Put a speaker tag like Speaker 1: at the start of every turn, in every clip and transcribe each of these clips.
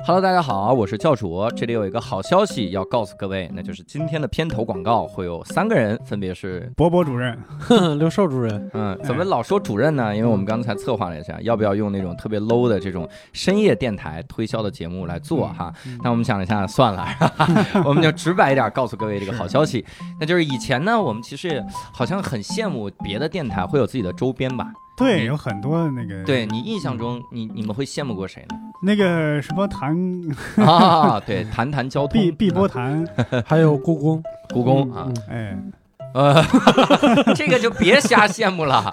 Speaker 1: Hello，大家好，我是教主，这里有一个好消息要告诉各位，那就是今天的片头广告会有三个人，分别是，
Speaker 2: 博博主任，
Speaker 3: 刘寿主任，
Speaker 1: 嗯，怎么老说主任呢？因为我们刚才策划了一下，要不要用那种特别 low 的这种深夜电台推销的节目来做哈？但我们想了一下，算了， 我们就直白一点告诉各位这个好消息，那就是以前呢，我们其实好像很羡慕别的电台会有自己的周边吧？
Speaker 2: 对，
Speaker 1: 你
Speaker 2: 有很多那个
Speaker 1: 对你印象中，你你们会羡慕过谁呢？
Speaker 2: 那个什 么谈
Speaker 1: 啊，对，谈谈交通，
Speaker 2: 碧碧波 潭，
Speaker 3: 还有故宫，
Speaker 1: 嗯故宫啊。
Speaker 3: 嗯
Speaker 2: 哎，
Speaker 1: 呃， 这个就别瞎羡慕了。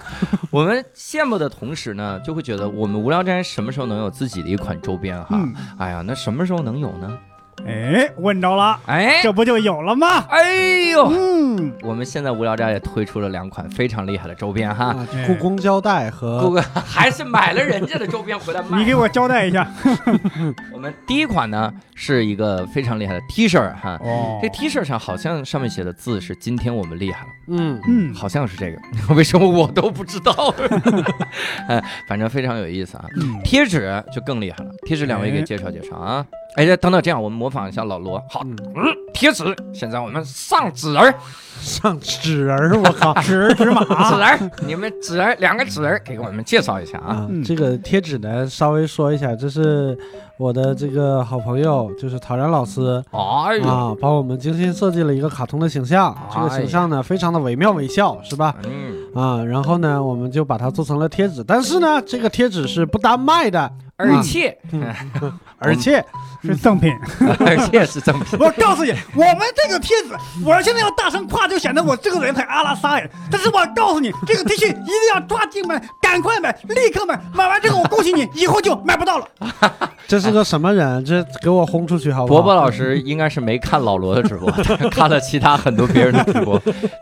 Speaker 1: 我们羡慕的同时呢，就会觉得我们无聊斋什么时候能有自己的一款周边哈？
Speaker 2: 嗯，
Speaker 1: 哎呀，那什么时候能有呢？
Speaker 2: 哎，问着了，
Speaker 1: 哎，
Speaker 2: 这不就有了吗？
Speaker 1: 哎呦，
Speaker 2: 嗯，
Speaker 1: 我们现在无聊斋也推出了两款非常厉害的周边哈。
Speaker 3: 啊
Speaker 2: 哎
Speaker 3: 故宫胶带
Speaker 1: 顾
Speaker 3: 和
Speaker 1: 哥 还是买了人家的周边回来
Speaker 2: 嗯你
Speaker 1: 卖。
Speaker 2: 给我交代 一下
Speaker 1: 我们第一款呢是一个非常厉害的 T 恤哈，
Speaker 2: 哦
Speaker 1: 这 T 恤上好像上面写的字是“今天我们厉害了”。
Speaker 3: 嗯
Speaker 2: 嗯，
Speaker 1: 好像是这个，为 什么我都不知道？ 哎，反正非常有意思啊。
Speaker 2: 嗯
Speaker 1: 贴纸就更厉害了，贴纸两位给介绍介绍啊。哎，等等，这样我们模仿一下老罗。好，
Speaker 3: 嗯
Speaker 1: 嗯，贴纸，现在我们上纸儿，
Speaker 3: 上纸人儿，我靠啊
Speaker 2: 指儿 指
Speaker 1: 纸
Speaker 2: 马，
Speaker 1: 儿，你们纸儿两个纸儿给我们介绍一下啊。
Speaker 3: 啊
Speaker 2: 嗯！
Speaker 3: 这个贴纸呢，稍微说一下，这是我的这个好朋友，就是陶然老师
Speaker 1: 哎呦，哎
Speaker 3: 啊，帮我们精心设计了一个卡通的形象。这个形象呢，非常的惟妙惟肖，是吧？
Speaker 1: 嗯，
Speaker 3: 啊，然后呢，我们就把它做成了贴纸，但是呢，这个贴纸是不单卖的，
Speaker 1: 而 且
Speaker 3: 而且
Speaker 2: 是赠 品。
Speaker 1: 而且是赠品。
Speaker 2: 我告诉你，我们这个帖子，我现在要大声夸，就显得我这个人很阿拉萨呀。但是我告诉你，这个 T 恤一定要抓紧买，赶快买，立刻买，买完之后我恭喜你，以后就买不 到了。
Speaker 3: 这是个什么人？这给我轰出去好不
Speaker 1: 伯
Speaker 3: 好？
Speaker 1: 伯老师应该是没看老罗的直 播，看了其他很多别人的直播。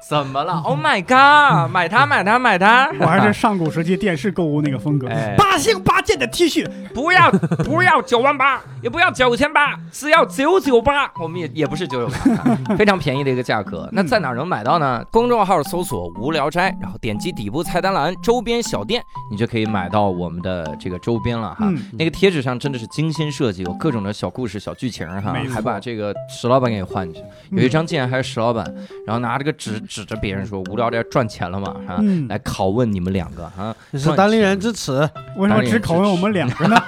Speaker 1: 怎么了？Oh my god！买它，买它，买它！
Speaker 2: 我还是上古时期电视购物那个风格
Speaker 1: 哎，
Speaker 2: 八星八件的 T 恤，
Speaker 1: 不要 不要九万八，也不要九千八，只要九九八。我们也也不是九九八， 非常便宜的一个价
Speaker 2: 嗯
Speaker 1: 格。那在哪儿能买到呢？公众号搜索“无聊斋”，然后点击底部菜单栏周边小店，你就可以买到我们的这个周边了哈。
Speaker 2: 嗯
Speaker 1: 那个贴纸上真的是精心设计，有各种的小故事、小剧情哈
Speaker 2: 没，错嗯
Speaker 1: 还把这个石老板给换去，有一张竟然还是石老板，然后拿这个纸指着别人说：“无聊斋赚钱了嘛？”哈，
Speaker 2: 嗯
Speaker 1: 来拷问你们两个哈，
Speaker 3: 你是单立人之耻，
Speaker 2: 为什么只拷问我们两个呢？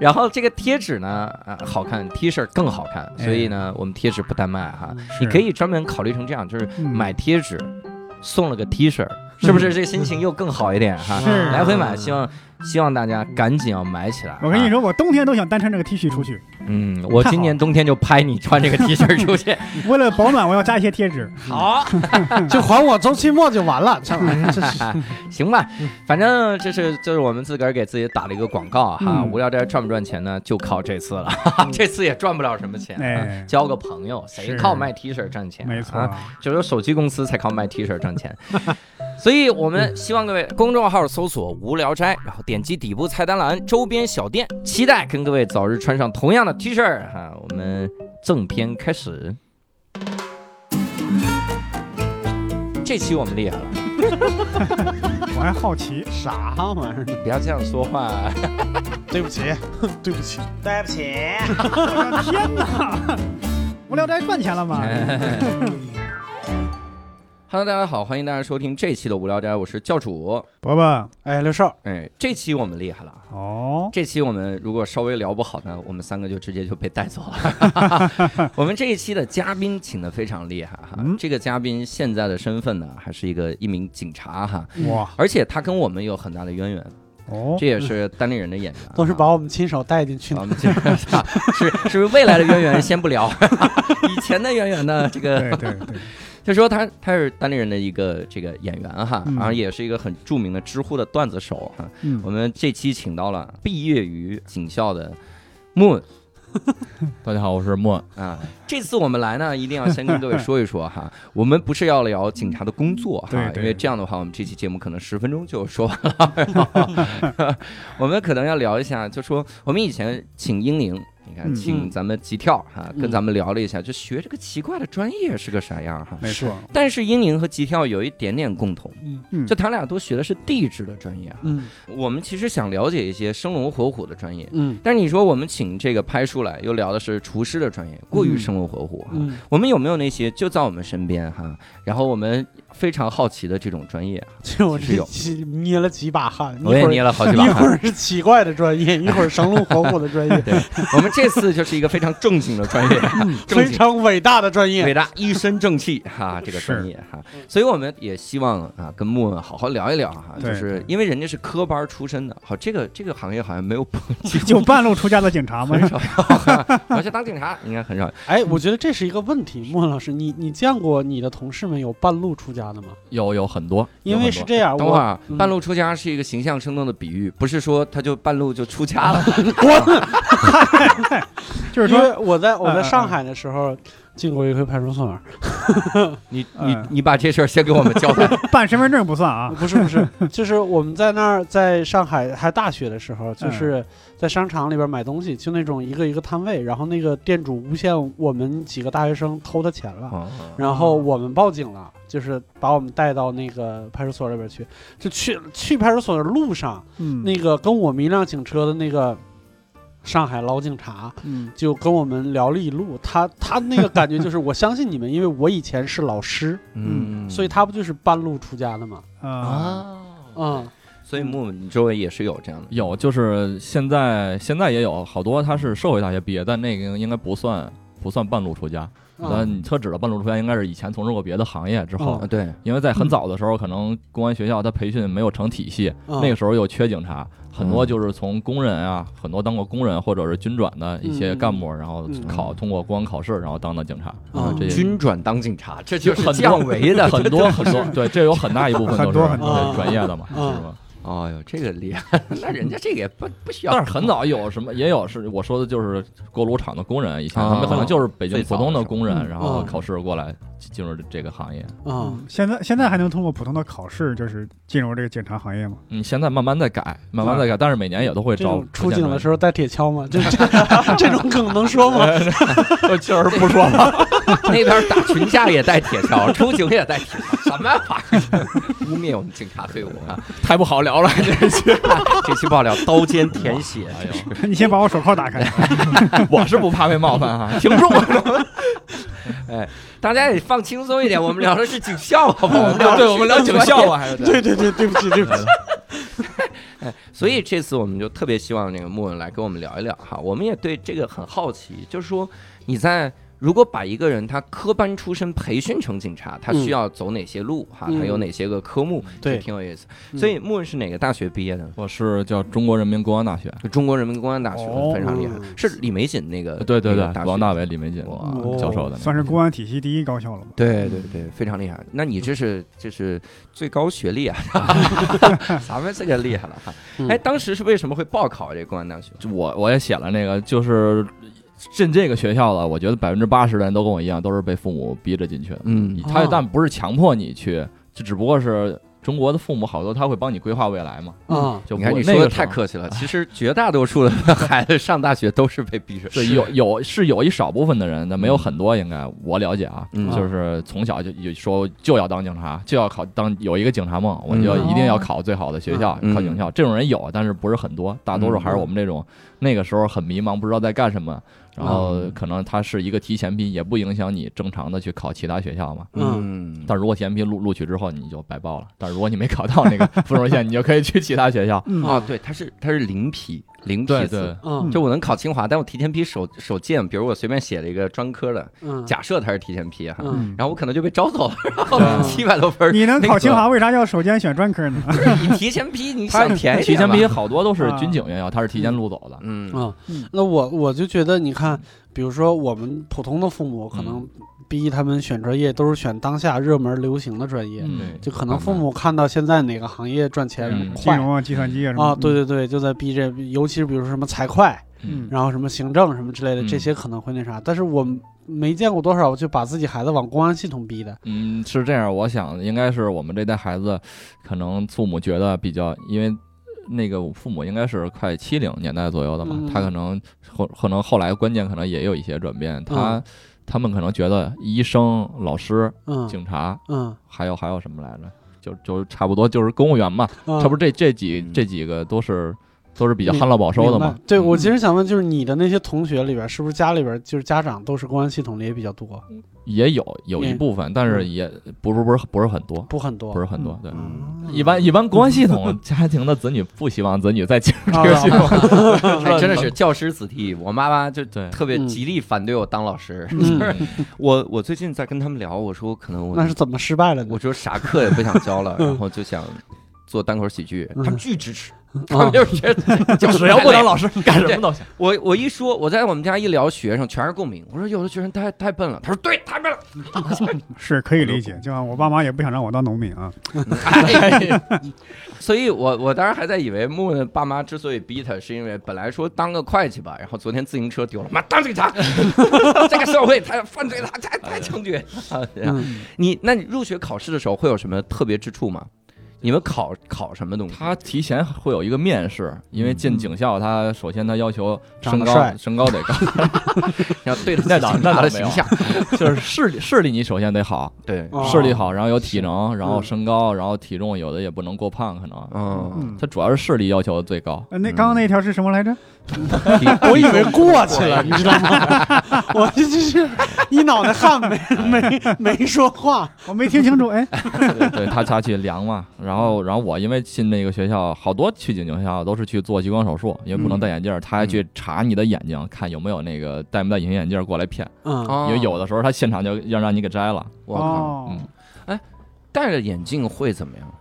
Speaker 1: 然后这个贴纸呢，啊，好看，T 恤更好看，
Speaker 2: 哎
Speaker 1: 所以呢，我们贴纸不单卖哈，你可以专门考虑成这样，就是
Speaker 2: 嗯
Speaker 1: 买贴纸，送了个 T 恤，是不是这心情又更好一点哈？
Speaker 2: 是
Speaker 1: 来回买，希望希望大家赶紧要买起来。
Speaker 2: 我跟你
Speaker 1: 说，
Speaker 2: 说，我冬天都想单穿这个 T 恤出去。
Speaker 1: 嗯，我
Speaker 2: 太好
Speaker 1: 今年冬天就拍你穿这个 T 恤出去。
Speaker 2: 为了保暖，我要加一些贴纸。
Speaker 1: 好，
Speaker 3: 就还我周期末就完了。这玩意儿，这是。
Speaker 1: 行吧，
Speaker 2: 嗯
Speaker 1: 反正这是就是我们自个儿给自己打了一个广告啊哈。
Speaker 2: 嗯
Speaker 1: 无聊斋赚不赚钱呢？就靠这次了，哈哈，这次也赚不了什么钱。啊
Speaker 2: 哎，
Speaker 1: 交个朋友，谁
Speaker 2: 是
Speaker 1: 靠卖 T 恤赚钱啊？
Speaker 2: 没错
Speaker 1: 啊，只有手机公司才靠卖 T 恤赚钱。 所以我们希望各位公众号搜索“无聊斋”，然后点击底部菜单栏周边小店，期待跟各位早日穿上同样的 T 恤儿哈、我们正片开始。这期我们厉害了，
Speaker 2: 我还好奇，
Speaker 3: 啥玩意儿？
Speaker 1: 不要这样说话、 啊。
Speaker 3: 对不起，对不起，
Speaker 4: 对不起。
Speaker 2: 哎天哪！无聊斋赚钱 了吗？
Speaker 1: Hello，大家好，欢迎大家收听这期的无聊斋，我是教主。
Speaker 2: 伯伯，
Speaker 3: 哎，刘少，
Speaker 1: 哎，这期我们厉害了啊。
Speaker 2: 哦，
Speaker 1: 这期我们如果稍微聊不好呢，我们三个就直接就被带走了。 我们这一期的嘉宾请的非常厉害哈，
Speaker 3: 嗯
Speaker 1: 这个嘉宾现在的身份呢，还是一个一名警察哈，
Speaker 2: 哇，
Speaker 1: 而且他跟我们有很大的渊源，
Speaker 2: 哦，
Speaker 1: 这也是单立人的演员啊，
Speaker 3: 嗯都是把我们亲手带进去
Speaker 1: 啊
Speaker 3: 的
Speaker 1: 我。们这 是是不是未来的渊源先不聊， 以前的渊源呢，这个
Speaker 2: 对对对，
Speaker 1: 就说他他是单立人的一个这个演员哈，
Speaker 2: 嗯
Speaker 1: 然后也是一个很著名的知乎的段子手啊哈。
Speaker 2: 嗯
Speaker 1: 我们这期请到了毕业于警校的 Moon
Speaker 5: 大家好，我是莫。
Speaker 1: 啊，这次我们来呢，一定要先跟各位说一说哈， 我们不是要聊警察的工作哈，
Speaker 2: 对对
Speaker 1: 因为这样的话，我们这期节目可能十分钟就说完 了。然后我们可能要聊一下，就说我们以前请英宁你
Speaker 5: 嗯
Speaker 1: 看，请咱们急跳哈，跟咱们聊了一下，就学这个奇怪的专业是个啥样哈。
Speaker 5: 嗯
Speaker 2: 没错，
Speaker 1: 但是英宁和急跳有一点点共同，
Speaker 3: 嗯
Speaker 2: 嗯
Speaker 1: 就他俩都学的是地质的专业啊。
Speaker 3: 嗯
Speaker 1: 我们其实想了解一些生龙活虎的专业，
Speaker 3: 嗯
Speaker 1: 但是你说我们请这个拍出来，又聊的是厨师的专业，过于生龙活虎哈。
Speaker 3: 嗯
Speaker 1: 我们有没有那些就在我们身边哈，然后我们非常好奇的这种专业？
Speaker 3: 这我
Speaker 1: 是有
Speaker 3: 这捏了几把汗，
Speaker 1: 我也
Speaker 3: 一会儿
Speaker 1: 捏了 好几把
Speaker 3: 一会
Speaker 1: 汗。
Speaker 3: 儿是奇怪的专业，一会儿生龙活虎的专业，
Speaker 1: 对 我们这次就是一个非常正经的专业，正
Speaker 3: 非
Speaker 1: 经
Speaker 3: 常伟大的专
Speaker 1: 伟
Speaker 3: 业。
Speaker 1: 大一身正气哈，这个专业哈，所以我们也希望啊，跟莫文好好聊一聊哈，
Speaker 2: 对
Speaker 1: 就是因为人家是科班出身的，好，这个这个行业好像没有普及，
Speaker 2: 有半路出家的警察吗？
Speaker 1: 很少 有，而且当警察应该很少
Speaker 3: 哎，我觉得这是一个问题，莫文老师，你你见过你的同事们有半路出家的吗？
Speaker 5: 有有很多，
Speaker 3: 因为是这样，
Speaker 1: 等会儿
Speaker 3: 我
Speaker 1: 啊
Speaker 3: 嗯
Speaker 1: 半路出家是一个形象生动的比喻，不是说他就半路就出家了。
Speaker 2: 就是
Speaker 3: 因
Speaker 2: 说，
Speaker 3: 为我在我在
Speaker 2: 嗯嗯
Speaker 3: 上海的时候进过一回派出所，
Speaker 1: 你
Speaker 2: 哎
Speaker 3: 嗯
Speaker 1: 你你把这事儿先给我们交 代。
Speaker 2: 办身份证不算啊。
Speaker 3: 不是不是，就是我们在那儿在上海还大学的时候，就是在商场里边买东西，就那种一个一个摊位，然后那个店主诬陷我们几个大学生偷他钱了，
Speaker 1: 哦
Speaker 3: 然后我们报警了，就是把我们带到那个派出所里边去，就去去派出所的路上，
Speaker 2: 嗯，
Speaker 3: 那个跟我们一辆警车的那个。上海老警察
Speaker 2: 嗯
Speaker 3: 就跟我们聊了一路，他他那个感觉就是，我相信你们，因为我以前是老师，
Speaker 1: 嗯，
Speaker 3: 所以他不就是半路出家的吗？
Speaker 2: 啊，
Speaker 1: 啊，
Speaker 3: 嗯，
Speaker 1: 所以木木你周围也是有这样的。
Speaker 5: 有就是现在现在也有好多他是社会大学毕业，但那个应该不算不算半路出家。
Speaker 3: 嗯
Speaker 5: 那你特指的半路出家，应该是以前从事过别的行业之后
Speaker 1: 啊，，
Speaker 3: 嗯
Speaker 1: 对，
Speaker 5: 因为在很早的时候，可能公安学校它培训没有成体系，
Speaker 3: 嗯
Speaker 5: 那个时候又缺警察，很多就是从工人啊，很多当过工人或者是军转的一些干部，然后考通过公安考试，然后当的警察。
Speaker 3: 啊
Speaker 5: 这
Speaker 1: 军转当警察，这就
Speaker 5: 哦就是很
Speaker 1: 降
Speaker 5: 多
Speaker 1: 维的。
Speaker 5: 很多很多，对，这有哦很大一部分都
Speaker 2: 很
Speaker 5: 是
Speaker 2: 多很
Speaker 3: 多
Speaker 5: 对专业的嘛，
Speaker 3: 嗯
Speaker 5: 是吧？
Speaker 1: 哦呦，这个厉 害，那人家这个也不不需要。啊
Speaker 5: 但是很早有什么也有是我说的就是锅炉厂的工人，以前
Speaker 1: 啊
Speaker 5: 他们可能就是北京
Speaker 1: 最早
Speaker 5: 普
Speaker 1: 的
Speaker 5: 通
Speaker 1: 时候
Speaker 5: 的工人，
Speaker 2: 嗯
Speaker 5: 然后
Speaker 3: 嗯
Speaker 5: 考试过来进入这个行业。
Speaker 3: 啊，
Speaker 2: 现在现在还能通过普通的考试，就是进入这个警察行 业吗？
Speaker 5: 嗯，现在慢慢在改，慢慢在改，但是每年也都会
Speaker 3: 这
Speaker 5: 招
Speaker 3: 种出警的时
Speaker 5: 候，
Speaker 3: 候带铁锹 吗？这这这种梗能说吗？
Speaker 5: 呃 确实不说 了。
Speaker 1: 那边打群架也带铁锹，出警也带铁锹，什么玩意儿？ 污蔑我们警察队伍啊！太不好聊了，这期 这期不好聊，刀尖舔血。
Speaker 5: 哎呦，
Speaker 2: 你先把我手铐打开。
Speaker 5: 我是不怕被冒犯啊哈，
Speaker 1: 挺重。 哎，大家也放轻松一点，我们聊的是警校，好不 好？我们聊的
Speaker 5: 对我们聊警校啊，还是
Speaker 3: 对对对，对不起对不起，
Speaker 1: 所以这次我们就特别希望那个莫文来跟我们聊一聊 哈，我们也对这个很好奇，就是说你在如果把一个人他科班出身培训成警察，
Speaker 5: 嗯
Speaker 1: 他需要走哪些路哈，
Speaker 3: 嗯
Speaker 1: 他有哪些个科目，
Speaker 3: 对
Speaker 1: 这挺有意思。
Speaker 3: 嗯
Speaker 5: 嗯
Speaker 1: 所以莫文是哪个大学毕业的呢？
Speaker 5: 我是叫中国人民公安大学，
Speaker 1: 就中国人民公安大学
Speaker 2: 哦
Speaker 1: 非常厉害
Speaker 3: 嗯，
Speaker 1: 是李玫瑾那个
Speaker 5: 呃对对
Speaker 1: 那
Speaker 5: 对
Speaker 1: 个大，学
Speaker 5: 王大为、李玫瑾
Speaker 1: 哇
Speaker 5: 哦
Speaker 1: 哦
Speaker 5: 教授的那个，
Speaker 2: 算是公安体系第一高校了吧？
Speaker 1: 对对对，非常厉害。那你这是这是最高学历啊， 咱们这个厉害了哈。
Speaker 3: 嗯
Speaker 1: 哎，当时是为什么会报考这公安大学？
Speaker 5: 就我我也写了那个，就是进这个学校了，我觉得百分之八十的人都跟我一样，都是被父母逼着进去的。
Speaker 1: 嗯
Speaker 5: 他
Speaker 3: 哦
Speaker 5: 但不是强迫你去，就只不过是中国的父母好多他会帮你规划未来嘛。
Speaker 3: 啊，
Speaker 5: 就
Speaker 1: 你看
Speaker 5: 我
Speaker 1: 你
Speaker 5: 那
Speaker 1: 说的
Speaker 5: 个时
Speaker 1: 太
Speaker 5: 候。
Speaker 1: 客气了，其实绝大多数的孩子上大学都是被逼着。
Speaker 5: 对，有有是有一少部分的人，但没有很多，应该我了解啊，
Speaker 1: 嗯
Speaker 5: 就是从小就有说就要当警察，就要考当有一个警察梦，我就
Speaker 2: 嗯
Speaker 5: 一定要考最好的学校，
Speaker 1: 嗯
Speaker 5: 考警校。这种人有，但是不是很多，大多数还是我们这种、那个时候很迷茫，不知道在干什么。然后
Speaker 1: 嗯
Speaker 5: 可能他是一个提前批，也不影响你正常的去考其他学校嘛。
Speaker 1: 嗯，
Speaker 5: 但如果提前批录录取之后，你就白报了。但如果你没考到那个芙蓉县， 你就可以去其他学校。
Speaker 1: 啊，对，他是他是零批零批
Speaker 5: 对对
Speaker 1: 次。，
Speaker 3: 嗯
Speaker 1: 就我能考清华，但我提前批手手贱，比如我随便写了一个专科的，
Speaker 3: 嗯
Speaker 1: 假设他是提前批啊哈，
Speaker 3: 嗯
Speaker 1: 然后我可能就被招走了，然后
Speaker 3: 对
Speaker 1: 七百多分儿，
Speaker 2: 你能
Speaker 1: 那
Speaker 2: 考
Speaker 1: 个
Speaker 2: 清华，为啥要首先选专科呢？
Speaker 1: 你提前批，你想便宜
Speaker 5: 提前
Speaker 1: 哎点吧
Speaker 5: 批，好多都是军警院校，他是提前录走的。
Speaker 1: 嗯
Speaker 3: 啊，那我我就觉得，你看，比如说我们普通的父母可能逼他们选专业，都是选当下热门流行的专业，
Speaker 5: 嗯
Speaker 1: 对
Speaker 3: 就可能父母看到现在哪个行业赚钱
Speaker 5: 嗯
Speaker 2: 金
Speaker 3: 快
Speaker 2: 融啊，计算机啊什么
Speaker 3: 啊，对，对对，就在逼着，尤其是比如说什么财会，
Speaker 2: 嗯，
Speaker 3: 然后什么行政什么之类的，
Speaker 5: 嗯
Speaker 3: 这些可能会那啥，但是我没见过多少就把自己孩子往公安系统逼的，
Speaker 5: 嗯，是这样，我想应该是我们这代孩子，可能父母觉得比较，因为那个我父母应该是快七零年代左右的嘛，
Speaker 3: 嗯
Speaker 5: 他可能后可能后来观念可能也有一些转变，他、他们可能觉得医生、老师、
Speaker 3: 嗯
Speaker 5: 警察，
Speaker 3: 嗯，
Speaker 5: 还有还有什么来着，就就差不多就是公务员嘛，
Speaker 3: 嗯
Speaker 5: 他不是这这几
Speaker 2: 嗯
Speaker 5: 这几个都是都是比较
Speaker 3: 明
Speaker 5: 旱涝保收的
Speaker 3: 明
Speaker 5: 嘛
Speaker 3: 白？对，我
Speaker 2: 嗯
Speaker 3: 其实想问，就是你的那些同学里边，是不是家里边就是家长都是公安系统里也比较多，
Speaker 5: 也有有一
Speaker 3: 嗯
Speaker 5: 部分，但是也不是不是不是很多，
Speaker 3: 不很多？
Speaker 5: 不是很多，对。
Speaker 3: 嗯，
Speaker 5: 一般一般公安 系统家庭的子女不希望子女再进入
Speaker 3: 啊
Speaker 5: 这个 系统，
Speaker 1: 哎真的是教师子弟，我妈妈就
Speaker 5: 对
Speaker 1: 特别
Speaker 3: 嗯
Speaker 1: 极力反对我当老师。
Speaker 3: 嗯，
Speaker 1: 我我最近在跟他们聊，我说可能我
Speaker 3: 那是怎么失败了呢
Speaker 1: 我？说啥课也不想教了，然后就想做单口喜剧，
Speaker 3: 嗯
Speaker 1: 他们巨支持，他
Speaker 3: 啊
Speaker 1: 们，就是觉 得教
Speaker 5: 只要不当老
Speaker 1: 师。
Speaker 3: 哎
Speaker 5: 师，干什么都行。
Speaker 1: 我我一说，我在我们家一聊学生，全是共鸣。我说有的学生太太笨了，他说对，太笨了。
Speaker 2: 是可以理解，就像我爸妈也不想让我当农民啊。
Speaker 1: 哎 所以我我当时还在以为木木的爸妈之所以逼他，是因为本来说当个会计吧，然后昨天自行车丢了，妈当警察， 这个社会太犯罪了，太太猖獗。啊这样
Speaker 3: 嗯
Speaker 1: 你那你入学考试的时候会有什么特别之处吗？你们考考什么东西？
Speaker 5: 他提前会有一个面试，因为进警校，他首先他要求
Speaker 3: 嗯长
Speaker 5: 身
Speaker 3: 得
Speaker 5: 高
Speaker 3: 帅
Speaker 5: 身高 得高，
Speaker 1: 要对 得起
Speaker 5: 那倒
Speaker 1: 警察
Speaker 5: 那倒
Speaker 1: 的
Speaker 5: 没
Speaker 1: 形
Speaker 5: 有
Speaker 1: 象。
Speaker 5: 就是视力视力你首先得好，
Speaker 1: 对，
Speaker 3: 哦
Speaker 5: 视力好，然后有体能，然后
Speaker 3: 嗯
Speaker 5: 身高，然后体重，有的也不能过胖，可能。
Speaker 1: 嗯，
Speaker 2: 嗯
Speaker 5: 他，主要是视力要求最高，
Speaker 2: 呃那刚刚那条是什么来着？
Speaker 3: 我以为过去了，你知道吗？ 我这就是一脑袋汗，没没没说话。
Speaker 2: 我没听清楚。哎，
Speaker 5: 对对他他去量嘛，然后然后我因为进那个学校，好多去警校校都是去做激光手术，因为不能戴眼镜儿，他还去查你的眼睛，看有没有那个戴没戴隐形眼镜儿过来骗，
Speaker 3: 嗯，
Speaker 1: 哦
Speaker 5: 因为有的时候他现场就要让你给摘了，
Speaker 1: 我靠，
Speaker 2: 哦，
Speaker 5: 嗯
Speaker 1: 戴着眼镜会怎么样？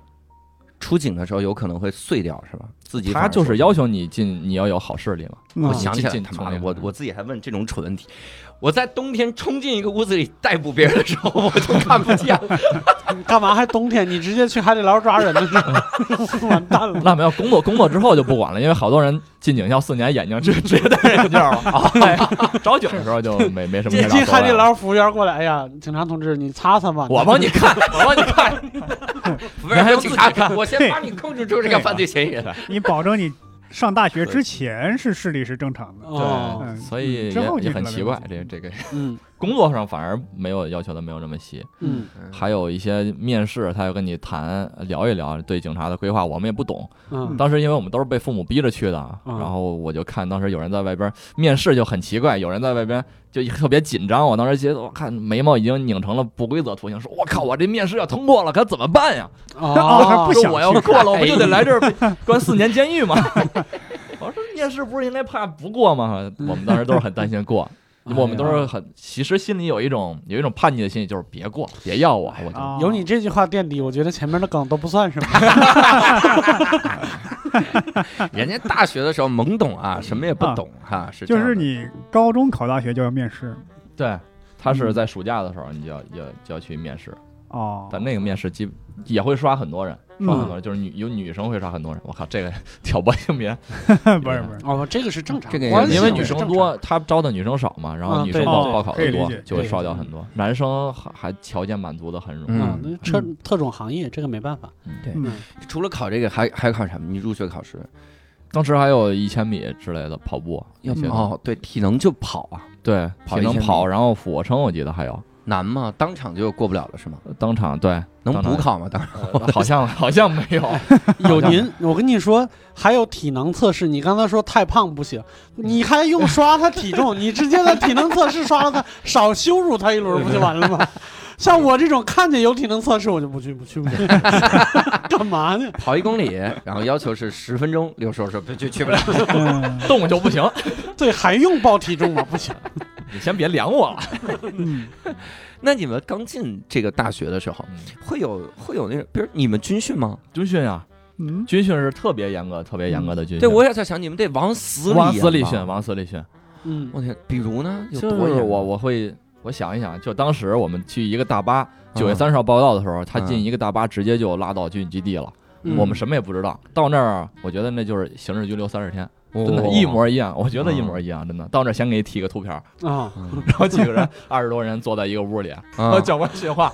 Speaker 1: 出警的时候有可能会碎掉是吧？自己
Speaker 5: 他就是要求你进你要有好视力嘛，
Speaker 1: 我
Speaker 2: 嗯
Speaker 1: 想起来
Speaker 5: 进进
Speaker 1: 他妈的，
Speaker 5: 从那个
Speaker 1: 我我自己还问这种蠢问题。我在冬天冲进一个屋子里逮捕别人的时候，我就看不见了。
Speaker 3: 干嘛还冬天？你直接去海底捞抓人了是吗？ 完蛋了。
Speaker 5: 那没有工作工作之后就不管了，因为好多人进警校四年眼睛直直接戴着眼镜儿了，啊哎找酒的时候就没没什么
Speaker 3: 接
Speaker 5: 太大
Speaker 3: 近
Speaker 5: 所
Speaker 3: 海底
Speaker 5: 谓了。
Speaker 3: 捞服务员过来，哎呀，警察同志，你擦擦吧。
Speaker 5: 我帮你看，我帮你看，
Speaker 1: 不是，还有警察
Speaker 5: 自己看
Speaker 1: 我先把你控制住这个犯罪嫌疑人。
Speaker 2: 你保证你上大学之前是视力是正常的。
Speaker 3: 哦，
Speaker 2: 嗯
Speaker 5: 所以
Speaker 2: 之
Speaker 5: 也
Speaker 2: 后
Speaker 5: 也
Speaker 2: 就
Speaker 5: 很
Speaker 2: 是
Speaker 5: 奇怪，这这个
Speaker 3: 嗯
Speaker 5: 工作上反而没有要求的没有那么细，
Speaker 3: 嗯
Speaker 5: 还有一些面试，他要跟你谈聊一聊对警察的规划，我们也不懂。
Speaker 3: 嗯
Speaker 5: 当时因为我们都是被父母逼着去的，啊
Speaker 3: 嗯
Speaker 5: 然后我就看当时有人在外边面试就很奇怪，有人在外边就特别紧张。我当时觉得，我看眉毛已经拧成了不规则图形，说我靠，我这面试要通过了，可怎么办呀？
Speaker 3: 哦，
Speaker 2: 不
Speaker 5: 说
Speaker 2: 想
Speaker 5: 我要
Speaker 2: 去
Speaker 5: 过了，我不就得来 这儿被关四年监狱吗？ 我说面试不是应该怕不过吗？我们当时都是很担心过。
Speaker 3: 哎呀
Speaker 5: 我们都是很，其实心里有一种有一种叛逆的心理，就是别过，别要我，我就
Speaker 2: 哦
Speaker 3: 哎有你这句话垫底，我觉得前面的梗都不算什么。
Speaker 1: 人家大学的时候懵懂啊，什么也不懂哈，是这
Speaker 2: 就
Speaker 1: 样的
Speaker 2: 是你高中考大学就要面试
Speaker 5: 对，他是在暑假的时候，你就要要就要去面试，
Speaker 2: 哦，嗯
Speaker 5: 但那个面试基也会刷很多人，刷很多人，就是女有女生会刷很多人。我靠，这个 挑拨性别，
Speaker 2: 嗯不是不是，
Speaker 3: 哦，这个是正常
Speaker 1: 这
Speaker 3: 的，
Speaker 1: 个也
Speaker 3: 关系啊
Speaker 5: 因为女
Speaker 3: 是正
Speaker 5: 生
Speaker 3: 常
Speaker 5: 多，他招的女生少嘛，然后
Speaker 3: 啊
Speaker 5: 女生
Speaker 3: 对
Speaker 5: 报
Speaker 2: 对
Speaker 5: 报考
Speaker 2: 可以
Speaker 5: 的
Speaker 2: 理
Speaker 5: 多
Speaker 2: 解，
Speaker 5: 就会
Speaker 3: 对
Speaker 5: 刷掉
Speaker 3: 嗯
Speaker 5: 很多。男生还还条件满足的很容易，
Speaker 3: 嗯，
Speaker 1: 嗯
Speaker 3: 那特特种行业这个没办 法。
Speaker 2: 嗯，
Speaker 1: 除了考这个，还还考什么？你入学考试
Speaker 5: 当时还有一千米之类的跑步，
Speaker 1: 要
Speaker 5: 一些的
Speaker 1: 哦，对，体能就跑啊，
Speaker 5: 对，
Speaker 1: 跑
Speaker 5: 体能
Speaker 1: 1000米
Speaker 5: 跑，然后俯卧撑，我记得还有
Speaker 1: 难吗？当场就过不了了是吗？
Speaker 5: 当场对，
Speaker 1: 能
Speaker 5: 当
Speaker 1: 补
Speaker 5: 场
Speaker 1: 考吗？当场
Speaker 5: 呃 好像好像没有，
Speaker 3: 有您，我跟你说，还有体能测试。你刚才说太胖不行，你还用刷他体重？你直接在体能测试刷了他，少羞辱他一轮不就完了吗？ 像我这种看见有体能测试我就不去，不去，不去， 干嘛呢？
Speaker 1: 跑一公里，然后要求是十分钟。刘叔说不就去不了。
Speaker 2: 嗯
Speaker 5: 动就不行，
Speaker 3: 对，还用报体重吗？不行。
Speaker 5: 你先别量我了。
Speaker 2: 嗯
Speaker 1: 那你们刚进这个大学的时
Speaker 5: 嗯
Speaker 1: 候，会有会有那种，比如你们军训吗？
Speaker 5: 军训啊，
Speaker 2: 嗯，
Speaker 5: 军训是特别严格、特别严格的军训。
Speaker 1: 嗯对，我也在想，你们得往死里
Speaker 5: 往死里
Speaker 1: 演吧
Speaker 5: 训，。往死里训。
Speaker 3: 嗯
Speaker 1: 我天，比如呢，啊有
Speaker 5: 就
Speaker 1: 多
Speaker 5: 是
Speaker 1: 严啊
Speaker 5: 我我会我想一想，就当时我们去一个大巴，九月
Speaker 1: 嗯
Speaker 5: 三十号报道的时候，他进
Speaker 1: 嗯
Speaker 5: 一个大巴直接就拉到军基地了，
Speaker 3: 嗯
Speaker 5: 我们什么也不知道。到那儿，啊我觉得那就是刑事拘留三十天，
Speaker 1: 哦
Speaker 5: 真的，一模一样，我觉得一模一样，真的。到那儿先给你剃个秃瓢儿，
Speaker 3: 啊，
Speaker 1: 嗯
Speaker 5: 然后几个 人二十多人坐在一个屋里，然 后教官训话，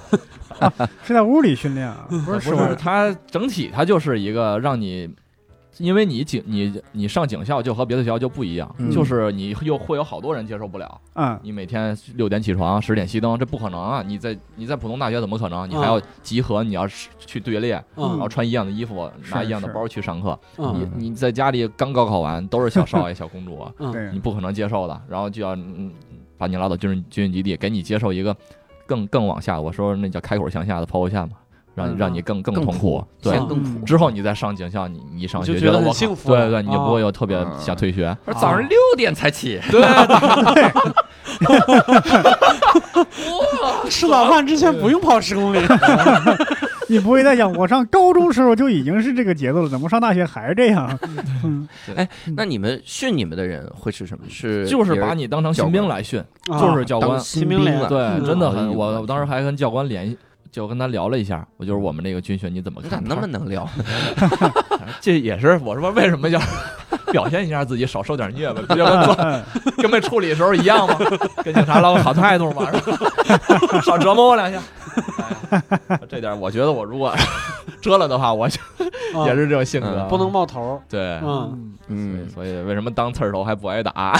Speaker 2: 是在屋里训练啊，不
Speaker 5: 不
Speaker 2: 是室
Speaker 5: 是
Speaker 2: 外。
Speaker 5: 他整体他就是一个让你。因为你警你你上警校就和别的学校就不一样，
Speaker 1: 嗯
Speaker 5: 就是你又会有好多人接受不了。
Speaker 2: 嗯，
Speaker 5: 你每天六点起床，十点熄灯，这不可能啊！你在你在普通大学怎么可能？你还要集合，你要是去队列，然
Speaker 3: 嗯
Speaker 5: 后穿一样的衣服，
Speaker 2: 是
Speaker 5: 拿一样的
Speaker 2: 是
Speaker 5: 包去上课。
Speaker 3: 嗯
Speaker 5: 你你在家里刚高考完，都是小少爷、小公主，啊
Speaker 3: 嗯，
Speaker 5: 你
Speaker 2: 对，啊
Speaker 5: 不可能接受的，然后就要嗯把你拉到军军训基地，给你接受一个更更往下，我说那叫开口向下的抛物线嘛，让
Speaker 3: 嗯
Speaker 5: 你让你更更
Speaker 1: 更
Speaker 5: 痛苦。嗯对
Speaker 1: 先，更苦。
Speaker 5: 之后你再上警校，你你一上
Speaker 3: 就
Speaker 5: 学
Speaker 3: 觉得很
Speaker 5: 我靠
Speaker 3: 幸福
Speaker 5: 对对，你就不会
Speaker 3: 哦
Speaker 5: 有特别想退学。
Speaker 1: 而早上六点才起，
Speaker 5: 对，
Speaker 3: 吃早饭之前不用跑十公里。
Speaker 2: 你不会再想，我上高中时候就已经是这个节奏了，怎么上大学还是这 样？嗯
Speaker 1: 那你们训你们的人会是什么？是
Speaker 5: 嗯就是
Speaker 1: 别人
Speaker 5: 把你当成新兵来训，
Speaker 3: 啊
Speaker 5: 就是教官
Speaker 1: 当。新
Speaker 3: 兵
Speaker 1: 兵
Speaker 3: 连
Speaker 1: 了？
Speaker 5: 对，
Speaker 3: 嗯
Speaker 5: 真的
Speaker 1: 哎
Speaker 5: 很，
Speaker 1: 呦
Speaker 5: 我我当时还跟教官联系。就跟他聊了一下，我就是我们这个军训你怎么
Speaker 1: 你
Speaker 5: 看？
Speaker 1: 咋那么能聊？
Speaker 5: 他这也是我说为什么要 表现一下自己少受点 虐吧，不就跟做
Speaker 2: 嗯
Speaker 5: 跟被处理的时候一样吗？跟警察老有好态度嘛，是吧 少折磨我两下。哎呀这点我觉得我如果 折了的话，我就
Speaker 3: 啊
Speaker 5: 也是这种性格，
Speaker 1: 嗯
Speaker 3: 不能冒头。
Speaker 5: 对。
Speaker 2: 啊
Speaker 3: 嗯，
Speaker 1: 嗯，
Speaker 5: 啊所以为什么当刺儿头还不挨 打？啊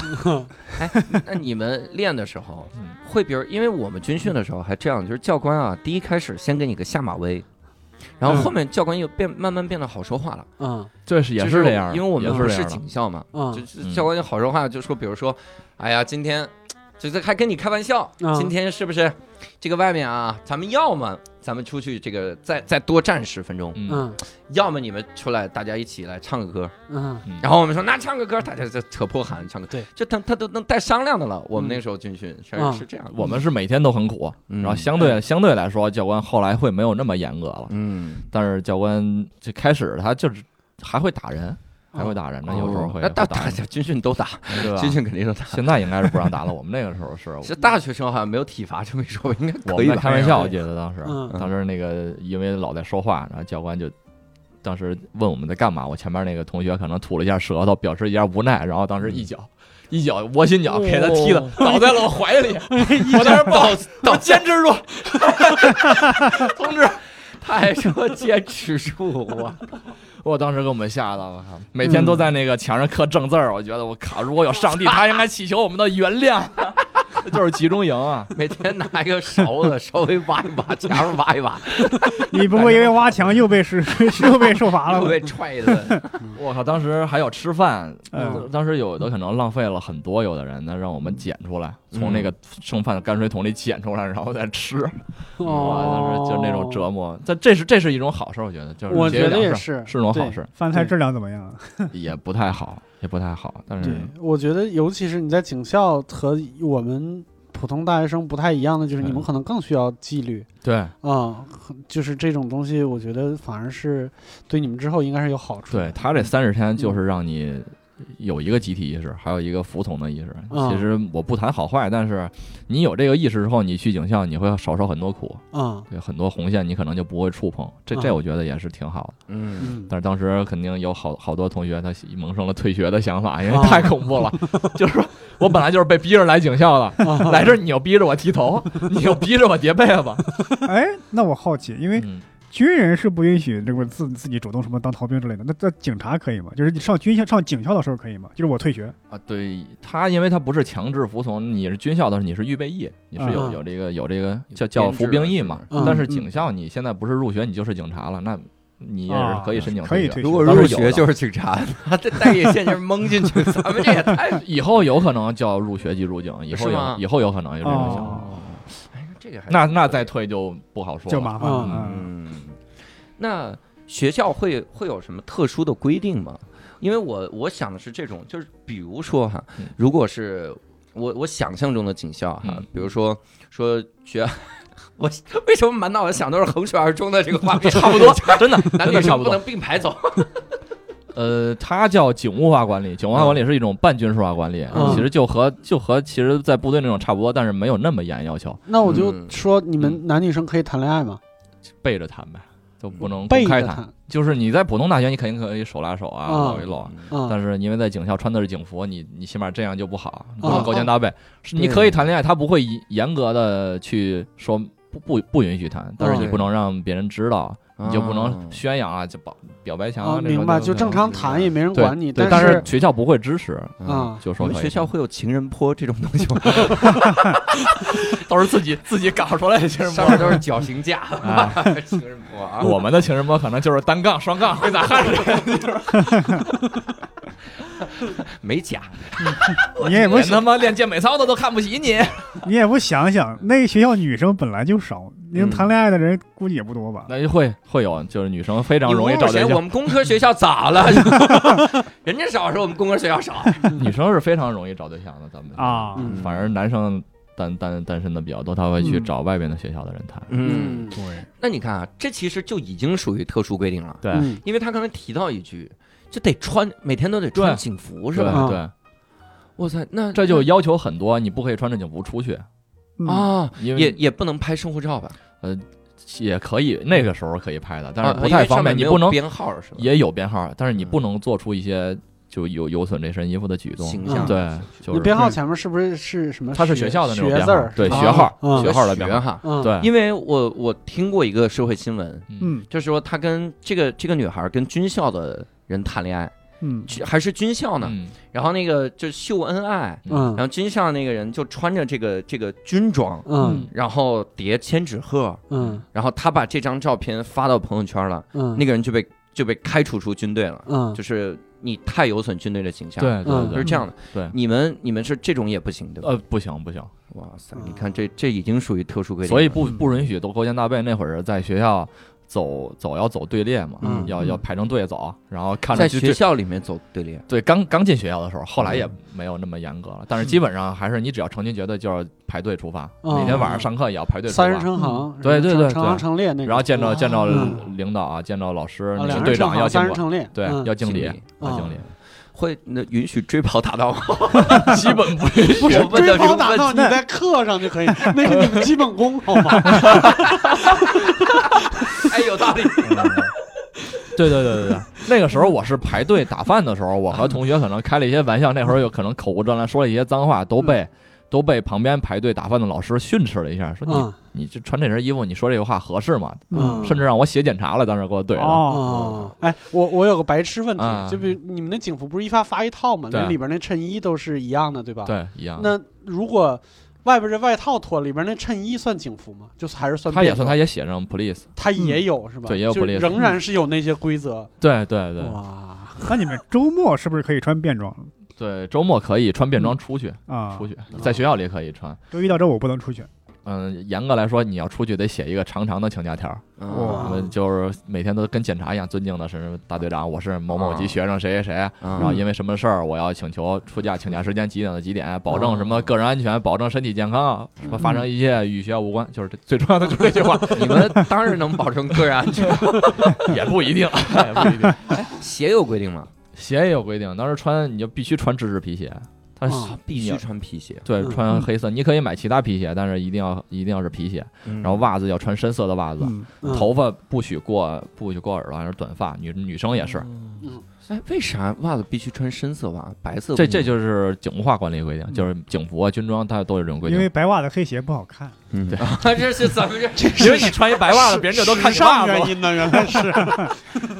Speaker 1: 那你们练的时候
Speaker 5: 嗯
Speaker 1: 会，比如因为我们军训的时候还这样，就是教官啊，第一开始先给你个下马威，然
Speaker 5: 嗯
Speaker 1: 后后面教官又变慢慢变得好说话了，
Speaker 3: 嗯
Speaker 5: 这是也
Speaker 1: 就是
Speaker 5: 这样的，
Speaker 1: 因为我们
Speaker 5: 也
Speaker 1: 不
Speaker 5: 是这
Speaker 1: 是
Speaker 5: 样的
Speaker 1: 警校嘛，就
Speaker 3: 嗯
Speaker 1: 是教官就好说话，就说比如说，哎呀，今天就是还跟你开玩笑，
Speaker 3: 嗯
Speaker 1: 今天是不是这个外面啊，咱们要么咱们出去这个再再多站十分钟，
Speaker 5: 嗯
Speaker 3: 嗯
Speaker 1: 要么你们出来大家一起来唱个歌，
Speaker 3: 嗯
Speaker 5: 嗯，
Speaker 1: 然后我们说那唱个歌，大家就扯破喊唱个，
Speaker 3: 对，
Speaker 1: 就他他都能带商量的了。我们那时候军训是
Speaker 3: 啊
Speaker 1: 是这样的，
Speaker 5: 嗯我们是每天都很苦，
Speaker 1: 嗯
Speaker 5: 然后相对相对来说，教官后来会没有那么严格了，
Speaker 1: 嗯，
Speaker 5: 但是教官最开始他就是还会打人，还会打人呢，有时候
Speaker 1: 哦
Speaker 5: 会
Speaker 1: 那大
Speaker 5: 会打
Speaker 1: 大
Speaker 5: 人
Speaker 1: 家军训都打，
Speaker 5: 对吧
Speaker 1: 军？训肯定都打。
Speaker 5: 现在应该是不让打了，我们那个时候是
Speaker 1: 这大学生好像没有体罚这么一说，应该
Speaker 5: 我
Speaker 1: 可以
Speaker 5: 们在
Speaker 1: 吧？
Speaker 5: 开玩笑，我记得当时，
Speaker 3: 嗯
Speaker 5: 当时那个因为老在说话，然后教官就当时问我们在干嘛，我前面那个同学可能吐了一下舌头，表示一下无奈，然后当时一脚。一脚窝心脚给他踢了
Speaker 3: 哦，
Speaker 5: 倒在了我 怀里，我当时抱，我坚持住，同志，
Speaker 1: 他还说坚持住，我
Speaker 5: 我当时给我们吓到，我靠，每天
Speaker 3: 嗯
Speaker 5: 都在那个墙上刻正字儿，我觉得我靠，如果有上帝，他应该祈求我们的原谅， 这就是集中营啊，
Speaker 1: 每天拿一个勺子稍微挖一挖，墙上挖一 挖，
Speaker 2: 你不会因为挖墙又被是 又被受罚了
Speaker 1: 又
Speaker 2: 吧？
Speaker 1: 被踹一 顿。
Speaker 5: 我靠，当时还要吃饭，
Speaker 3: 哎
Speaker 2: 嗯
Speaker 5: 当时有的可能浪费了很多，有的人呢让我们捡出来，从
Speaker 3: 嗯
Speaker 5: 那个剩饭的泔水桶里捡出来，然后再吃，哇，当时
Speaker 3: 哦，
Speaker 5: 就是那种折磨。但这是这是一种好事，我觉得，就是
Speaker 3: 我觉得
Speaker 5: 节约
Speaker 3: 也
Speaker 5: 粮食
Speaker 3: 是
Speaker 5: 是种好事，
Speaker 2: 饭菜质量怎么 样？啊
Speaker 5: 也不太好，也不太好，但是
Speaker 3: 对，我觉得尤其是你在警校和我们普通大学生不太一样的，就是你们
Speaker 5: 嗯
Speaker 3: 可能更需要纪律
Speaker 5: 对
Speaker 3: 啊、很就是这种东西，我觉得反而是对你们之后应该是有嗯好处。
Speaker 5: 对，他这三十天就是让你。有一个集体意识，还有一个服从的意识。
Speaker 3: 嗯
Speaker 5: 其实我不谈好坏，但是你有这个意识之后，你去警校你会少受很多苦，
Speaker 3: 啊，
Speaker 5: 对很多红线你可能就不会触碰。这这
Speaker 3: 嗯
Speaker 5: 我觉得也是挺好的。
Speaker 1: 嗯，
Speaker 3: 嗯，
Speaker 5: 但是当时肯定有好好多同学，他萌生了退学的想法，因为
Speaker 3: 啊
Speaker 5: 太恐怖了。 就是说我本来就是被逼着来警校的，来这儿你又逼着我剃头， 你又逼着我叠被子。
Speaker 2: 哎，那我好奇，因为
Speaker 5: 嗯
Speaker 2: 军人是不允许这个自自己主动什么当逃兵之类的，那那警察可以吗？就是你上军校上警校的时候可以吗？就是我退学，
Speaker 5: 啊，对他，因为他不是强制服从，你是军校的时候你是预备役，你是有
Speaker 3: 嗯
Speaker 5: 有这个有这个叫
Speaker 1: 编
Speaker 5: 叫
Speaker 1: 制
Speaker 5: 服兵
Speaker 1: 了
Speaker 5: 役
Speaker 1: 是
Speaker 5: 嘛。
Speaker 3: 嗯
Speaker 5: 但是警校你现在不是入学你就是警察了，那你也是可以申请
Speaker 2: 啊可以
Speaker 5: 学
Speaker 2: 退。
Speaker 1: 如果入学就是警察，他这带眼线就是蒙进去，咱们这也太
Speaker 5: 以后有可能叫入学即入警，以后
Speaker 1: 是吗
Speaker 5: 有以后有可能有这种想法。
Speaker 2: 哦，
Speaker 1: 哎这个还
Speaker 5: 那那再退就不好说了。
Speaker 2: 就麻烦了。嗯
Speaker 1: 嗯，那学校会会有什么特殊的规定吗？因为我我想的是这种，就是比如说哈
Speaker 5: 嗯，
Speaker 1: 如果是我我想象中的警校哈
Speaker 5: 嗯，
Speaker 1: 比如说说学。 我为什么满脑子想都是横水而终的这个画 面？差不多，
Speaker 5: 真的
Speaker 1: 男
Speaker 5: 真
Speaker 1: 女
Speaker 5: 的差
Speaker 1: 生
Speaker 5: 不
Speaker 1: 不
Speaker 5: 多
Speaker 1: 能。并排 走。
Speaker 5: 呃，它叫警务化管理，警务化管理是一种半军事化管理，
Speaker 3: 嗯
Speaker 5: 其实就和就和其实，在部队那种差不多，但是没有那么严要求，
Speaker 3: 那我就
Speaker 1: 嗯
Speaker 3: 说你们男女生可以谈恋爱吗？
Speaker 5: 背着谈呗，就不能
Speaker 3: 背
Speaker 5: 嗯公开
Speaker 3: 着
Speaker 5: 谈。，就是你在普通大学，你肯定可以手拉手啊，
Speaker 3: 嗯
Speaker 5: 搂一搂。
Speaker 3: 啊
Speaker 5: 但是因为在警校穿的是警服，你你起码这样就不好，你不
Speaker 3: 哦
Speaker 5: 能勾肩搭背。是你
Speaker 1: 对
Speaker 5: 可以谈恋爱，他不会严严格的去说不不不允许谈，但是
Speaker 3: 哦
Speaker 5: 你不能让别人知道，你就不
Speaker 1: 嗯
Speaker 5: 能宣扬啊，就表表白墙
Speaker 3: 啊，
Speaker 5: 啊，这种
Speaker 3: 明白，
Speaker 5: 东西
Speaker 3: 就正常谈也没人
Speaker 5: 对
Speaker 3: 管你，
Speaker 5: 对，
Speaker 3: 但
Speaker 5: 但是学校不会支持，嗯
Speaker 3: 啊，
Speaker 5: 就说
Speaker 1: 我们
Speaker 5: 可
Speaker 1: 学
Speaker 5: 以
Speaker 1: 校会有情人坡这种东西吗？
Speaker 5: 都是自己自己搞出来的 情人
Speaker 1: 上面都是绞刑架，
Speaker 5: 啊，
Speaker 1: 情人坡啊。
Speaker 5: 我们的情人坡可能就是单杠、双杠、挥洒 汗水，
Speaker 1: 美甲，
Speaker 2: 啊你也不
Speaker 5: 连他妈练健美操的都看不起你。
Speaker 2: 你也不想想，那学校女生本来就少，能谈恋爱的人估计也不多吧？
Speaker 5: 那就会会有，就是女生非常容易找
Speaker 1: 你侮辱
Speaker 5: 对
Speaker 1: 谁我
Speaker 5: 象，
Speaker 1: 们工科学校早 了，人家少是我们工科学校少。
Speaker 5: 女生是非常容易找对象的，咱们，
Speaker 2: 啊，
Speaker 3: 嗯
Speaker 5: 反而男生单单单身的比较多，他会去
Speaker 3: 嗯
Speaker 5: 找外边的学校的人谈。
Speaker 1: 嗯，
Speaker 3: 嗯
Speaker 2: 对，
Speaker 1: 那你看啊，这其实就已经属于特殊规定了，
Speaker 5: 对
Speaker 3: 嗯
Speaker 1: 因为他刚才提到一句，就得穿，每天都得穿
Speaker 5: 对
Speaker 1: 警服是
Speaker 5: 对
Speaker 1: 吧？
Speaker 5: 对，
Speaker 1: 哇塞，那
Speaker 5: 这就要求很多，你不可以穿着警服出去，
Speaker 2: 嗯
Speaker 1: 啊，
Speaker 5: 因
Speaker 1: 也
Speaker 5: 为
Speaker 1: 也不能拍生活照吧？
Speaker 5: 也可以那个时候可以拍的，但
Speaker 1: 啊
Speaker 5: 是不太方
Speaker 1: 因为
Speaker 5: 便，
Speaker 1: 上面没
Speaker 5: 你
Speaker 1: 有
Speaker 5: 不能
Speaker 1: 编号是吧？
Speaker 5: 也有编号，但是
Speaker 3: 嗯
Speaker 5: 你不能做出一些就有有损这身衣服的举动。
Speaker 1: 形
Speaker 3: 象
Speaker 5: 嗯对，
Speaker 3: 那
Speaker 5: 就是嗯
Speaker 3: 编号前面是不是是什么？
Speaker 5: 它是学校的那种
Speaker 3: 学
Speaker 5: 编
Speaker 3: 字
Speaker 5: 号
Speaker 3: 儿，，
Speaker 5: 对
Speaker 3: 是吧
Speaker 5: 学号
Speaker 3: 嗯
Speaker 5: 学号的编号，
Speaker 1: 哈。
Speaker 3: 嗯，
Speaker 5: 对，
Speaker 1: 因为我我听过一个社会新闻，
Speaker 2: 嗯
Speaker 1: 就是说他跟这个这个女孩跟军校的人谈恋爱，
Speaker 2: 嗯
Speaker 1: 军还是军校呢，
Speaker 5: 嗯
Speaker 1: 然后那个就秀恩爱，
Speaker 3: 嗯
Speaker 1: 然后军校那个人就穿着这个这个军装，
Speaker 3: 嗯
Speaker 1: 然后叠千纸鹤，
Speaker 3: 嗯
Speaker 1: 然后他把这张照片发到朋友圈了，
Speaker 3: 嗯，
Speaker 1: 那个人就被就被开除出军队了，
Speaker 3: 嗯
Speaker 1: 就是你太有损军队的形象，，
Speaker 5: 对对
Speaker 3: 嗯
Speaker 1: 就是
Speaker 5: 对
Speaker 1: 这样的。
Speaker 5: 对，
Speaker 1: 你们你们是这种也不行，对吧？
Speaker 5: 呃，不行不行。
Speaker 1: 哇塞，
Speaker 3: 嗯
Speaker 1: 你看这这已经属于特殊规定了，
Speaker 5: 所以不
Speaker 2: 嗯
Speaker 5: 不允许都勾肩搭背。那会儿在学校走走要走队列嘛，
Speaker 3: 嗯
Speaker 5: 要
Speaker 2: 嗯
Speaker 5: 要排成队走，然后看着
Speaker 1: 在
Speaker 5: 就
Speaker 1: 学
Speaker 5: 就
Speaker 1: 校里嗯面走队列，
Speaker 5: 对刚刚进学校的时候，后来也没有那么严格了，但是基本上还是你只要成群结队就要排队出发，
Speaker 3: 哦
Speaker 5: 每天晚上上课也要排队出
Speaker 3: 三人
Speaker 5: 发。
Speaker 3: 成行，
Speaker 5: 对对对对
Speaker 3: 成行成列那种。
Speaker 5: 然后见着见着
Speaker 3: 嗯
Speaker 5: 领导啊，见着老师，
Speaker 3: 啊
Speaker 5: 你
Speaker 3: 两
Speaker 5: 是
Speaker 3: 人
Speaker 5: 队
Speaker 3: 成
Speaker 5: 长
Speaker 3: 行，
Speaker 5: 要经
Speaker 3: 三人
Speaker 5: 管，
Speaker 3: 成列，
Speaker 5: 对，
Speaker 3: 嗯
Speaker 5: 要经理，要
Speaker 3: 哦
Speaker 5: 经理，
Speaker 1: 会那允许追跑打 闹吗？
Speaker 5: 基本不允许。
Speaker 3: 不是
Speaker 1: 我问的这个
Speaker 3: 追跑打闹，
Speaker 1: 问
Speaker 3: 你
Speaker 1: 题
Speaker 3: 在课上就 可以，那是你们基本功好吗？
Speaker 1: 哎，有道 理，
Speaker 5: 对对对对对，那个时候我是排队打饭的时候，我和同学可能开了一些玩笑，那会儿有可能口无遮拦说了一些脏话，
Speaker 3: 嗯
Speaker 5: 都被都被旁边排队打饭的老师训斥了一下，说你、
Speaker 3: 嗯
Speaker 5: 你这穿这身衣服，你说这个话合适吗？
Speaker 3: 嗯
Speaker 5: 甚至让我写检查了，当时给我怼了。
Speaker 2: 哦，
Speaker 3: 哦，哎，我我有个白痴问题
Speaker 5: 啊，
Speaker 3: 就比如你们那警服不是一发发一套嘛？
Speaker 5: 对
Speaker 3: 那里边那衬衣都是一样的，对吧？。
Speaker 5: 对，一样。
Speaker 3: 那如果外边这外套脱，里边那衬衣算警服吗？就是还是算
Speaker 5: 他也
Speaker 3: 便服
Speaker 5: 算，他也写上 police。
Speaker 3: 他也有是吧？
Speaker 5: 对也有
Speaker 3: 就
Speaker 5: police
Speaker 3: 仍然是有那些规则。
Speaker 5: 对嗯对对
Speaker 3: 哇，
Speaker 2: 那你们周末是不是可以穿便装
Speaker 5: 对，周末可以穿便
Speaker 3: 嗯
Speaker 5: 装出去，
Speaker 2: 啊
Speaker 5: 出？去在学校里可以穿。
Speaker 2: 周一到周五不能出去。
Speaker 5: 嗯，严格来说，你要出去得写一个长长的请假条儿。
Speaker 1: 啊
Speaker 2: 哇
Speaker 5: 我们就是每天都跟检查一样，尊敬的是大队长，我是某某级学生谁谁谁，然后
Speaker 1: 啊
Speaker 5: 因为什么事儿，我要请求出假，请假时间几点到几点，保证什么个人安全，保证身体健康，什么发生一切与学校无关，就是这最重要的就是这句话，
Speaker 1: 你们当然能保证个人 安全。哎
Speaker 5: 也不 一定，也哎不一定。
Speaker 1: 鞋有规定吗？
Speaker 5: 鞋也有规定，当时穿你就必须穿制式皮鞋，但是
Speaker 3: 啊
Speaker 1: 必须
Speaker 5: 你
Speaker 1: 穿皮鞋，
Speaker 5: 对
Speaker 3: 嗯
Speaker 5: 穿黑色，你可以买其他皮鞋，但是一定要一定要是皮鞋，
Speaker 1: 然
Speaker 5: 然后袜子要穿深色的袜子，
Speaker 2: 嗯，
Speaker 3: 嗯
Speaker 5: 头发不许过不许过耳朵，还是短发，女女生也是。。
Speaker 3: 嗯
Speaker 1: 哎，为啥袜子必须穿深色袜？白色
Speaker 5: 这
Speaker 1: 不
Speaker 5: 这
Speaker 1: 行
Speaker 5: 就是警务化管理规定，
Speaker 2: 嗯
Speaker 5: 就是警服啊、军装，它都有这种规
Speaker 2: 因
Speaker 5: 定
Speaker 2: 为。白袜子黑鞋不好看。
Speaker 1: 嗯对，这是咱们这
Speaker 3: 这
Speaker 5: 因为
Speaker 3: 是
Speaker 5: 你穿一白袜子，别人就都看你
Speaker 3: 时尚啊
Speaker 5: 袜子
Speaker 3: 原
Speaker 5: 了。
Speaker 3: 因呢，原来 是
Speaker 5: 他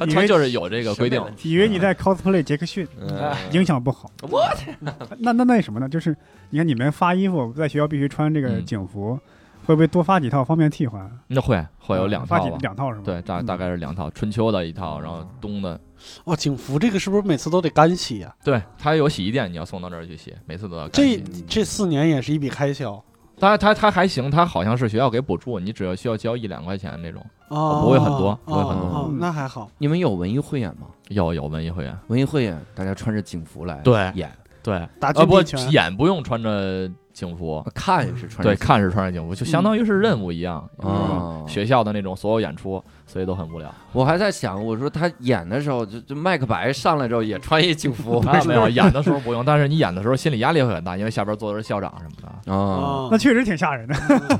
Speaker 2: 以为
Speaker 5: 穿就是有这个规定
Speaker 1: 什
Speaker 5: 嗯
Speaker 1: 么呀
Speaker 2: 以为你在 cosplay 杰克逊，
Speaker 1: 嗯
Speaker 2: 影响不好。
Speaker 1: 我
Speaker 2: 那那那什么呢？就是你看你们发衣服，在学校必须穿这个
Speaker 5: 嗯
Speaker 2: 警服，会不会多发几套方便替换？
Speaker 5: 那会会有两
Speaker 2: 嗯发
Speaker 5: 套
Speaker 2: 几
Speaker 5: 吧？
Speaker 2: 两套是吗？
Speaker 5: 对，大
Speaker 2: 嗯
Speaker 5: 大概是两套，春秋的一套，然后冬的。
Speaker 3: 哇，警服这个是不是每次都得干洗呀？
Speaker 5: 对，它有洗衣店，你要送到这儿去洗，每次都要干
Speaker 3: 这
Speaker 5: 洗。
Speaker 3: 这四年也是一笔开销
Speaker 5: 当然，它它还行，它好像是学校给补助，你只要需要交一两块钱那种。
Speaker 3: 哦，
Speaker 5: 不会很多嗯不会
Speaker 1: 很多
Speaker 3: 哦哦那还好。
Speaker 1: 你们有文艺汇演吗？
Speaker 5: 要有文艺会员，
Speaker 1: 文艺汇演，大家穿着警服来
Speaker 5: 对
Speaker 1: 演，
Speaker 5: 对，
Speaker 3: 打
Speaker 5: 呃
Speaker 3: 军
Speaker 5: 不
Speaker 3: 地拳，
Speaker 5: 演不用穿着警服，
Speaker 1: 啊看也是穿着
Speaker 5: 对，
Speaker 1: 警
Speaker 5: 看是穿着警服，就相当于是任务一样，
Speaker 1: 服啊。
Speaker 5: 学校的那种所有演出，所以都很无聊。
Speaker 1: 我还在想，我说他演的时候，就就麦克白上来之后也穿一警服
Speaker 5: 那没有演的时候不用，但是你演的时候心理压力会很大，因为下边坐的是校长什么的。 呃
Speaker 1: 啊，
Speaker 3: 哦
Speaker 2: 那确实挺吓人的。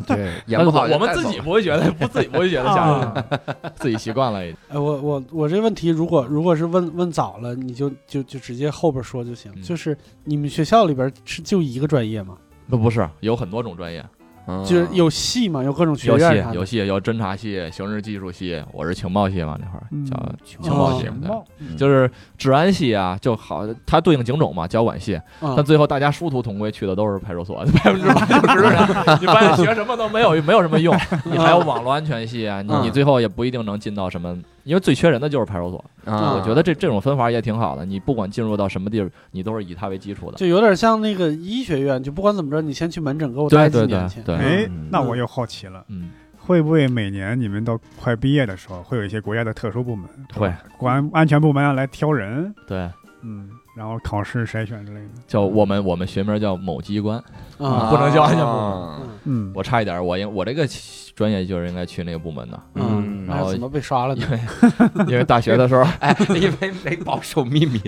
Speaker 1: 对，演不好
Speaker 5: 我
Speaker 1: 就
Speaker 5: 们
Speaker 1: 带
Speaker 5: 自
Speaker 1: 走
Speaker 5: 己不会觉得，不自己不会觉得 吓人，
Speaker 2: 啊
Speaker 5: 自己习惯了已经。
Speaker 3: 哎，我我我这问题，如果如果是问问早了，你就就就直接后边说就行。
Speaker 5: 嗯
Speaker 3: 就是你们学校里边是就一个专业吗？
Speaker 5: 不不是，有很多种专业，
Speaker 1: 嗯
Speaker 3: 就是有系嘛，有各种学
Speaker 5: 有戏
Speaker 3: 院啥的
Speaker 5: 有戏有侦察系、刑事技术系，我是情报系嘛，那会儿
Speaker 2: 嗯
Speaker 5: 叫情
Speaker 3: 报
Speaker 5: 报
Speaker 3: 系
Speaker 5: 系，
Speaker 2: 情
Speaker 5: 对
Speaker 2: 报
Speaker 1: 嗯
Speaker 5: 就是治安系啊，就好，它对应警种嘛，交管系。
Speaker 3: 嗯
Speaker 5: 但最后大家殊途同归，去的都是派出所， 百分之八九十的人，你发现学什么都没有，没有什么用。你还有网络安全系啊，你
Speaker 3: 嗯
Speaker 5: 你最后也不一定能进到什么，因为最缺人的就是派出所。
Speaker 1: 啊
Speaker 5: 我觉得这这种分法也挺好的，你不管进入到什么地儿，你都是以它为基础的。
Speaker 3: 就有点像那个医学院，就不管怎么着，你先去门诊给我待
Speaker 5: 对
Speaker 3: 几
Speaker 5: 对
Speaker 3: 年
Speaker 5: 对
Speaker 3: 去。
Speaker 5: 对，
Speaker 2: 哎
Speaker 5: 嗯，
Speaker 2: 那我又好奇了，
Speaker 5: 嗯，
Speaker 2: 会不会每年你们到快毕业的时候，会有一些国家的特殊部门，
Speaker 5: 会
Speaker 2: 国安安全部门啊要来挑人，
Speaker 5: 对，
Speaker 2: 嗯，然后考试筛选之类的，
Speaker 5: 叫我们我们学名叫某机关，
Speaker 3: 啊，
Speaker 5: 不能叫安全部
Speaker 1: 部
Speaker 3: 嗯
Speaker 2: 嗯，
Speaker 5: 我差一点，我应我这个专业就是应该去那个部门的，
Speaker 1: 嗯，
Speaker 5: 然
Speaker 3: 哎
Speaker 5: 后
Speaker 3: 怎么被刷了呢？
Speaker 5: 因为大学的时候
Speaker 1: 哎，因为没保守秘密，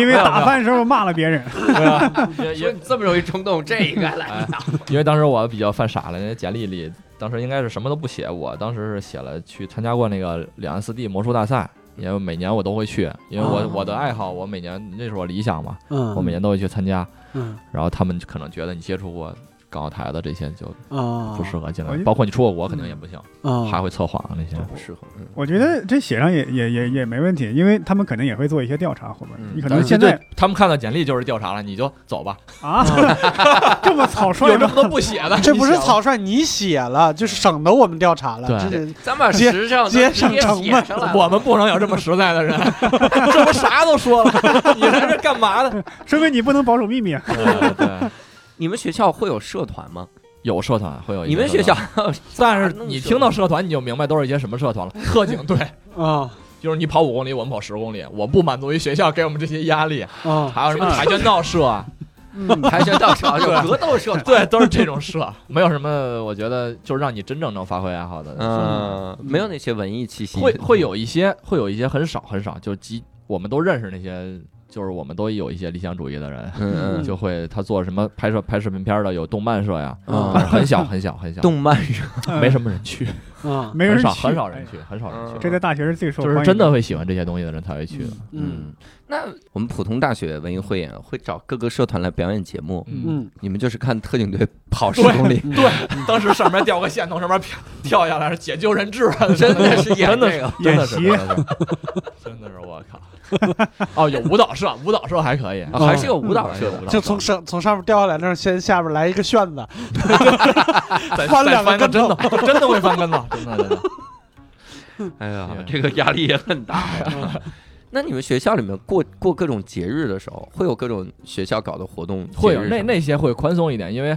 Speaker 2: 因为打饭时候骂了别人，
Speaker 5: 也
Speaker 1: 说
Speaker 5: 也
Speaker 1: 你这么容易冲动，这应该来的。
Speaker 5: 因为当时我比较犯傻了，那简历里当时应该是什么都不写，我当时是写了去参加过那个两岸四地魔术大赛，因为每年我都会去，因为我、
Speaker 3: 啊
Speaker 5: 我的爱好，我每年那是我理想嘛，
Speaker 3: 嗯，
Speaker 5: 我每年都会去参加。
Speaker 3: 嗯
Speaker 5: 然后他们可能觉得你接触过港澳台的这些就
Speaker 3: 啊
Speaker 5: 不适合进
Speaker 2: 我
Speaker 5: 来，
Speaker 2: 就
Speaker 5: 包括你出过国肯定也不行，
Speaker 3: 啊，
Speaker 5: 还会测谎那些。
Speaker 1: 不适合，嗯
Speaker 2: 我觉得这写上也也也也没问题，因为他们肯定也会做一些调查，后边
Speaker 1: 嗯
Speaker 2: 你可
Speaker 5: 但
Speaker 2: 能
Speaker 5: 是
Speaker 2: 现在
Speaker 5: 对他们看到简历就是调查了，你就走 吧，
Speaker 2: 啊，这么草率
Speaker 5: 有 这
Speaker 2: 吗
Speaker 5: 么？多不写的
Speaker 3: 嗯，这不是草率，你写了，就是省得我们调查了。
Speaker 5: 对
Speaker 3: 这得
Speaker 1: 咱把
Speaker 3: 节
Speaker 1: 时尚
Speaker 3: 节
Speaker 1: 都直接
Speaker 3: 省成
Speaker 1: 写
Speaker 3: 本
Speaker 1: 上来了
Speaker 5: 我们不能有这么实在 的人，这不啥都说了，你来这干嘛呢？
Speaker 2: 说明你不能保守秘密啊。
Speaker 5: 对对，
Speaker 1: 你们学校会有社团吗？
Speaker 5: 有社团会有一
Speaker 1: 你
Speaker 5: 个
Speaker 1: 们学
Speaker 5: 社
Speaker 1: 校
Speaker 5: 团，但是你听到社团你就明白都是一些什么社 团了，特警队。
Speaker 3: 啊
Speaker 5: 就是你跑五公里，我们跑十公里，我不满足于学校给我们这些压力，
Speaker 3: 啊，
Speaker 5: 还有什么跆拳道社啊，
Speaker 3: 嗯
Speaker 1: 跆拳道社、有格斗社，
Speaker 5: 对，都是这种社，没有什么，我觉得就是让你真正能发挥爱好的。
Speaker 1: 嗯，没有那些文艺气息，
Speaker 5: 会会有一些，会有一些很少很少，就几我们都认识那些，就是我们都有一些理想主义的人，
Speaker 1: 嗯，嗯
Speaker 5: 就会他做什么拍摄拍视频片的，有动漫社呀，
Speaker 1: 嗯
Speaker 5: 但是很小很小很小，
Speaker 1: 动漫社，
Speaker 5: 没什么人去，
Speaker 3: 啊
Speaker 2: 没人
Speaker 5: 很
Speaker 2: 去哎
Speaker 5: 少很少人去，很少人
Speaker 1: 嗯
Speaker 5: 去，
Speaker 2: 这在大学是最受
Speaker 5: 就
Speaker 2: 欢迎
Speaker 5: 是真的会喜欢这些东西的人才会去的。
Speaker 3: 嗯，
Speaker 1: 那我们普通大学文艺汇演会找各个社团来表演节目，
Speaker 3: 嗯
Speaker 1: 你们就是看特警队跑十公里，
Speaker 5: 对，当时上面掉个线从上面跳跳下来，解救人质，
Speaker 1: 真的是演
Speaker 5: 真的
Speaker 1: 这
Speaker 5: 是
Speaker 1: 个。
Speaker 5: 真的是
Speaker 2: 演
Speaker 5: 真的是 真的是我靠！哦，有舞蹈社，舞蹈社还可以，
Speaker 1: 啊还是有舞蹈社
Speaker 5: 嗯
Speaker 1: 的，
Speaker 3: 就从上从上面掉下来，那儿先下边来一个旋子，
Speaker 5: 再
Speaker 3: 翻
Speaker 5: 再
Speaker 3: 两个
Speaker 5: 翻个
Speaker 3: 跟
Speaker 5: 真
Speaker 3: 头
Speaker 5: 的 真的会翻跟头，真的真的。
Speaker 1: 哎呀
Speaker 5: 嗯，
Speaker 1: 这个压力也很大呀。 那你们学校里面过过各种节日的时候，会有各种学校搞的活动？
Speaker 5: 会有
Speaker 1: 节日
Speaker 5: 那
Speaker 1: 什么
Speaker 5: 那些会宽松一点，因为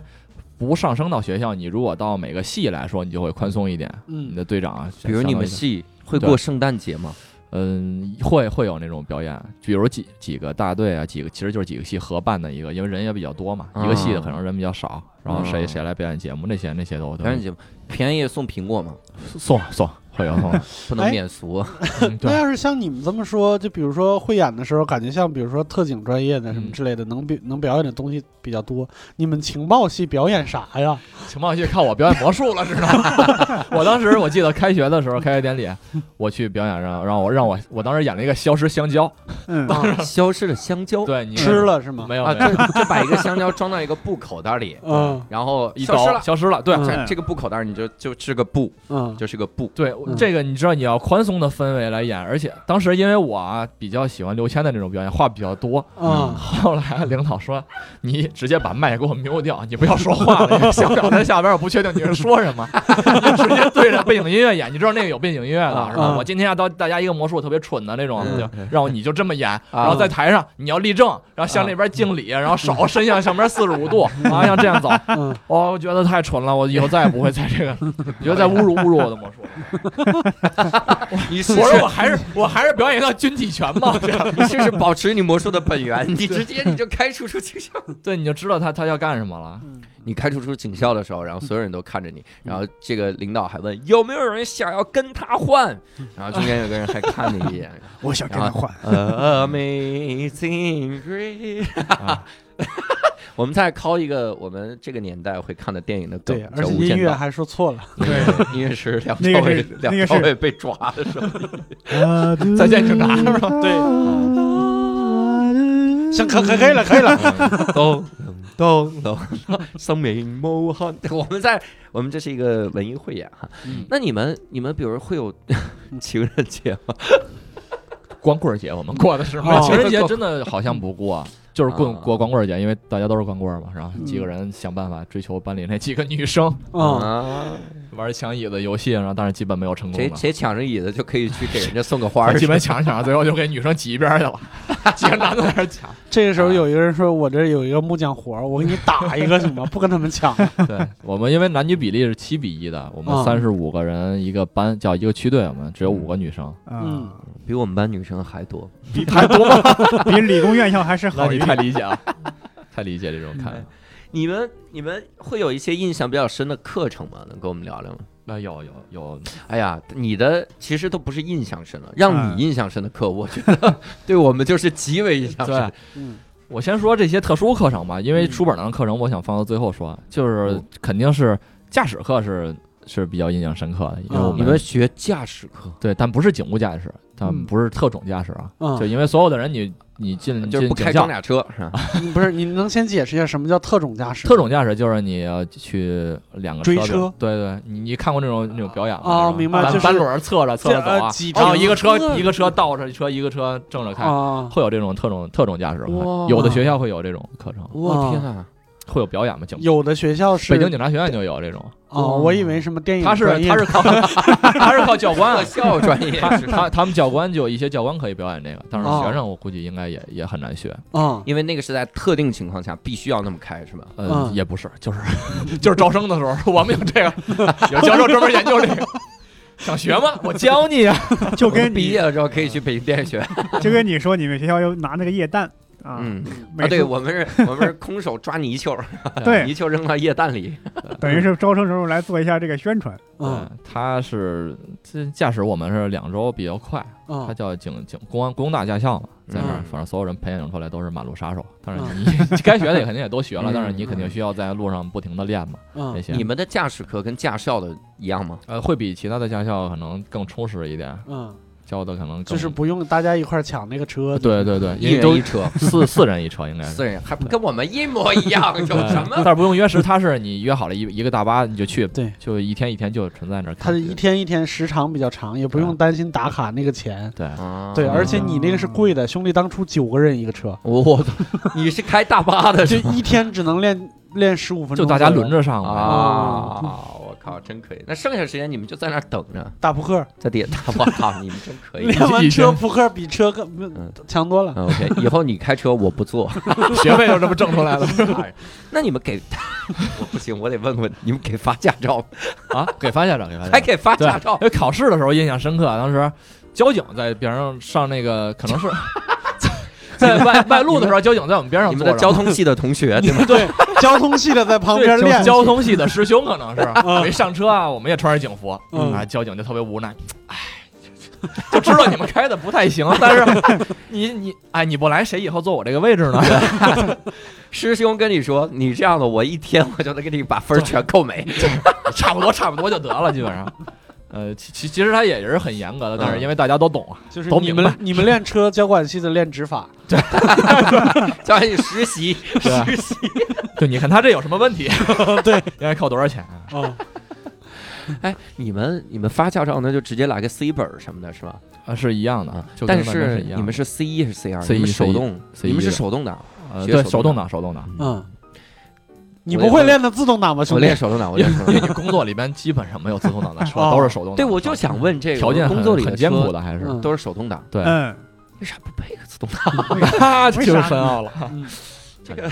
Speaker 5: 不上升到学校，你如果到每个系来说，你就会宽松一点。你
Speaker 3: 嗯
Speaker 5: 的队长啊，
Speaker 1: 比如
Speaker 5: 相当于
Speaker 1: 你们系会
Speaker 5: 对
Speaker 1: 过圣诞节吗？
Speaker 5: 嗯，会会有那种表演，比如几几个大队啊，几个其实就是几个系合办的一个，因为人也比较多嘛，一个系的可能人比较少，然后谁
Speaker 1: 啊嗯
Speaker 5: 谁来表演节目，那些那些都都
Speaker 1: 表演节目，平安夜送苹果吗？
Speaker 5: 送送会有送，
Speaker 1: 不
Speaker 3: 哎
Speaker 1: 能免俗。啊
Speaker 5: 嗯
Speaker 3: 那
Speaker 5: 对，
Speaker 3: 要是像你们这么说，就比如说汇演的时候，感觉像比如说特警专业的什么之类的，能表能表演的东西比较多。你们情报系表演啥呀？
Speaker 5: 情报系看我表演魔术了知道吗？ 我当时我记得开学的时候，开学典礼我去表演让让我让我我当时演了一个消失香蕉，
Speaker 2: 嗯，
Speaker 5: 啊
Speaker 1: 消失的香蕉
Speaker 5: 对你
Speaker 3: 吃了是吗？
Speaker 5: 没有
Speaker 1: 啊，
Speaker 5: 没有
Speaker 1: 就就把一个香蕉装到一个布口袋 里，
Speaker 3: 嗯
Speaker 1: 然后
Speaker 5: 一
Speaker 1: 消失
Speaker 5: 抖
Speaker 1: 了。
Speaker 5: 消失了，对
Speaker 3: 嗯
Speaker 1: 这这个布口袋你就就是个布，
Speaker 3: 嗯
Speaker 1: 就是个 布。
Speaker 5: 对，
Speaker 3: 嗯
Speaker 5: 这个你知道你要宽松的氛围来演，而且当时因为我啊比较喜欢刘谦的那种表演，话比较多，
Speaker 3: 嗯
Speaker 5: 后来啊领导说：“你直接把麦给我瞄掉，你不要说话了。”校长在下边，我不确定你是说什么，你直接对着背景音乐演。你知道那个有背景音乐的是吧？
Speaker 3: 嗯
Speaker 5: 我今天要教大家一个魔术，特别蠢的那种，
Speaker 1: 嗯
Speaker 5: 就让我你就这么
Speaker 3: 啊
Speaker 5: 演，然后在台上你要立正，然后向那边敬礼，然后手伸向上边四十五 度，啊，要这样走。
Speaker 3: 嗯，
Speaker 5: 哦，我觉得太蠢了，我以后再也不会在 这个，我觉得在侮辱侮辱我的魔术了。
Speaker 1: 你试
Speaker 5: 我说我还是我还是表演一个军体拳吧，这样。
Speaker 1: 你试试保持你魔术的本源，你直接你就开除出警校。
Speaker 5: 对，你就知道他他要干什么了。
Speaker 1: 你开除出警校的时候，然后所有人都看着你，
Speaker 2: 嗯
Speaker 1: 然后这个领导还问有没有人想要跟他换，然后中间有个人还看你 一眼
Speaker 2: 我想跟他换。啊
Speaker 1: ，Amazing Grace
Speaker 5: 啊。
Speaker 1: 我们再敲一个我们这个年代会看的电影的梗
Speaker 3: 对，，
Speaker 1: 叫
Speaker 3: 而
Speaker 1: 《
Speaker 3: 且
Speaker 1: 无
Speaker 3: 音
Speaker 1: 间
Speaker 3: 乐
Speaker 1: 道
Speaker 3: 还说错了。》，
Speaker 1: 对，音乐是梁
Speaker 2: 那个
Speaker 1: 朝伟
Speaker 2: 是嗯那个
Speaker 1: 梁
Speaker 2: 是
Speaker 1: 朝伟被抓的时 候，
Speaker 2: 啊嗯
Speaker 5: 再见警察是吧？
Speaker 3: 对，行，可可可以了，可以了。
Speaker 1: 都能东楼生命无憾。我们在我们这是一个文艺汇演哈。
Speaker 3: 嗯
Speaker 1: 那你们你们比如会有
Speaker 2: 嗯
Speaker 1: 情人节吗？
Speaker 5: 光棍儿节我们过的是
Speaker 3: 哦
Speaker 5: 情人节真的好像不过，就是 过
Speaker 1: 啊
Speaker 5: 过光棍儿节，因为大家都是光棍儿嘛，然后
Speaker 3: 嗯
Speaker 5: 几个人想办法追求班里那几个女生，
Speaker 3: 嗯，
Speaker 1: 啊，
Speaker 5: 玩抢椅子游戏，然后但是基本没有成功
Speaker 1: 谁
Speaker 5: 的。，
Speaker 1: 谁抢着椅子就可以去给人家送个花儿
Speaker 5: 基本抢着抢着，最后就给女生挤一边儿去 了，几个男的在那儿抢。
Speaker 3: 这个时候有一个人说：“我这有一个木匠活儿，我给你打一个行吗？不跟他们抢。
Speaker 5: 对我们，因为男女比例是七比一的，我们
Speaker 3: 嗯
Speaker 5: 三十五个人一个班，叫一个区队，我们只有五个女生。
Speaker 3: 嗯
Speaker 2: 嗯，
Speaker 1: 比我们班女生还多。
Speaker 2: 比理工院校还是
Speaker 5: 那
Speaker 2: 好
Speaker 5: 你
Speaker 2: 一
Speaker 5: 太
Speaker 2: 点。
Speaker 5: 理解了， 太理解这种看法。
Speaker 1: 你们你们会有一些印象比较深的课程吗？能跟我们聊聊吗？
Speaker 5: 那有有有，
Speaker 1: 哎呀，你的其实都不是印象深了，让
Speaker 2: 嗯
Speaker 1: 你印象深的课，我觉得对我们就是极为印象深
Speaker 5: 对。啊
Speaker 3: 嗯
Speaker 5: 我先说这些特殊课程吧，因为书本上的课程我想放到最后说，就是
Speaker 3: 嗯
Speaker 5: 肯定是驾驶课是是比较印象深刻
Speaker 3: 嗯
Speaker 5: 的，因为我
Speaker 1: 嗯你们学驾驶课，
Speaker 5: 对，但不是警务驾驶，但
Speaker 2: 嗯
Speaker 5: 不是特种驾驶啊，”就
Speaker 3: 嗯，
Speaker 5: 因为所有的人你你进
Speaker 1: 就是
Speaker 5: 进
Speaker 1: 不
Speaker 5: 警
Speaker 1: 开装
Speaker 5: 校。
Speaker 1: 甲车是吧？
Speaker 3: 不是，你能先解释一下什么叫特种驾驶？
Speaker 5: 特种驾驶就是你要去两个
Speaker 3: 追
Speaker 5: 子
Speaker 3: 车
Speaker 5: 对对，你你看过那种那种表演吗？
Speaker 3: 哦
Speaker 5: 那种
Speaker 3: 明白
Speaker 5: 单
Speaker 3: 就是
Speaker 5: 单轮儿侧着侧
Speaker 3: 这
Speaker 5: 着走
Speaker 3: 呃
Speaker 5: 啊
Speaker 3: 几，嗯
Speaker 5: 然后
Speaker 3: 辆
Speaker 5: 一个车
Speaker 3: 车
Speaker 5: 一个车倒着车，一个车正着开，
Speaker 3: 啊，
Speaker 5: 会有这种特种特种驾驶
Speaker 1: 哇
Speaker 5: 课，有的学校会有这种课程，
Speaker 1: 我天啊！
Speaker 5: 会有表演嘛？警
Speaker 3: 嗯有的学校是
Speaker 5: 北京警察学院就有这种，
Speaker 3: 哦，我以为什么电影
Speaker 5: 嗯他是
Speaker 3: 专业
Speaker 5: 他是靠 他是靠教官 啊
Speaker 1: 驾。校专业
Speaker 5: 他他他们教官就有一些教官可以表演这个，但是
Speaker 3: 哦
Speaker 5: 学生我估计应该也也很难学，
Speaker 3: 嗯
Speaker 1: 因为那个是在特定情况下必须要那么开，是吧？
Speaker 5: 呃，
Speaker 3: 嗯
Speaker 5: 也不是，就是 就是招生的时候， 我们有这个，有教授专门研究这个，想学吗？我教你啊。
Speaker 2: 就
Speaker 1: 我
Speaker 2: 跟
Speaker 1: 毕
Speaker 2: 你
Speaker 1: 业了之后可以去北京电影学院。
Speaker 2: 就跟你说，你们学校又拿那个液氮啊，
Speaker 1: 嗯，
Speaker 2: 美
Speaker 1: 啊，对
Speaker 2: 术
Speaker 1: 我们是，我们是空手抓泥鳅，
Speaker 2: 对
Speaker 1: 泥鳅扔到液氮里。
Speaker 2: 等于是招生时候来做一下这个宣传。
Speaker 3: 嗯
Speaker 5: 对他是这驾驶我们是两周比较快，他
Speaker 3: 嗯，
Speaker 5: 叫警警公安工大驾校嘛，在那儿
Speaker 1: 嗯
Speaker 5: 反正所有人培养出来都是马路杀手，但是
Speaker 3: 嗯
Speaker 5: 你 该学的也肯定也都学了
Speaker 1: 嗯，
Speaker 5: 但是你肯定需要在路上不停的练嘛，这
Speaker 3: 嗯
Speaker 5: 些
Speaker 1: 你们的驾驶课跟驾校的一样吗？
Speaker 5: 呃会比其他的驾校可能更充实一点，
Speaker 3: 嗯，
Speaker 5: 教的可能更
Speaker 3: 就是不用大家一块儿抢那个车，
Speaker 5: 对对对，
Speaker 1: 一
Speaker 5: 因为
Speaker 1: 人
Speaker 5: 都
Speaker 1: 一车，
Speaker 5: 四四人一车应该 是。
Speaker 1: 四人还不跟我们一模一样， 有
Speaker 5: 对
Speaker 1: 什么
Speaker 5: 但？是不用约时，他是你约好了一一个大巴，你就去，
Speaker 3: 对，
Speaker 5: 就一天一天就存在那儿看。
Speaker 3: 他一天一天时长比较长，也不用担心打卡那个钱。
Speaker 5: 对，
Speaker 1: 啊
Speaker 3: 对，而且你那个是贵的，兄弟当初九个人一个 车，
Speaker 1: 我我操，你是开大巴的
Speaker 3: 就是一天只能练练十五分钟，
Speaker 5: 就大家轮。着上嘛。
Speaker 1: 啊！我靠，真可以。那剩下时间你们就在那儿等着，
Speaker 3: 打扑 克，
Speaker 1: 在地下打。我靠，你们真可以。
Speaker 3: 练完
Speaker 5: 已
Speaker 3: 车
Speaker 5: 经
Speaker 3: 扑克比车更
Speaker 1: 嗯
Speaker 3: 强多了。
Speaker 1: 嗯 OK，以后你开车我不坐。
Speaker 5: 学费就这么挣出来了
Speaker 1: 那你们给，我不行，我得问问你们给发驾照吗，
Speaker 5: 啊！给发驾照，给发
Speaker 1: 还
Speaker 5: 驾照。
Speaker 1: 给发
Speaker 5: 对
Speaker 1: 驾，照
Speaker 5: 因？为考试的时候印象深刻，当时交警在边上上那个，可 能是在外外路的时候，交警在我们边上
Speaker 1: 你们
Speaker 5: 坐
Speaker 1: 的
Speaker 5: 着。
Speaker 1: 交通系的同学对吗？
Speaker 3: 对， 交通系的在旁
Speaker 5: 嗯对
Speaker 3: 边
Speaker 5: 就是
Speaker 3: 练
Speaker 5: 交通系的师兄可 能
Speaker 3: 嗯
Speaker 5: 是没上车啊，我们也穿着警服
Speaker 3: 嗯
Speaker 5: 啊，交警就特别无奈，哎，就知道你们开的不太 行，但是你你哎你不来谁以后坐我这个位置 呢？
Speaker 1: 师兄跟你说，你这样的我一天我就能给你把分儿全扣 没。
Speaker 5: 差不多差不多就得了，基本上。呃，其其其实他也是很严格的，但是因为大家都懂啊，
Speaker 3: 就是
Speaker 5: 都
Speaker 3: 你
Speaker 5: 明白
Speaker 3: 们你们练车，交管系的练执 法。
Speaker 1: 叫你实习，
Speaker 5: 吧
Speaker 1: 实习。
Speaker 5: 就你看他这有什么问 题？啊对，应该扣多少钱啊？
Speaker 3: 嗯，
Speaker 1: 哎，你们你们发驾照那就直接来个 C 本儿什么的，是吧？
Speaker 5: 啊，是一样的，就跟
Speaker 1: 但
Speaker 5: 外面
Speaker 1: 是
Speaker 5: 一样
Speaker 1: 你们是 C 一还是 C 二？
Speaker 5: C1
Speaker 1: 你们手动，
Speaker 5: C1
Speaker 1: 你们是手动挡。
Speaker 5: 呃
Speaker 1: 学
Speaker 5: 对
Speaker 1: 手
Speaker 5: 手
Speaker 1: 动
Speaker 5: 动挡，手动挡。
Speaker 3: 嗯，你不会练的自动挡吧，
Speaker 1: 我
Speaker 3: 兄弟
Speaker 1: 练？手动挡，我
Speaker 5: 因
Speaker 1: 练
Speaker 5: 为
Speaker 1: 手
Speaker 5: 因
Speaker 1: 动
Speaker 5: 为
Speaker 1: 挡。
Speaker 5: 你工作里边基本上没有自动挡的车，
Speaker 3: 哦
Speaker 5: 都是手 动挡。
Speaker 1: 对，我就想问这个，
Speaker 5: 条件很
Speaker 1: 工作里的
Speaker 5: 很艰苦
Speaker 1: 车
Speaker 5: 的，还是
Speaker 3: 嗯
Speaker 1: 都是手动挡，
Speaker 5: 对，
Speaker 2: 嗯，
Speaker 1: 为啥不配个自动
Speaker 5: 那
Speaker 2: 为啥
Speaker 5: 就是深奥了，
Speaker 3: 嗯
Speaker 5: 这个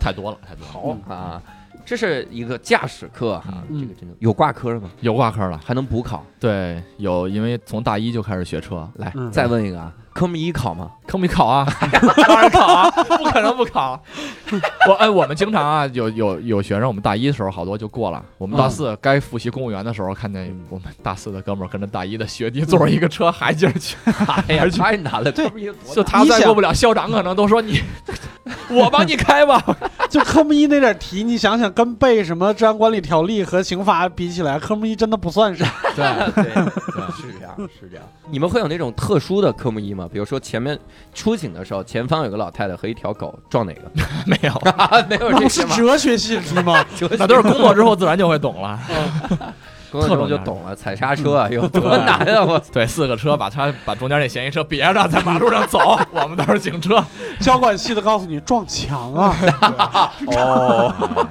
Speaker 5: 太多了，嗯太多了。
Speaker 1: 挡啊？这是一个驾驶课哈，
Speaker 3: 嗯
Speaker 1: 这个真的有挂科的吗？
Speaker 5: 有挂科了，
Speaker 1: 还能补考？
Speaker 5: 对，有，因为从大一就开始学车，
Speaker 1: 来
Speaker 3: 嗯，
Speaker 1: 再问一个啊，科目一考吗？
Speaker 5: 考没考啊？ 当然考啊，不可能不考。 我哎，我们经常啊，有有有学生，我们大一的时候好多就过了。我们大四该复习公务员的时候，看见我们大四的哥们儿跟着大一的学弟坐着一个车，还劲儿去。
Speaker 1: 哎呀，太难了，
Speaker 3: 对
Speaker 1: 科目一有多难
Speaker 5: 就他再过不了校长，可能都说 你，我帮你开吧。
Speaker 3: 就科目一那点题，你想想，跟 背什么《治安管理条例》和刑法比起来，科目一真的不算啥。
Speaker 5: 对
Speaker 1: 对，是这样，是这样。
Speaker 4: 你们会有那种特殊的科目一吗？比如说前面出警的时候，前方有个老太太和一条狗，撞哪个？
Speaker 5: 没有，
Speaker 4: 没有
Speaker 3: 那
Speaker 4: 这些
Speaker 3: 不 是
Speaker 4: 吗？
Speaker 3: 哲学系是吗？
Speaker 5: 那都是工作之后自然就会懂了。
Speaker 4: 工作中就懂了，踩刹
Speaker 5: 嗯
Speaker 4: 车啊，有多难啊！我
Speaker 5: 对，四个车把他把中间那嫌疑车别着，在马路上走， 我们都是警车。
Speaker 3: 交管系的告诉你撞墙啊，
Speaker 5: 哎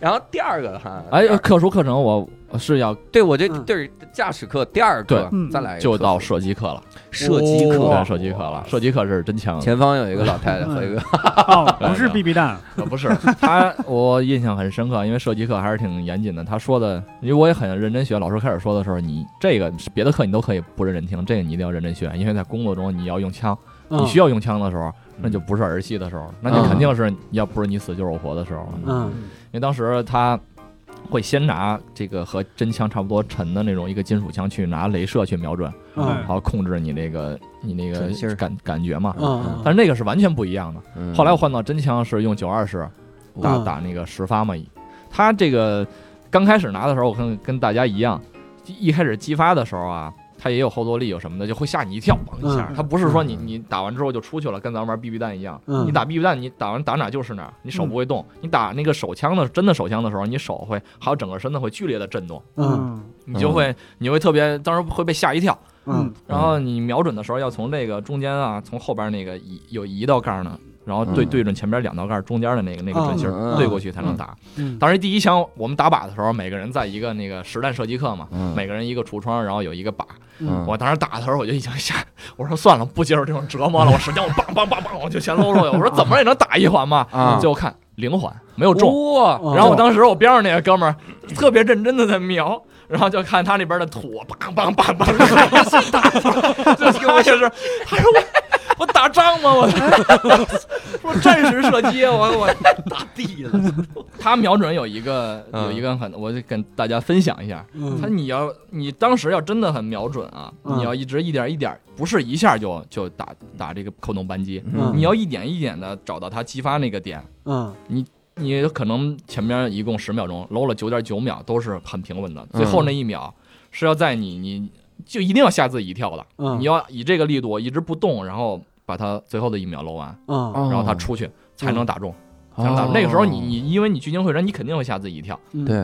Speaker 4: 然后第二个哈，
Speaker 5: 哎
Speaker 4: 第，二个
Speaker 5: 特殊课程我是要
Speaker 4: 对我这
Speaker 3: 嗯
Speaker 4: 对驾驶课第二课
Speaker 5: 对
Speaker 2: 嗯
Speaker 4: 再来一个
Speaker 5: 就到
Speaker 4: 特殊
Speaker 5: 射击课了，
Speaker 4: 哎射击哦
Speaker 5: 对，
Speaker 4: 课，
Speaker 5: 射击课了，射击课是真强。
Speaker 4: 前方有一个老太太和一个
Speaker 2: 哦，不是 BB 弹，
Speaker 5: 呃，不是他，我印象很深刻，因为射击课还是挺严谨的。他说的，因为我也很认真学，老师开始说的时候，你这个别的课你都可以不认真听，这个你一定要认真学，因为在工作中你要用枪，你需
Speaker 3: 要
Speaker 5: 要用枪的时候，那就不是儿戏的时候，那
Speaker 4: 嗯
Speaker 5: 就肯定是要不是你死就是我活的时候了。
Speaker 3: 嗯
Speaker 5: 因为当时他会先拿这个和真枪差不多沉的那种一个金属枪去拿镭射去瞄准，
Speaker 3: 嗯
Speaker 5: 然后控制你那个你那个
Speaker 4: 准心儿
Speaker 5: 感感觉嘛。
Speaker 3: 嗯，
Speaker 5: 但是那个是完全不一样的。
Speaker 4: 嗯
Speaker 5: 后来我换到真枪是用九二式打
Speaker 3: 嗯
Speaker 5: 打那个十发嘛，他这个刚开始拿的时候，我跟跟大家一样，一一开始激发的时候啊。它也有后坐力，有什么的就会吓你一跳，嘣一下。
Speaker 3: 嗯
Speaker 5: 它不是说你你打完之后就出去了，跟咱们玩 BB 弹一样。
Speaker 3: 嗯
Speaker 5: 你打 BB 弹，你打完打哪就是哪，你手不会动。你打那个手枪的真的手枪的时候，你手会还有整个身子会剧烈的震动，
Speaker 3: 嗯
Speaker 5: 你就会你会特别当时会被吓一跳。
Speaker 3: 嗯
Speaker 5: 然后你瞄准的时候要从那个中间啊，从后边那个移有移到杠呢，然后对
Speaker 4: 嗯
Speaker 5: 对准前边两道杠中间的那个那个准心
Speaker 4: 嗯
Speaker 5: 儿
Speaker 4: 嗯
Speaker 5: 对过去才能打。
Speaker 3: 嗯，
Speaker 5: 当时第一枪我们打靶的时候，每个人在一个那个实弹射击课嘛，
Speaker 4: 嗯
Speaker 5: 每个人一个橱窗，然后有一个靶。
Speaker 4: 嗯
Speaker 5: 我当时打的时候我就已经吓， 我说算了，不接受这种折磨了，我使劲我梆梆梆梆我就先搂出去，我说怎么也能打一环吧。
Speaker 4: 啊
Speaker 5: 最后看零环没有中，
Speaker 4: 哇
Speaker 3: 哦
Speaker 5: 然后我当时我边上那个哥们儿特别认真的在瞄，然后就看他那边的土，梆梆梆梆，是打，这他就是，他说我我打仗吗？我说战时射击，我我打地了。他瞄准有一个有一个很，我就跟大家分享一下，他你要你当时要真的很瞄准啊，
Speaker 3: 嗯
Speaker 5: 你要一直一点一点，不是一下就就打打这个扣动扳机，
Speaker 3: 嗯
Speaker 5: 你要一点一点的找到他激发那个点。
Speaker 3: 嗯
Speaker 5: 你可能前面一共十秒钟搂了九点九秒都是很平稳的，最后那一秒是要在你你就一定要吓自己一跳的，
Speaker 3: 嗯，
Speaker 5: 你要以这个力度一直不动，然后把它最后的一秒搂完，
Speaker 3: 嗯
Speaker 5: 然后他
Speaker 1: 哦
Speaker 4: 他
Speaker 5: 出去才能打中，才能打
Speaker 4: 到
Speaker 5: 中。那个时候你你因为你聚精会神，你肯定会吓自己一跳，
Speaker 3: 嗯
Speaker 4: 对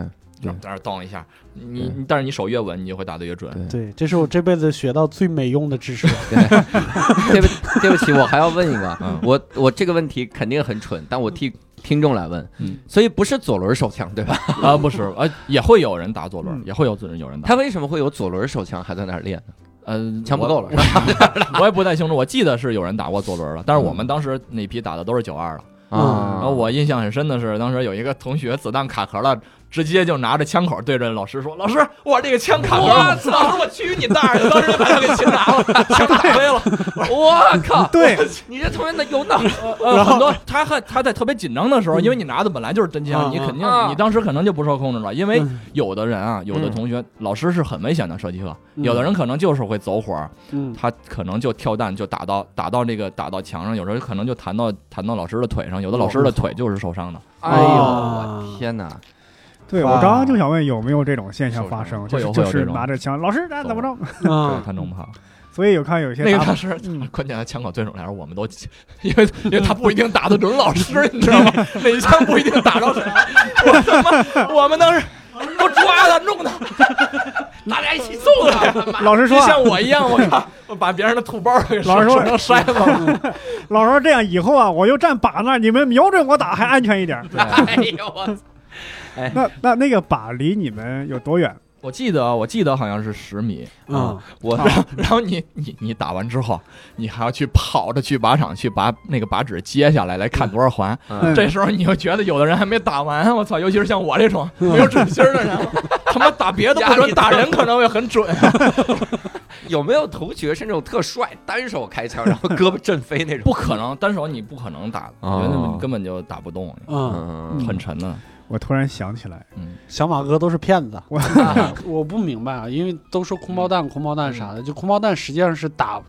Speaker 5: 然后在那儿蹬了一下，你
Speaker 4: 对
Speaker 5: 你但是你手越稳，你就会打得越准。
Speaker 3: 对，这是我这辈子学到最没用的知识。
Speaker 4: 对不对不起，我还要问一个
Speaker 5: 嗯，
Speaker 4: 我我这个问题肯定很蠢，但我替听众来问
Speaker 5: 嗯，
Speaker 4: 所以不是左轮手枪对吧？
Speaker 5: 啊，不是，啊，也会有人打左轮，
Speaker 2: 嗯
Speaker 5: 也会有人有人打，
Speaker 4: 他为什么会有左轮手枪还在那儿练呢？
Speaker 5: 嗯，
Speaker 4: 枪不够了
Speaker 5: 我，我也不太清楚，我记得是有人打过左轮了，但是我们当时那批打的都是九二的。然
Speaker 4: 啊，
Speaker 5: 后我印象很深的是，当时有一个同学子弹卡壳了，直接就拿着枪口对着老师说：“老师，我这个枪卡壳了！”老师，我去你大爷！当时就把他给擒 拿了，枪打飞了。
Speaker 4: 我靠，
Speaker 2: 对，
Speaker 4: 你这同学那有脑
Speaker 5: 呃，很多他还他在特别紧张的时候，因为你拿的本来就是真枪，
Speaker 3: 嗯
Speaker 5: 你肯定
Speaker 4: 嗯
Speaker 5: 你当时可能就不受控制了，因为
Speaker 3: 嗯
Speaker 5: 有的人啊，有的
Speaker 4: 嗯
Speaker 5: 同学老师是很危险的射击课，
Speaker 3: 嗯
Speaker 5: 有的人可能就是会走火，
Speaker 3: 嗯
Speaker 5: 他可能就跳弹就打到打到那个打到墙上，有时候可能就弹到弹到老师的腿上，有的老师的腿就是受伤的。
Speaker 4: 哎呦，
Speaker 3: 啊
Speaker 4: 我天哪！
Speaker 2: 对我刚刚就想问有没有这种现象发生，就
Speaker 5: 会有
Speaker 2: 是
Speaker 5: 会有
Speaker 2: 就是
Speaker 5: 这种
Speaker 2: 拿着枪，老师来怎么着？
Speaker 3: 啊，
Speaker 5: 他弄不好，
Speaker 2: 所以有看有些
Speaker 5: 那个
Speaker 2: 打
Speaker 5: 老师
Speaker 2: 嗯，
Speaker 5: 关键他枪口对准来说，我们都， 因为因为他不一定打得准老师，你知道吗？哪一枪不一定打着谁。我他妈，我们当时都抓他，弄他，大家一起揍他。
Speaker 2: 老师
Speaker 5: 就
Speaker 2: 说 啊，
Speaker 5: 像我一样，我靠，我把别人的土包给
Speaker 2: 老师说嗯
Speaker 5: 手成筛子了。
Speaker 2: 老师说这样以后啊，我就站靶那儿，你们瞄准我打还安全一点。
Speaker 4: 哎呦我，
Speaker 2: 那那那个靶离你们有多远？
Speaker 5: 我记得，我记得好像是十米，啊
Speaker 3: 嗯
Speaker 5: 我然后然后你你你打完之后，你还要去跑着去靶场去把那个靶纸揭下来，来看多少环。
Speaker 2: 嗯
Speaker 5: 这时候你就觉得有的人还没打完， 我操！尤其是像我这种
Speaker 3: 嗯
Speaker 5: 没有准心儿的人， 他妈打别的不准，打人可能会很准。
Speaker 4: 有没有同学是那种特帅，单手开枪， 然后胳膊震飞那种？
Speaker 5: 不可能，单手你不可能打，
Speaker 4: 哦
Speaker 5: 觉得你根本就打不动，
Speaker 3: 嗯，
Speaker 4: 嗯
Speaker 5: 很 沉的。
Speaker 2: 我突然想起来，
Speaker 3: 小马哥都是骗子。
Speaker 2: 我
Speaker 3: 我不明白啊，因为都说空包弹、空包弹啥的，就空包弹实际上是打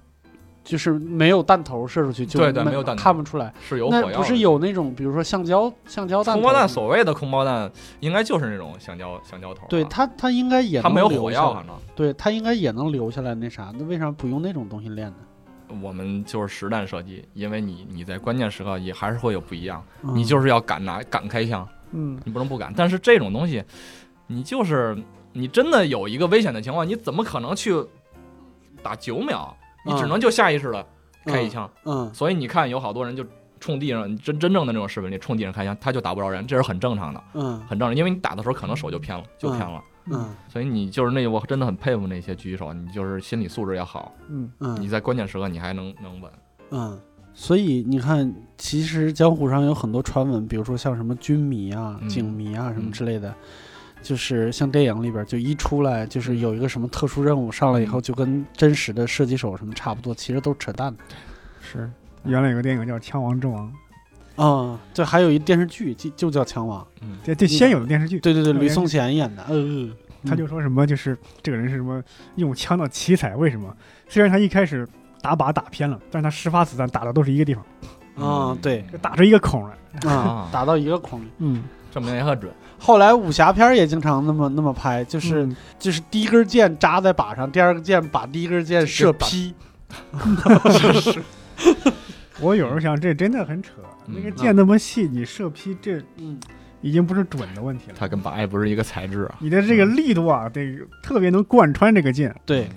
Speaker 3: 就是没有弹头射出去，就
Speaker 5: 对对
Speaker 3: 没
Speaker 5: 没有弹头
Speaker 3: 看不出来。
Speaker 5: 是有火
Speaker 3: 那
Speaker 5: 药的，
Speaker 3: 不是有那种，比如说橡胶橡胶弹头
Speaker 5: 空包弹，所谓的空包弹应该就是那种橡胶橡胶头啊，
Speaker 3: 对它它应该也
Speaker 5: 它
Speaker 3: 能
Speaker 5: 没有
Speaker 3: 留
Speaker 5: 火
Speaker 3: 下
Speaker 5: 药，啊
Speaker 3: 来
Speaker 5: 反正
Speaker 3: 对它应该也能留下来那啥，那为啥不用那种东西练呢？
Speaker 5: 我们就是实弹射击，因为你你在关键时刻也还是会有不一样，
Speaker 3: 嗯
Speaker 5: 你就是要敢拿敢开枪，
Speaker 3: 嗯，
Speaker 5: 你不能不敢。但是这种东西，你就是你真的有一个危险的情况，你怎么可能去打九秒？你只能就下意识的开一枪。
Speaker 3: 嗯
Speaker 5: 所以你看，有好多人就冲地上，真真正的那种视频里冲地上开枪，他就打不着人，这是很正常的，
Speaker 3: 嗯
Speaker 5: 很正常。因为你打的时候可能手就偏了，就偏了。
Speaker 3: 嗯
Speaker 5: 所以你就是那，我真的很佩服那些狙击手，你就是心理素质要好，
Speaker 2: 嗯，
Speaker 5: 你
Speaker 3: 嗯
Speaker 5: 在关键时刻你还能能稳。
Speaker 3: 嗯，所以你看，其实江湖上有很多传闻，比如说像什么军迷啊、
Speaker 5: 嗯
Speaker 3: 警迷啊什么
Speaker 5: 嗯
Speaker 3: 之类的。就是像电影里边，就一出来
Speaker 5: 嗯
Speaker 3: 就是有一个什么特殊任务上来以后，就跟真实的射击手什么差不多，其实都扯淡的。
Speaker 4: 是
Speaker 2: 原来有个电影叫《枪王之王》，
Speaker 3: 嗯，对，还有一电视剧就就叫《枪王》，
Speaker 5: 嗯，
Speaker 2: 这这先有的电视剧，
Speaker 3: 对对对，
Speaker 2: 嗯
Speaker 3: 吕颂贤演的。呃，
Speaker 2: 他就说什么就是这个人是什么用枪的奇才，为什么？虽然他一开始打靶打偏了，但是他十发子弹打的都是一个地方，
Speaker 3: 啊对
Speaker 2: 就打出一个孔来。
Speaker 3: 啊
Speaker 5: 嗯啊，
Speaker 3: 打到一个孔里。
Speaker 2: 嗯，
Speaker 5: 证明也很准。
Speaker 3: 后来武侠片儿也经常那么那么拍，就是、
Speaker 2: 嗯
Speaker 3: 就是第一根箭扎在靶上，第二个箭把第一根箭射劈。
Speaker 2: 我有时候想，这真的很扯，
Speaker 5: 嗯
Speaker 2: 那个箭那么细，你射劈这
Speaker 3: 嗯，
Speaker 2: 已经不是准的问题了。
Speaker 5: 它跟靶也不是一个材质啊。
Speaker 2: 你的这个力度啊，这个特别能贯穿这个箭，
Speaker 3: 对，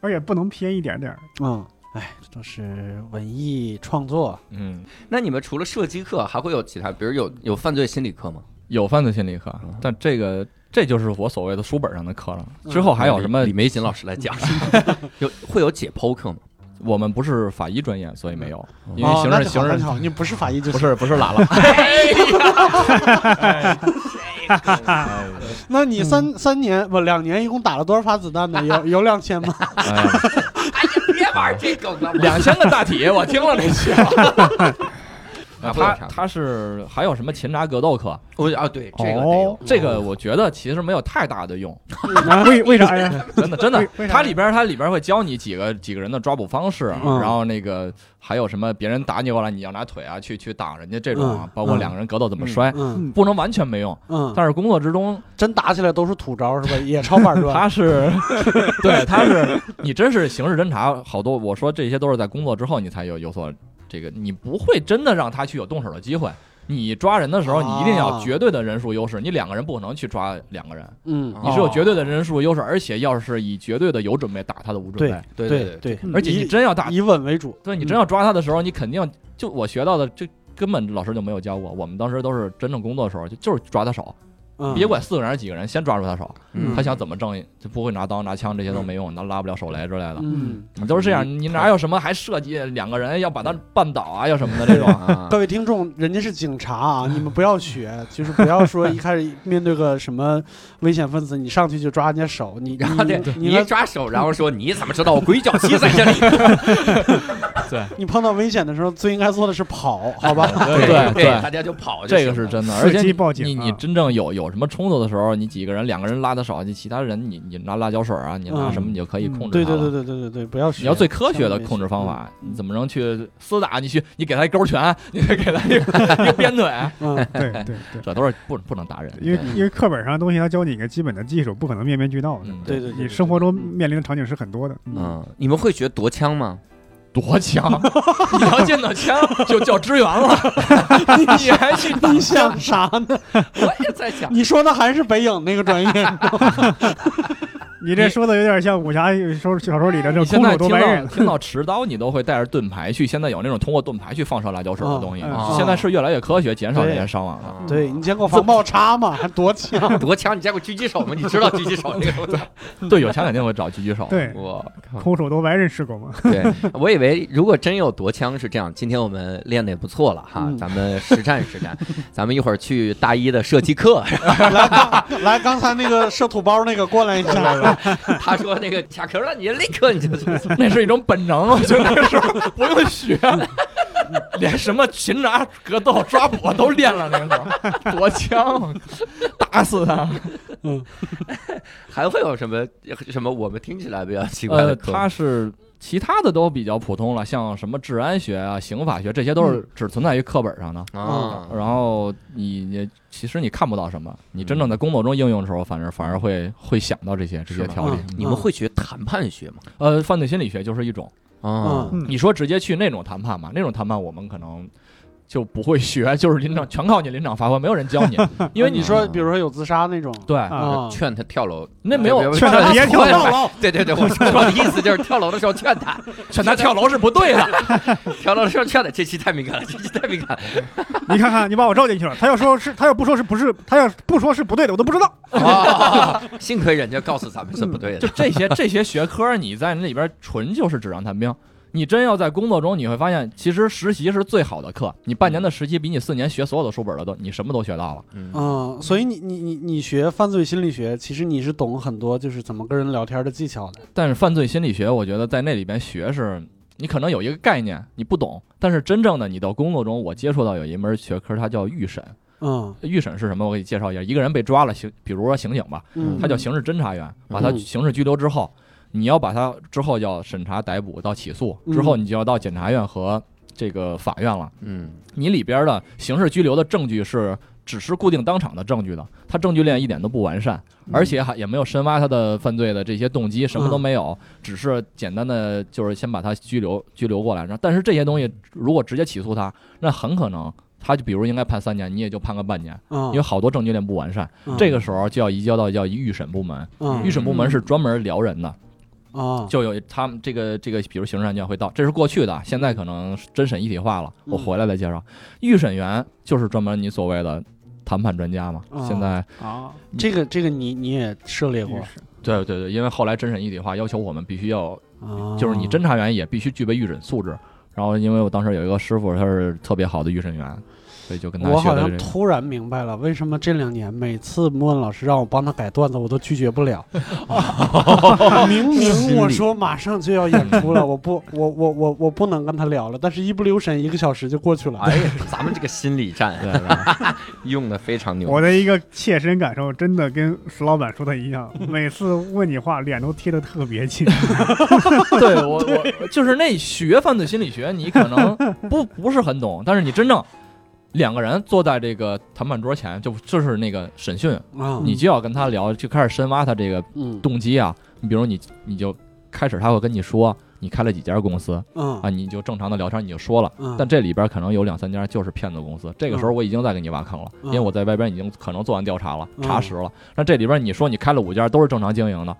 Speaker 2: 而且不能偏一点点儿。
Speaker 3: 嗯，哎，这都是文艺创作。
Speaker 5: 嗯，
Speaker 4: 那你们除了射击课，还会有其他，比如有有犯罪心理课吗？
Speaker 5: 有犯罪心理课，
Speaker 3: 嗯
Speaker 5: 但这个这就是我所谓的书本上的课了。之后还有什么
Speaker 4: 李？梅瑾老师来讲， 有会有解剖课吗？
Speaker 5: 我们不是法医专业，所以没有，
Speaker 4: 嗯
Speaker 5: 因为
Speaker 3: 哦
Speaker 5: 刑
Speaker 3: 那
Speaker 5: 事
Speaker 3: 就好
Speaker 5: 刑
Speaker 3: 那
Speaker 5: 事
Speaker 3: 就好，你不是法医就
Speaker 5: 不
Speaker 3: 行。
Speaker 5: 是不是喇 喇。哎呀
Speaker 3: 那你三、三年不两年，一共打了多少发子弹呢？有有两千吗？
Speaker 5: 哎呀
Speaker 4: 哎呀，别玩这梗 了，
Speaker 5: 两千个大体，我听了这 些。
Speaker 4: 啊
Speaker 5: 他他是还有什么擒拿格斗课？
Speaker 4: 我啊，对这个得有
Speaker 2: 哦，
Speaker 5: 这个我觉得其实没有太大的用，
Speaker 2: 啊为为啥呀？
Speaker 5: 真的真的
Speaker 2: 为为。啥
Speaker 5: 它里边它里边会教你几个几个人的抓捕方式，啊
Speaker 3: 嗯
Speaker 5: 然后那个还有什么别人打你过来，你要拿腿啊去去挡人家这种啊
Speaker 3: 嗯，
Speaker 5: 包括
Speaker 3: 嗯
Speaker 5: 两个人格斗怎么摔，
Speaker 3: 嗯
Speaker 5: 不能完全没用。
Speaker 3: 嗯，
Speaker 5: 但是工作之中，
Speaker 3: 真打起来都是土招是吧？也抄板砖。
Speaker 5: 他是，对，他是，你真是刑事侦查，好多我说这些都是在工作之后你才有有所这个，你不会真的让他去有动手的机会。你抓人的时候，你一定要
Speaker 3: 啊
Speaker 5: 绝对的人数优势，你两个人不可能去抓两个人，
Speaker 3: 嗯，
Speaker 5: 你是有绝对的人数优势，而且要是以绝对的有准备打他的无准备，
Speaker 4: 对
Speaker 3: 对
Speaker 4: 对，
Speaker 3: 对，
Speaker 2: 嗯
Speaker 5: 而且你真要打，
Speaker 3: 以稳为主。
Speaker 5: 对你真要抓他的时候，你肯定就我学到的这根本老师就没有教过，我们当时都是真正工作的时候就就是抓他手，
Speaker 3: 嗯
Speaker 5: 别管四个人还是几个人，先抓住他手。
Speaker 3: 嗯
Speaker 5: 他想怎么挣，就不会拿刀拿枪这些都没用，拿拉不了手雷之类的。
Speaker 3: 嗯，
Speaker 5: 你都是这样，你哪有什么还设计两个人要把他绊倒啊，要什么的这种？
Speaker 4: 啊
Speaker 3: 各位听众，人家是警察啊， 你们不要学，就是不要说一开始面对个什么危险分子，你上去就抓人家手，你
Speaker 4: 然
Speaker 1: 啊
Speaker 4: 后
Speaker 3: 你
Speaker 4: 这
Speaker 5: 嗯
Speaker 3: 你
Speaker 4: 你一抓手，然后说你怎么知道我鬼脚七在这里？
Speaker 3: 你碰到危险的时候，最应该做的是跑，好吧？
Speaker 5: 对
Speaker 4: 对，
Speaker 5: 对
Speaker 4: 大家就跑就
Speaker 5: 这
Speaker 4: 行
Speaker 5: 个
Speaker 4: 了，
Speaker 5: 是真的，而
Speaker 2: 伺
Speaker 5: 且
Speaker 2: 机报警
Speaker 5: 你
Speaker 2: 啊
Speaker 5: 你真正有有什么冲突的时候，你几个人两个人拉的手，你其他人你你拿辣椒水啊，你拿什么你就可以控
Speaker 3: 嗯对
Speaker 5: 制他
Speaker 3: 对对对
Speaker 5: 了。
Speaker 3: 对对对，不要学。
Speaker 5: 你要最科学的控制方法，
Speaker 2: 嗯
Speaker 5: 你怎么能去厮打？你去你给他一勾拳，你给他一个一个鞭 腿，
Speaker 3: 嗯，嗯，
Speaker 2: 对对对，
Speaker 5: 这都是不不能打人。
Speaker 2: 因为因为课本上的东西，他教你一个基本的技术，不可能面面俱到的。
Speaker 5: 嗯，
Speaker 3: 对对对，
Speaker 2: 你生活中面临的场景是很多的。
Speaker 4: 嗯，你们会学夺枪吗？
Speaker 5: 多 强！你要见到枪就叫支援了，你还去打
Speaker 3: 你想啥呢？
Speaker 4: 我也在想，
Speaker 3: 你说的还是北影那个专业？
Speaker 2: 你这说的有点像武侠小小说里的这种
Speaker 5: 你 现
Speaker 2: 空
Speaker 5: 在
Speaker 2: 手夺
Speaker 5: 听
Speaker 2: 白
Speaker 5: 到
Speaker 2: 刃。
Speaker 5: 听到持刀，你都会带着盾牌去。现在有那种通过盾牌去放射辣椒水的东西，
Speaker 2: 哦
Speaker 4: 哦
Speaker 5: 现在是越来越科学，减少这些 伤亡了。
Speaker 4: 啊
Speaker 3: 对你见过防爆叉吗？还多 强！
Speaker 4: 夺枪，你见过狙击手吗？你知道狙击手这个东西？
Speaker 5: 对，有枪肯定会找狙击手。
Speaker 2: 对，
Speaker 4: 我靠！
Speaker 2: 空手夺白刃是狗吗？
Speaker 4: 对， 我以为如果真有夺枪是这样，今天我们练的也不错了哈
Speaker 3: 嗯，
Speaker 4: 咱们实战实战，咱们一会儿去大一的射击课，
Speaker 3: 来来，刚才那个射土包那个过来一下，
Speaker 4: 他说那个 卡壳了，你立刻你就
Speaker 5: 啊那是一种本能，我觉得是不用学。连什么擒拿、格斗、抓捕都练了，那会儿夺枪，打死他。
Speaker 4: 还会有什么什么我们听起来比较奇怪
Speaker 5: 呃，
Speaker 4: 的科目？
Speaker 5: 他是其他的都比较普通了，像什么治安学啊、刑法学，这些都是只存在于课本上的。
Speaker 1: 嗯
Speaker 4: 啊，
Speaker 5: 然后你也其实你看不到什么，你真正在工作中应用的时候，反正反而会会想到这些这些
Speaker 4: 是吧
Speaker 5: 条理。
Speaker 3: 嗯
Speaker 4: 你们会学谈判学吗？
Speaker 5: 呃，犯罪心理学就是一种，
Speaker 4: 啊，
Speaker 2: 嗯
Speaker 5: 你说直接去那种谈判嘛，那种谈判我们可能。就不会学，就是临场全靠你临场发挥，没有人 教你，因
Speaker 3: 因
Speaker 5: 为
Speaker 3: 为
Speaker 5: 你
Speaker 3: 你
Speaker 5: 说
Speaker 3: 说，比如说有自杀那种，
Speaker 5: 对，
Speaker 3: 啊，
Speaker 4: 劝他跳楼，哎
Speaker 5: 那没有
Speaker 4: 别
Speaker 2: 劝他别跳楼。
Speaker 4: 对对对，我说我的意思就是跳楼的时候劝他，
Speaker 5: 劝他跳楼是不对的。
Speaker 4: 跳楼的时候劝他。这期太敏感了，这期太敏感了。
Speaker 2: 你看看，你把我绕进去了。他要说是，他要不说是不是，他要不说是不对的，我都不知道。
Speaker 4: 啊，幸亏人家告诉咱们是不对
Speaker 5: 就
Speaker 4: 的。
Speaker 5: 这些这些学科，你在那里边纯就是纸上谈兵。你真要在工作中，你会发现，其实实习是最好的课。你半年的实习比你四年学所有的书本的都，你什么都学到了。
Speaker 4: 嗯
Speaker 3: 嗯，所以你你你你学犯罪心理学，其实你是懂很多就是怎么跟人聊天的技巧的。
Speaker 5: 但是犯罪心理学，我觉得在那里边学是，你可能有一个概念你不懂，但是真正的你到工作中，我接触到有一门学科，它叫预审。
Speaker 3: 嗯
Speaker 5: 预审是什么？我给你介绍一下，一个人被抓了，刑，比如说刑警吧，
Speaker 3: 嗯，
Speaker 5: 他叫刑事侦查员，把他
Speaker 3: 嗯
Speaker 5: 刑事拘留之后，你要把他之后要审查、逮捕到起诉
Speaker 3: 嗯
Speaker 5: 之后，你就要到检察院和这个法院了。
Speaker 4: 嗯，
Speaker 5: 你里边的刑事拘留的证据是只是固定当场的证据的，他证据链一点都不完善，
Speaker 3: 嗯
Speaker 5: 而且还也没有深挖他的犯罪的这些动机，什么都没有，只是简单的就是先把他拘留拘留过来。然后，但是这些东西如果直接起诉他，那很可能他就比如应该判三年，你也就判个半年，
Speaker 3: 嗯，
Speaker 5: 因为好多证据链不完善。
Speaker 3: 嗯
Speaker 5: 这个时候就要移交到叫预审部门。
Speaker 3: 嗯
Speaker 5: 预审部门是专门聊人的，
Speaker 3: 啊
Speaker 5: 就有他们这个这个，比如刑事案件会到，这是过去的，现在可能真审一体化了。
Speaker 3: 嗯
Speaker 5: 我回来再介绍，预审员就是专门你所谓的谈判专家嘛。
Speaker 3: 哦
Speaker 5: 现在
Speaker 2: 啊，
Speaker 3: 这个这个你你也涉猎过
Speaker 5: 对对对，因为后来真审一体化要求我们必须要，
Speaker 3: 啊，
Speaker 5: 就是你侦查员也必须具备预审素质。然后因为我当时有一个师傅，他是特别好的预审员，所以就跟他
Speaker 3: 我
Speaker 5: 学
Speaker 3: 好
Speaker 5: 的
Speaker 3: 像
Speaker 5: 这个。
Speaker 3: 突然明白了，为什么这两年每次莫问老师让我帮他改段子，我都拒绝不 了。哦明明我说马上就要演出 了，我不，我我我我不能跟他聊了，但是一不留神，一个小时就过去了。
Speaker 4: 哎呀，咱们这个心理 战
Speaker 5: 对对
Speaker 4: 用的非常
Speaker 3: 啊
Speaker 4: 牛
Speaker 2: 我。的一个切身感受，真的跟石老板说的一 样，每次问你话，脸都贴得特别近。
Speaker 5: 对我我就是那学犯罪心理学，你可能不不是很懂，但是你真正两个人坐在这个谈判桌前，就就是那个审讯，
Speaker 3: 啊，
Speaker 5: 你就要跟他聊，就开始深挖他这个
Speaker 3: 嗯
Speaker 5: 动机啊。你比如你你就开始他会跟你说你开了几家公司
Speaker 3: 嗯
Speaker 5: 啊，你就正常的聊天你就说了。
Speaker 3: 嗯，
Speaker 5: 但这里边可能有两三家就是骗子公司，这个时候我已经在给你挖坑了，
Speaker 3: 嗯
Speaker 5: 因为我在外边已经可能做完调查了，
Speaker 3: 嗯
Speaker 5: 查实了。那这里边你说你开了五家都是正常经营的，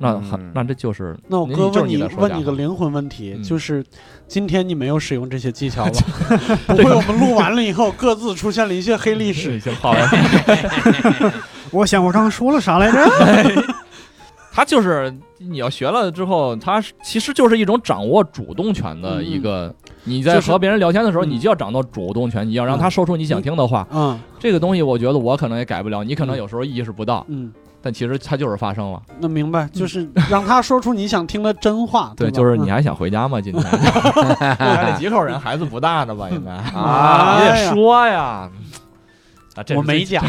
Speaker 5: 那很
Speaker 4: 嗯
Speaker 5: 那这就是
Speaker 3: 那我
Speaker 5: 你
Speaker 3: 哥
Speaker 5: 就是
Speaker 3: 问
Speaker 5: 你的说
Speaker 3: 问
Speaker 5: 家
Speaker 3: 你个灵魂问题，
Speaker 5: 嗯
Speaker 3: 就是今天你没有使用这些技巧 吧？不
Speaker 5: 啊
Speaker 3: 会，我们录完了以后各自出现了一些黑历 史。
Speaker 5: 一些好玩
Speaker 2: 我想我刚刚说了啥来着？
Speaker 5: 他就是你要学了之后，他是其实就是一种掌握主动权的一个。你
Speaker 3: 嗯
Speaker 5: 在
Speaker 3: 就是
Speaker 5: 和别人聊天的时候，
Speaker 3: 嗯
Speaker 5: 你就要掌握主动权，你要让他说出你想听的话。
Speaker 3: 嗯
Speaker 5: 这个东西，我觉得我可能也改不了，你可能有时候意识不到，
Speaker 3: 嗯，
Speaker 5: 但其实它就是发生了。
Speaker 3: 那明白，就是让他说出你想听的真话。
Speaker 5: 嗯对，
Speaker 3: 吧
Speaker 5: 就是
Speaker 3: 嗯
Speaker 5: 你还想回家吗？今天家里几口人，孩子不大呢吧？应该
Speaker 4: 啊
Speaker 5: 你
Speaker 3: 哎
Speaker 5: 得
Speaker 3: 呀
Speaker 5: 说呀。啊，这是
Speaker 3: 我没
Speaker 5: 最
Speaker 3: 讲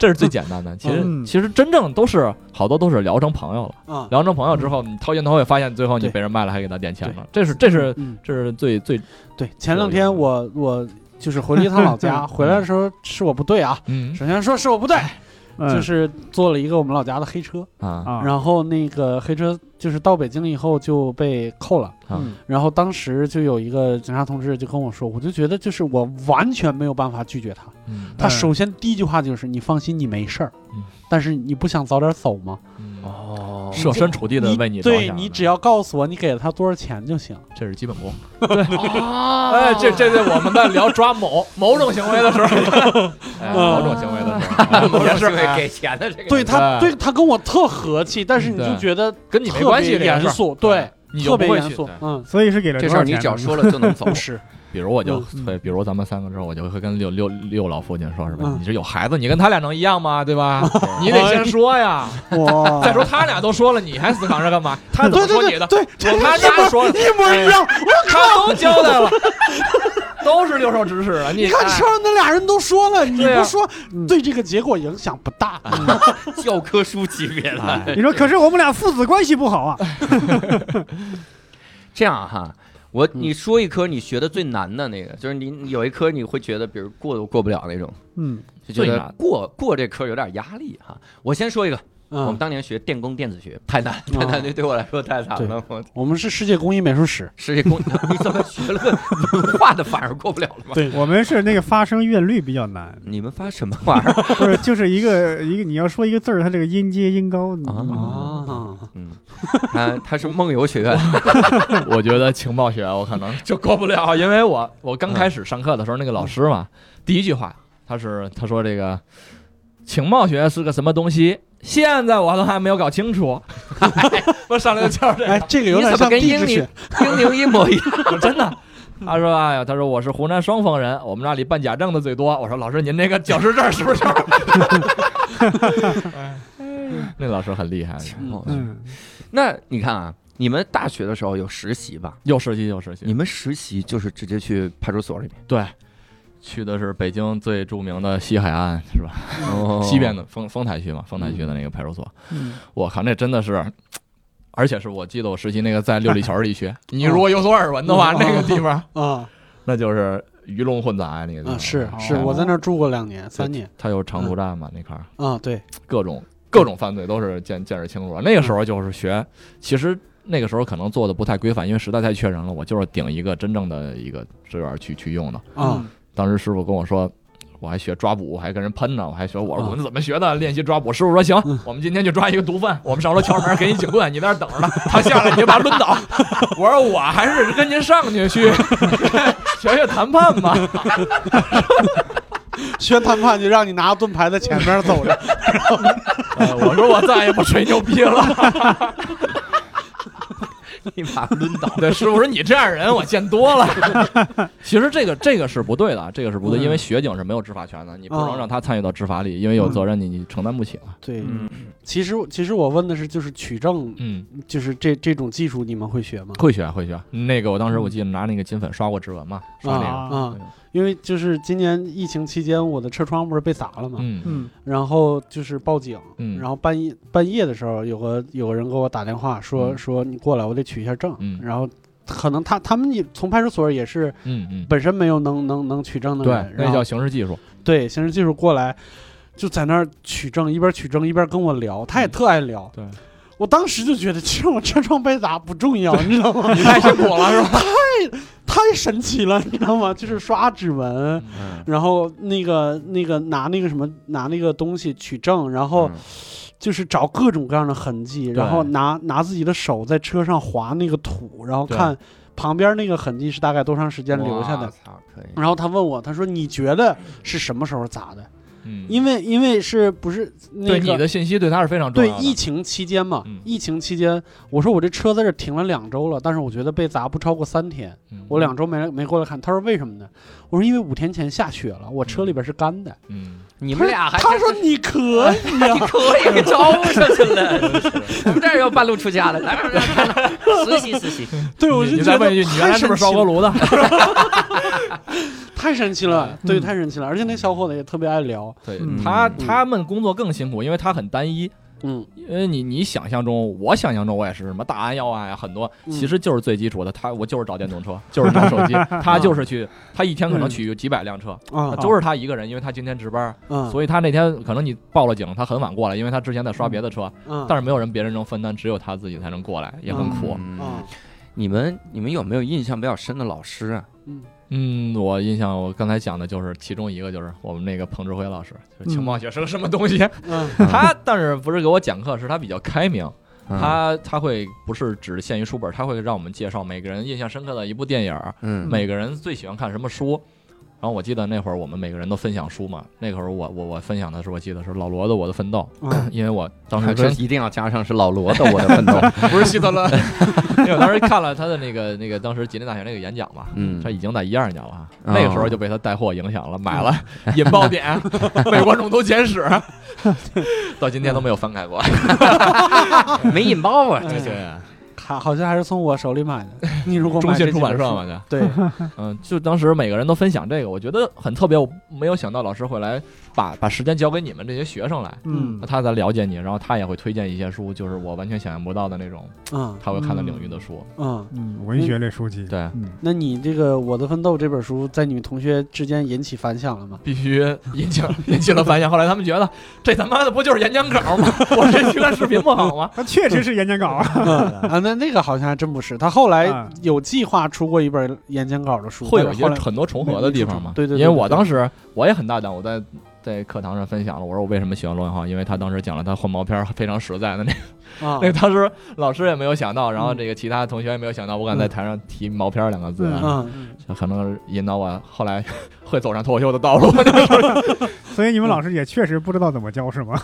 Speaker 5: 这是最简单的。其实
Speaker 2: 嗯
Speaker 5: 其实真正都是好多都是聊成朋友了。
Speaker 3: 啊。
Speaker 5: 聊成朋友之后，你掏钱掏会发现最后你
Speaker 3: 对
Speaker 5: 被人卖了，还给他垫钱了。这是这是
Speaker 3: 嗯，
Speaker 5: 这是最最
Speaker 3: 对，前两天我我就是回了一趟老 家，回来的时候是我不对啊。
Speaker 5: 嗯
Speaker 3: 首先说是我不对， 就
Speaker 2: 嗯
Speaker 3: 是坐了一个我们老家的黑车，
Speaker 5: 啊
Speaker 2: 啊，
Speaker 3: 然后那个黑车就是到北京了以后就被扣了。
Speaker 5: 啊
Speaker 2: 嗯
Speaker 3: 然后当时就有一个警察同志就跟我说，我就觉得就是我完全没有办法拒绝他。
Speaker 5: 嗯
Speaker 3: 他
Speaker 2: 嗯
Speaker 3: 首先第一句话就是：“你放心，你没事儿
Speaker 5: 嗯，
Speaker 3: 但是你不想早点走吗
Speaker 5: 嗯，
Speaker 4: 哦
Speaker 5: 设身处地？”的为你着
Speaker 3: 对
Speaker 5: 想
Speaker 3: 你
Speaker 5: 的
Speaker 3: 只要告诉我你给了他多少钱就行。
Speaker 5: 这是基本功。
Speaker 3: 哦
Speaker 4: 啊
Speaker 5: 哎，这这对我们在聊抓 某某种行为的时候，哎某种行为的时
Speaker 3: 哦
Speaker 5: 候
Speaker 4: 也
Speaker 5: 也
Speaker 4: 是
Speaker 5: 是
Speaker 4: 会
Speaker 5: 哎
Speaker 4: 给钱的这个。
Speaker 3: 对他，
Speaker 5: 对嗯
Speaker 3: 对他跟我特和气，但是你就
Speaker 5: 对
Speaker 3: 觉得
Speaker 5: 跟你没关系
Speaker 3: 特
Speaker 5: 这
Speaker 3: 别
Speaker 5: 个事儿嗯
Speaker 3: 严肃，对，
Speaker 5: 你就
Speaker 3: 特别
Speaker 5: 不会
Speaker 3: 严
Speaker 5: 去
Speaker 3: 肃
Speaker 5: 对。
Speaker 3: 嗯，
Speaker 2: 所以是给了
Speaker 4: 这
Speaker 2: 多
Speaker 4: 事
Speaker 2: 少
Speaker 4: 儿你
Speaker 2: 钱呢？
Speaker 4: 只要说了就能走
Speaker 3: 不。是，
Speaker 5: 比如我就
Speaker 2: 嗯
Speaker 5: 会，比如咱们三个之后，我就会跟六六六老父亲说，是吧？
Speaker 3: 嗯
Speaker 5: 你这有孩子，你跟他俩能一样吗？对吧？ 你得先说呀。
Speaker 3: 哇，
Speaker 5: 再说他俩都说了，你还思考这干嘛？他怎 么
Speaker 3: 对
Speaker 5: 说
Speaker 3: 对
Speaker 5: 你
Speaker 3: 对
Speaker 5: 的？哎
Speaker 3: 对，
Speaker 5: 我看他说的
Speaker 3: 一模一模一样，
Speaker 5: 他都交代了，都是六兽指使啊！你
Speaker 3: 你看车上那俩人都说了，你
Speaker 5: 对啊嗯
Speaker 3: 不说对这个结果影响不大。
Speaker 4: 教科书级别
Speaker 5: 哎
Speaker 4: 的。
Speaker 2: 你说，可是我们俩父子关系不好啊。
Speaker 4: 这样哈，我你说一科你学的最难的那个，就是你有一科你会觉得，比如过都过不了那种，
Speaker 2: 嗯，
Speaker 4: 就觉
Speaker 5: 最
Speaker 4: 得
Speaker 5: 难
Speaker 4: 过过这科有点压力哈。我先说一个，我们
Speaker 3: 嗯，
Speaker 4: 当年学电工电子学太难太难，对对我来说太难了。我
Speaker 3: 我们是世界工艺美术史，
Speaker 4: 世界工， 你怎么学了个文化的反而过不了了吗？
Speaker 3: 对，
Speaker 2: 我们是那个发声韵律比较难，
Speaker 4: 你们发什么玩 意儿？
Speaker 2: 不是就是一个一个你要说一个字儿，它这个音阶音高
Speaker 4: 啊
Speaker 3: 啊，
Speaker 4: 嗯，他他是梦游学院，
Speaker 5: 我觉得情报学我可能 就过不了，嗯因为我我刚开始上课的时候，那个老师嘛，第一句话他是他说这个情报学是个什么东西，现在我都还没有搞清楚。 我上来就叫这
Speaker 3: 哎
Speaker 5: 个，，
Speaker 3: 这个有
Speaker 4: 你
Speaker 3: 点
Speaker 4: 怎么
Speaker 3: 像
Speaker 4: 跟
Speaker 3: 地
Speaker 4: 英
Speaker 3: 质
Speaker 4: 语
Speaker 3: 学，
Speaker 4: 英灵一模一样。
Speaker 5: 我真的。他说：“哎呀，他说我是湖南双峰人，我们那里办假证的最多。”我说：“老师，您那个教师证是不是 就是？”那老师很厉害，
Speaker 2: 嗯，
Speaker 4: 哦那你看啊，你们大学的时候有实习吧？
Speaker 5: 又实习又实
Speaker 4: 你
Speaker 5: 习。
Speaker 4: 们实习就是直接去派出所里面，
Speaker 5: 对，去的是北京最著名的西海岸，是吧？
Speaker 4: 哦
Speaker 5: 西边的丰丰台区嘛，丰台区的那个派出所。
Speaker 3: 嗯
Speaker 5: 我靠，那真的是，而且是我记得我实习那 个在六里桥地
Speaker 3: 哦
Speaker 5: 区，你如果有所耳闻的话，
Speaker 3: 嗯
Speaker 5: 那个地 方
Speaker 3: 啊
Speaker 5: 那就是鱼龙混杂呀，那个地
Speaker 3: 啊，
Speaker 5: 方
Speaker 3: 是
Speaker 5: 哎
Speaker 3: 是，我在那儿住过两年，三年
Speaker 5: 它有长途站嘛，那块儿
Speaker 3: 啊，对，
Speaker 5: 各种各种犯罪都是见见识清楚了。那个时候就是学，其实那个时候可能做的不太规范，因为实在太缺人了，我就是顶一个真正的一个职员去去用的。
Speaker 3: 啊，
Speaker 5: 当时师傅跟我说。我还学抓捕，我还跟人喷呢，我还学我说
Speaker 3: 啊
Speaker 5: 我们怎么学的？练习抓捕。师傅说行
Speaker 3: 嗯，
Speaker 5: 我们今天就抓一个毒贩，我们上楼敲门，给你警棍，你在那儿等着呢。他下来你就把他抡倒。 我说我还是跟您上去去 学学谈判吧。
Speaker 3: 宣谈判就让你拿盾牌在前面走着，
Speaker 5: 哎我说我再也不吹牛逼了。
Speaker 4: 你把抡倒。
Speaker 5: 对，师傅说你这样人我见多了。 其实这个这个是不对的啊，这个是不对，
Speaker 3: 嗯
Speaker 5: 因为学警是没有执法权的，你不
Speaker 3: 哦
Speaker 5: 能让他参与到执法里，因为有责任你你承担不起嘛。
Speaker 3: 对，
Speaker 4: 嗯，
Speaker 3: 其实其实我问的是，就是取证，
Speaker 5: 嗯，
Speaker 3: 就是这这种技术你们会学吗？
Speaker 5: 会学啊会学。那个我当时我记得拿那个金粉刷过指纹嘛，刷那个。
Speaker 2: 啊
Speaker 3: 嗯啊，因为就是今年疫情期间，我的车窗不是被砸了嘛，
Speaker 5: 嗯
Speaker 2: 嗯
Speaker 3: 然后就是报警，
Speaker 5: 嗯
Speaker 3: 然后半夜半夜的时候，有个有个人给我打电话说、
Speaker 5: 嗯
Speaker 3: 说你过来，我得取一下证，
Speaker 5: 嗯
Speaker 3: 然后。可能他他们也从派出所也是
Speaker 5: 嗯嗯，
Speaker 3: 本身没有能能能取证的
Speaker 5: 对
Speaker 3: 人，，然
Speaker 5: 那
Speaker 3: 后
Speaker 5: 叫刑事技术。
Speaker 3: 对刑事技术过来，就在那儿取证，一边取证一边跟我
Speaker 5: 嗯
Speaker 3: 聊，他也特爱聊。
Speaker 5: 对，
Speaker 3: 我当时就觉得，其实我车窗被砸不重要，你知道吗？
Speaker 5: 你太辛苦了是吧？
Speaker 3: 太神奇了，你知道吗？就是刷指纹，
Speaker 4: 嗯
Speaker 3: 然后那个那个拿那个什么拿那个东西取证，然
Speaker 4: 嗯
Speaker 3: 后就是找各种各样的痕迹，然后拿拿自己的手在车上划那个土，然后
Speaker 5: 对
Speaker 3: 看旁边那个痕迹是大概多长时间留下
Speaker 4: 哇
Speaker 3: 的。
Speaker 4: 操，可以。
Speaker 3: 然后他问我，他说你觉得是什么时候砸的？
Speaker 5: 嗯，
Speaker 3: 因为因为是不是那个
Speaker 5: 对你的信息对他是非常重
Speaker 3: 对
Speaker 5: 要的。
Speaker 3: 疫情期间嘛，
Speaker 5: 嗯
Speaker 3: 疫情期间，我说我这车在这停了两周了，但是我觉得被砸不超过三天，
Speaker 5: 嗯
Speaker 3: 我两周没来没过来看。他说为什么呢？我说因为五天前下雪了，我车里边是干的。
Speaker 5: 嗯，
Speaker 4: 你们俩还
Speaker 3: 他说你可
Speaker 5: 哎
Speaker 3: 以呀、
Speaker 4: 可以给招上去 了，我们这儿要半路出家了，来来来 来，实习实习。
Speaker 3: 对我
Speaker 5: 你
Speaker 3: 就
Speaker 5: 你
Speaker 3: 觉
Speaker 5: 再
Speaker 3: 得
Speaker 5: 问一句，你原来
Speaker 3: 太
Speaker 5: 是
Speaker 3: 神
Speaker 5: 不是
Speaker 3: 奇
Speaker 5: 烧锅
Speaker 3: 了，
Speaker 5: 炉的？
Speaker 3: 太神奇了，对，太神奇了。而且那小伙子也特别爱聊，
Speaker 5: 对
Speaker 2: 嗯
Speaker 5: 他，
Speaker 3: 嗯
Speaker 5: 他们工作更辛苦，因为他很单一。
Speaker 3: 嗯，
Speaker 5: 因为你你想象中，我想象中我也是什么大案要案呀，很多
Speaker 3: 嗯
Speaker 5: 其实就是最基础的。他我就是找电动车，就是 找手机，他就是去，他一天可能取几百辆车，
Speaker 3: 嗯啊，
Speaker 5: 都是他一个人，因为他今天值班，
Speaker 3: 嗯，
Speaker 5: 所以他那天可能你报了警，他很晚过来，因为他之前在刷别的车，
Speaker 3: 嗯，
Speaker 5: 但是没有人别人能分担，只有他自己才能过来，也很苦。
Speaker 1: 嗯
Speaker 3: 啊，
Speaker 4: 嗯你们你们有没有印象比较深的老师啊？
Speaker 3: 嗯
Speaker 5: 嗯，我印象我刚才讲的就是其中一个，就是我们那个彭志辉老师，就是情报学是个什么东西？
Speaker 3: 嗯
Speaker 5: 他但是不是给我讲课，是他比较开明。
Speaker 4: 啊
Speaker 1: 嗯
Speaker 5: 他他会不是只限于书本，他会让我们介绍每个人印象深刻的一部电影儿，
Speaker 4: 嗯
Speaker 5: 每个人最喜欢看什么书。然后我记得那会儿我们每个人都分享书嘛，那会儿我我我分享的是我记得是老罗的《我的奋斗》
Speaker 3: 嗯，
Speaker 5: 因为我当时
Speaker 4: 还
Speaker 5: 真
Speaker 4: 真一定要加上是老罗的我的奋 斗，
Speaker 5: 不是希特 勒，因为我当时看了他的那个那个当时吉林大学那个演讲嘛，
Speaker 4: 嗯
Speaker 5: 他已经在一二年了啊，
Speaker 4: 哦
Speaker 5: 那个时候就被他带货影响了，买了《引爆点》《美国种族简史》， 到今天都没有翻开过。
Speaker 4: 没引爆啊！
Speaker 3: 哎
Speaker 5: 对，
Speaker 3: 卡好像还是从我手里买的，你如果
Speaker 5: 中
Speaker 3: 买这
Speaker 5: 信
Speaker 3: 几
Speaker 5: 出版
Speaker 3: 本
Speaker 5: 社
Speaker 3: 书
Speaker 5: 嘛，就
Speaker 3: 对，
Speaker 5: 嗯，就当时每个人都分享这个，我觉得很特别。我没有想到老师会来把把时间交给你们这些学生来，
Speaker 2: 嗯
Speaker 5: 那他才了解你，然后他也会推荐一些书，就是我完全想象不到的那种
Speaker 3: 嗯
Speaker 5: 他会看的领域的书。
Speaker 3: 嗯，
Speaker 2: 嗯，文学类书籍，
Speaker 5: 对，
Speaker 2: 嗯，
Speaker 3: 那你这个《我的奋斗》这本书在你们同学之间引起反响了 吗？
Speaker 5: 必须引起引起了反响。后来他们觉得这他妈的不就是演讲稿 吗？我这去看视频不好吗？
Speaker 2: 它确实是演讲稿啊，
Speaker 3: 啊，那那个好像还真不是，他后来
Speaker 2: 啊
Speaker 3: 有计划出过一本演讲稿的书，
Speaker 5: 会有
Speaker 3: 但
Speaker 5: 一
Speaker 3: 是
Speaker 5: 些
Speaker 3: 后来
Speaker 5: 很多重合的地方嘛。嗯
Speaker 3: 对对对
Speaker 5: 因为我
Speaker 3: 对对
Speaker 5: 当时我也很大胆，我在在课堂上分享了，我说我为什么喜欢罗永浩，因为他当时讲了他换毛片儿非常实在的那
Speaker 3: 啊
Speaker 5: 那，个当时老师也没有想到，然后这个其他同学也没有想到，我敢在台上提“毛片”两个字，
Speaker 3: 嗯，
Speaker 5: 就可能引导我后来会走上脱口秀的道 路
Speaker 2: 所以你们老师也确实不知道怎么教是吗？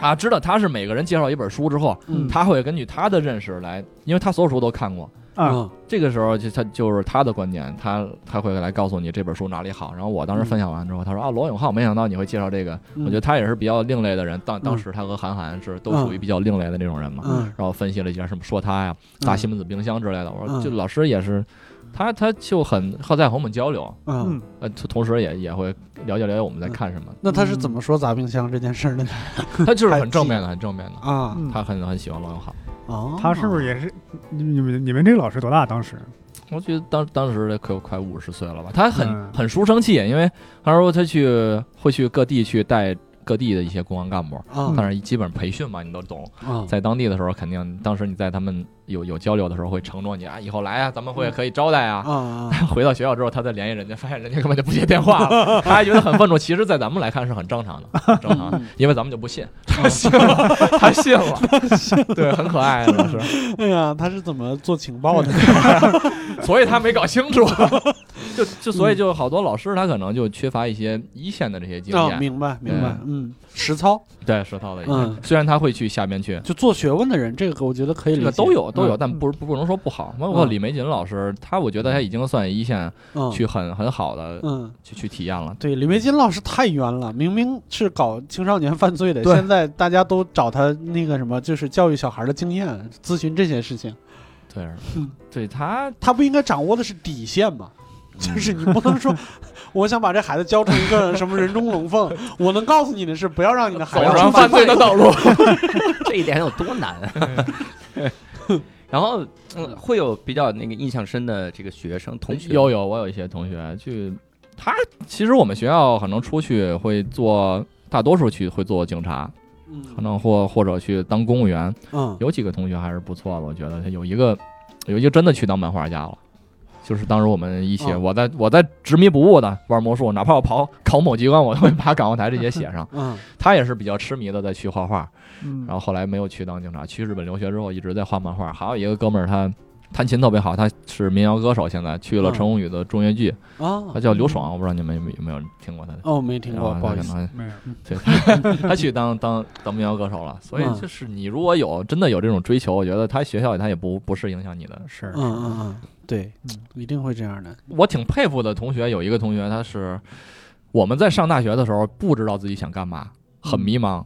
Speaker 5: 啊。知道他是每个人介绍一本书之后，
Speaker 3: 嗯
Speaker 5: 他会根据他的认识来，因为他所有书都看过。
Speaker 2: 啊，
Speaker 3: 嗯
Speaker 5: 这个时候就他就是他的观点，他他会来告诉你这本书哪里好。然后我当时分享完之后，他说啊，罗永浩，没想到你会介绍这个。
Speaker 3: 嗯
Speaker 5: 我觉得他也是比较另类的人，当当
Speaker 3: 嗯
Speaker 5: 时他和韩寒是都属于比较另类的那种人嘛。
Speaker 3: 嗯
Speaker 5: 然后分析了一下什么说他呀，大
Speaker 3: 嗯
Speaker 5: 西门子冰箱之类的。我说
Speaker 3: 嗯
Speaker 5: 就老师也是，他他就很好在和我们交流，
Speaker 3: 嗯
Speaker 2: 嗯，
Speaker 5: 呃，同同时也也会了解了解我们在看什么。
Speaker 3: 那他是怎么说砸冰箱这件事儿的呢？
Speaker 5: 他就是
Speaker 3: 还
Speaker 5: 很正
Speaker 3: 记
Speaker 5: 面的，很正面的，
Speaker 3: 啊
Speaker 2: 嗯
Speaker 5: 他很很喜欢罗永浩。
Speaker 3: 哦，
Speaker 2: 他是不是也是你你们你们这个老师多大当时？
Speaker 5: 我觉得当当时的可快五十岁了吧，他很、
Speaker 2: 嗯
Speaker 5: 很书生气，因为他说他去会去各地去带各地的一些公安干部，
Speaker 3: 啊
Speaker 5: 但是基本培训嘛，你都懂，
Speaker 3: 啊
Speaker 5: 在当地的时候肯定，当时你在他们有有交流的时候会承诺你啊，以后来啊，咱们会可以招待啊。
Speaker 3: 啊
Speaker 5: 回到学校之后，他再联系人家，发现人家根本就不接电话了，他还觉得很愤怒。其实，在咱们来看是很正常的，很正
Speaker 3: 哦
Speaker 5: 常的，因为咱们就不信， 他信了，他信了，对，很可爱，啊老师。
Speaker 3: 哎呀，他是怎么做情报的？
Speaker 5: 所以他没搞清楚，就就所以就好多老师他可能就缺乏一些一线的这些经
Speaker 3: 啊，
Speaker 5: 验，
Speaker 3: 明白明白，嗯，实操，
Speaker 5: 对实操的一些。
Speaker 3: 嗯
Speaker 5: 虽然他会去下边去，
Speaker 3: 就做学问的人，这个我觉得可以
Speaker 5: 这
Speaker 3: 理解
Speaker 5: 个，都有都有，
Speaker 3: 嗯，
Speaker 5: 但不不不能说不好。包括
Speaker 3: 嗯
Speaker 5: 李玫瑾老师，他我觉得他已经算一线
Speaker 3: 嗯
Speaker 5: 去很很好的
Speaker 3: 嗯。
Speaker 5: 去去体验了。
Speaker 3: 对，李玫瑾老师太冤了，明明是搞青少年犯罪的，
Speaker 5: 对
Speaker 3: 现在大家都找他那个什么，就是教育小孩的经验，咨询这些事情，
Speaker 5: 对
Speaker 3: 嗯，
Speaker 5: 对他
Speaker 3: 他不应该掌握的是底线吗？
Speaker 5: 嗯
Speaker 3: 就是你不 能说，我想把这孩子教成一个什么人中龙凤，我能告诉你的是，不要让你的孩
Speaker 5: 走
Speaker 3: 子
Speaker 5: 上
Speaker 3: 出
Speaker 5: 犯罪的道路。
Speaker 4: 这一点有多 难啊？然后、嗯、会有比较那个印象深的这个学生同学，
Speaker 5: 有有，我有一些同学去，他其实我们学校可能出去会做，大多数去会做警察，可
Speaker 3: 嗯
Speaker 5: 能或或者去当公务员。
Speaker 3: 嗯
Speaker 5: 有几个同学还是不错的，我觉得他有一个，有一个真的去当漫画家了。就是当时我们一起，
Speaker 3: 哦。
Speaker 5: 我在我在执迷不悟的玩魔术，哪怕我跑考某机关，我都会把港澳台这些写上
Speaker 3: 嗯
Speaker 5: 他也是比较痴迷的在去画画，
Speaker 2: 嗯
Speaker 5: 然后后来没有去当警察，去日本留学之后一直在画漫画。还有一个哥们儿，他弹琴特别好，他是民谣歌手，现在去了
Speaker 3: 嗯
Speaker 5: 陈鸿宇的中乐剧，他
Speaker 3: 啊，
Speaker 5: 叫刘爽，我不知道你们有没有有没有听过他的。
Speaker 3: 哦，没听过，
Speaker 5: 然后
Speaker 3: 不好
Speaker 5: 他
Speaker 3: 意
Speaker 5: 啊可
Speaker 3: 思，
Speaker 5: 能
Speaker 2: 没有，
Speaker 5: 对，他去当当当民谣歌手了。所以
Speaker 3: 嗯
Speaker 5: 就是你如果有真的有这种追求，我觉得他学校他也不不是影响你的。
Speaker 2: 是
Speaker 3: 嗯，嗯嗯，对，一定会这样的，
Speaker 5: 我挺佩服的同学，有一个同学他是我们在上大学的时候不知道自己想干嘛，很迷茫，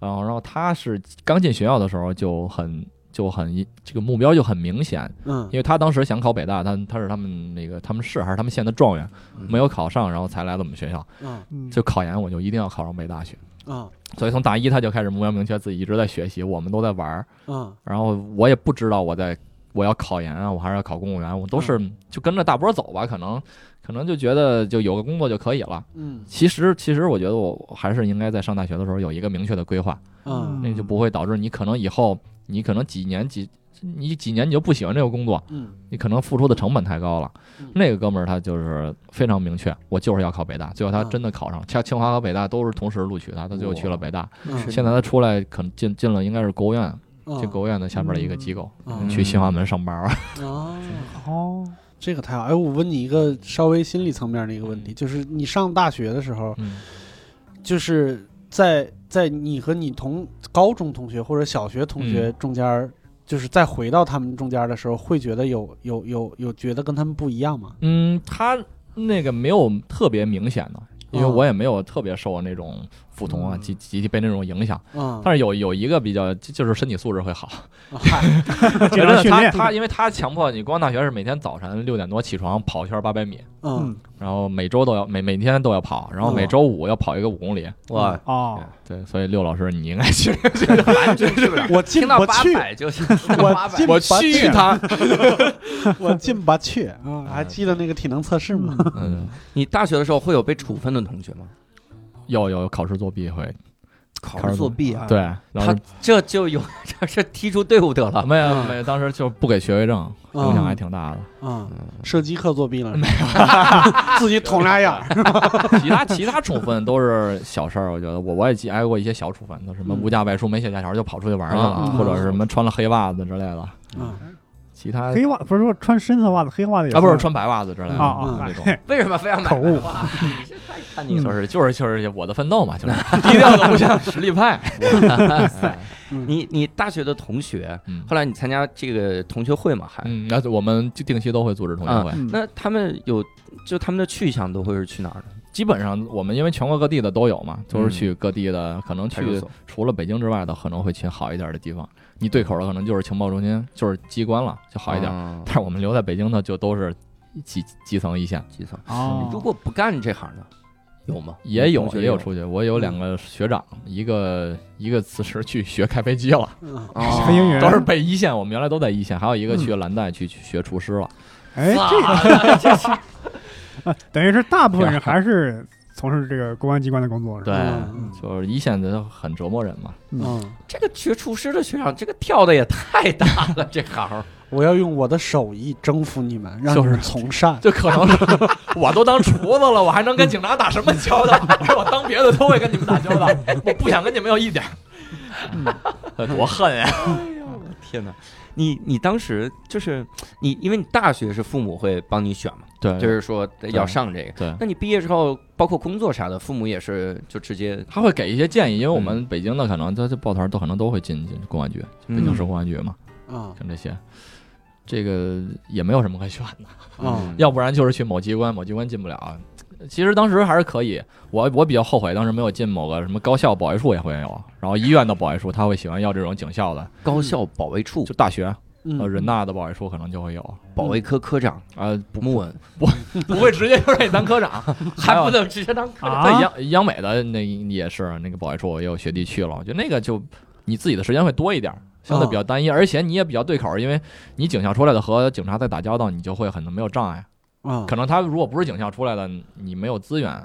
Speaker 5: 然后然后他是刚进学校的时候就很。就很一这个目标就很明显，
Speaker 3: 嗯
Speaker 5: 因为他当时想考北大，他他是他们那个他们市还是他们县的状元，
Speaker 1: 嗯
Speaker 5: 没有考上，然后才来了我们学校。
Speaker 3: 嗯
Speaker 2: 嗯
Speaker 5: 就考研，我就一定要考上北大去。
Speaker 3: 嗯
Speaker 5: 所以从大一他就开始目标明确，自己一直在学习，我们都在玩儿。
Speaker 3: 嗯
Speaker 5: 然后我也不知道我在我要考研啊，我还是要考公务员，我都是
Speaker 3: 嗯
Speaker 5: 就跟着大波走吧，可能可能就觉得就有个工作就可以了。
Speaker 3: 嗯
Speaker 5: 其实其实我觉得我还是应该在上大学的时候有一个明确的规划，
Speaker 3: 嗯
Speaker 5: 那就不会导致你可能以后你可能几年几你几年你就不喜欢这个工作，
Speaker 3: 嗯
Speaker 5: 你可能付出的成本太高了
Speaker 3: 嗯。
Speaker 5: 那个哥们儿他就是非常明确，我就是要考北大，最后他
Speaker 3: 嗯
Speaker 5: 真的考上，清清华和北大都是同时录取他，他最后去了北大。
Speaker 3: 嗯
Speaker 5: 现在他出来可能进进了应该是国务院，
Speaker 3: 嗯
Speaker 5: 进国务院的下边的一个机构，
Speaker 3: 嗯
Speaker 5: 去新华门上班儿。
Speaker 3: 哦。
Speaker 2: 哦，
Speaker 3: 这个太好。哎，我问你一个稍微心理层面的一个问题，就是你上大学的时候，
Speaker 5: 嗯
Speaker 3: 就是在在你和你同高中同学或者小学同学中间儿，就是再回到他们中间儿的时候，会觉得有有有有觉得跟他们不一样吗？
Speaker 5: 嗯，他那个没有特别明显的，因为
Speaker 3: 哦
Speaker 5: 我也没有特别受那种腹痛啊，极极其被那种影响。
Speaker 3: 嗯，
Speaker 5: 但是有有一个比较，就就是身体素质会好。
Speaker 3: 嗨
Speaker 5: 觉
Speaker 2: 经
Speaker 5: 得
Speaker 2: 常训
Speaker 5: 他
Speaker 2: 练，
Speaker 5: 他，因为他强迫你，光大学是每天早晨六点多起床跑一圈八百米，
Speaker 3: 嗯，
Speaker 5: 然后每周都要每每天都要跑，然后每周五要跑一个五公里。
Speaker 1: 哇，
Speaker 2: 哦，
Speaker 5: 对，所以六老师你应该 去，
Speaker 1: 完全去不了。
Speaker 3: 我进
Speaker 1: 听到
Speaker 3: 不
Speaker 1: 八
Speaker 3: 去，
Speaker 1: 百就行，
Speaker 3: 我进不去，
Speaker 5: 他。
Speaker 3: 我进不去啊！还记得那个体能测试吗？
Speaker 5: 嗯，
Speaker 1: 你大学的时候会有被处分的同学吗？
Speaker 5: 有有考试作弊会，
Speaker 1: 考
Speaker 5: 试
Speaker 1: 试
Speaker 5: 作
Speaker 1: 作弊啊！
Speaker 5: 对，然后
Speaker 1: 他这就有 这是踢出队伍得 了。
Speaker 5: 没有没有，当时就不给学位证，
Speaker 3: 嗯
Speaker 5: 影响还挺大的。
Speaker 3: 嗯，射击课作弊了，没有， 自己捅俩眼 儿。
Speaker 5: 其他其他处分都是小事儿，我觉得我我也记挨过一些小处分，就什么
Speaker 3: 嗯
Speaker 5: 无价外出没写假条就跑出去玩儿去
Speaker 1: 啊
Speaker 5: 了，
Speaker 3: 嗯
Speaker 5: 或者是什么穿了黑袜子之类的。
Speaker 3: 嗯，
Speaker 5: 其他
Speaker 2: 黑袜不是说穿深色袜子，黑袜子也
Speaker 5: 啊不是穿白袜子之类的
Speaker 2: 啊啊
Speaker 5: 那种。
Speaker 1: 为什么非要买
Speaker 2: 口误
Speaker 1: 哇你这太看你
Speaker 5: 你
Speaker 1: 了
Speaker 5: 说是就是就是我的奋斗 嘛，就是低调的不像实力派。
Speaker 1: 哇塞
Speaker 3: 嗯
Speaker 1: 你你大学的同学，
Speaker 5: 嗯
Speaker 1: 后来你参加这个同学会嘛？还
Speaker 5: 嗯，那我们就定期都会组织同学会，
Speaker 2: 嗯
Speaker 1: 那他们有就他们的去向都会是去哪儿呢？
Speaker 5: 基本上我们因为全国各地的都有嘛，就是去各地的，可能
Speaker 1: 嗯派出
Speaker 5: 去
Speaker 1: 所
Speaker 5: 除了北京之外的，可能会去好一点的地方。你对口的可能就是情报中心，就是机关了，就好一点。
Speaker 1: 点
Speaker 5: 但是我们留在北京的就都是基基层一线，
Speaker 1: 基层。
Speaker 2: 哦
Speaker 1: 如果不干这行的，嗯有吗？
Speaker 5: 也有
Speaker 1: 同学
Speaker 5: 也有出去。我有两个学长，一个一个辞职去学开飞机了，
Speaker 3: 嗯
Speaker 1: 哦
Speaker 2: 学英语
Speaker 5: 都是被一线，我们原来都在一线，还有一个去蓝带去去学厨师了。
Speaker 2: 哎，这这是啊等于是大部分人还是从事这个公安机关的工作，是吧？
Speaker 5: 对，
Speaker 3: 嗯
Speaker 5: 就是一线的很折磨人嘛。
Speaker 3: 嗯，
Speaker 1: 这个学厨师的学长，这个跳的也太大了，这行。
Speaker 3: 我要用我的手艺征服你们，让你们从 善。
Speaker 5: 就可能 是我都当厨子了，我还能跟警察打什
Speaker 1: 嗯
Speaker 5: 么交道？ 我当别的都会跟你们打交道，我不想跟你们有一点
Speaker 1: 嗯
Speaker 5: 儿， 多恨呀！
Speaker 1: 天哪！你你当时就是你，因为你大学是父母会帮你选嘛，
Speaker 5: 对
Speaker 1: 就是说要上这个。
Speaker 5: 对，
Speaker 1: 那你毕业之后，包括工作啥的，父母也是就直接
Speaker 5: 他会给一些建议，因为我
Speaker 1: 嗯
Speaker 5: 们北京的可能他就抱团都可能都会进进公安局，北京市公安局嘛，
Speaker 3: 啊
Speaker 5: 像这些。这个也没有什么可选
Speaker 1: 嗯
Speaker 5: 的，
Speaker 3: 啊！
Speaker 5: 要不然就是去某机关，某机关进不了。其实当时还是可以，我我比较后悔当时没有进某个什么高校保卫处也会有，然后医院的保卫处他会喜欢要这种警校的，
Speaker 1: 高校保卫处
Speaker 5: 就大学呃，
Speaker 3: 嗯，
Speaker 5: 人大的保卫处可能就会有啊、
Speaker 1: 保卫科科长
Speaker 5: 不
Speaker 1: 木稳，
Speaker 5: 不会直接就让你当 科长，还有
Speaker 1: 能直接当科
Speaker 5: 在
Speaker 2: 啊，
Speaker 5: 央央美的那也是那个保卫处，也有学弟去了，我觉得那个就你自己的时间会多一点，相对比
Speaker 2: 嗯
Speaker 5: 较单一，而且你也比较对口，因为你警校出来的和警察在打交道，你就会很没有障碍。
Speaker 2: 嗯
Speaker 3: 啊
Speaker 5: 可能他如果不是警校出来的，你没有资源。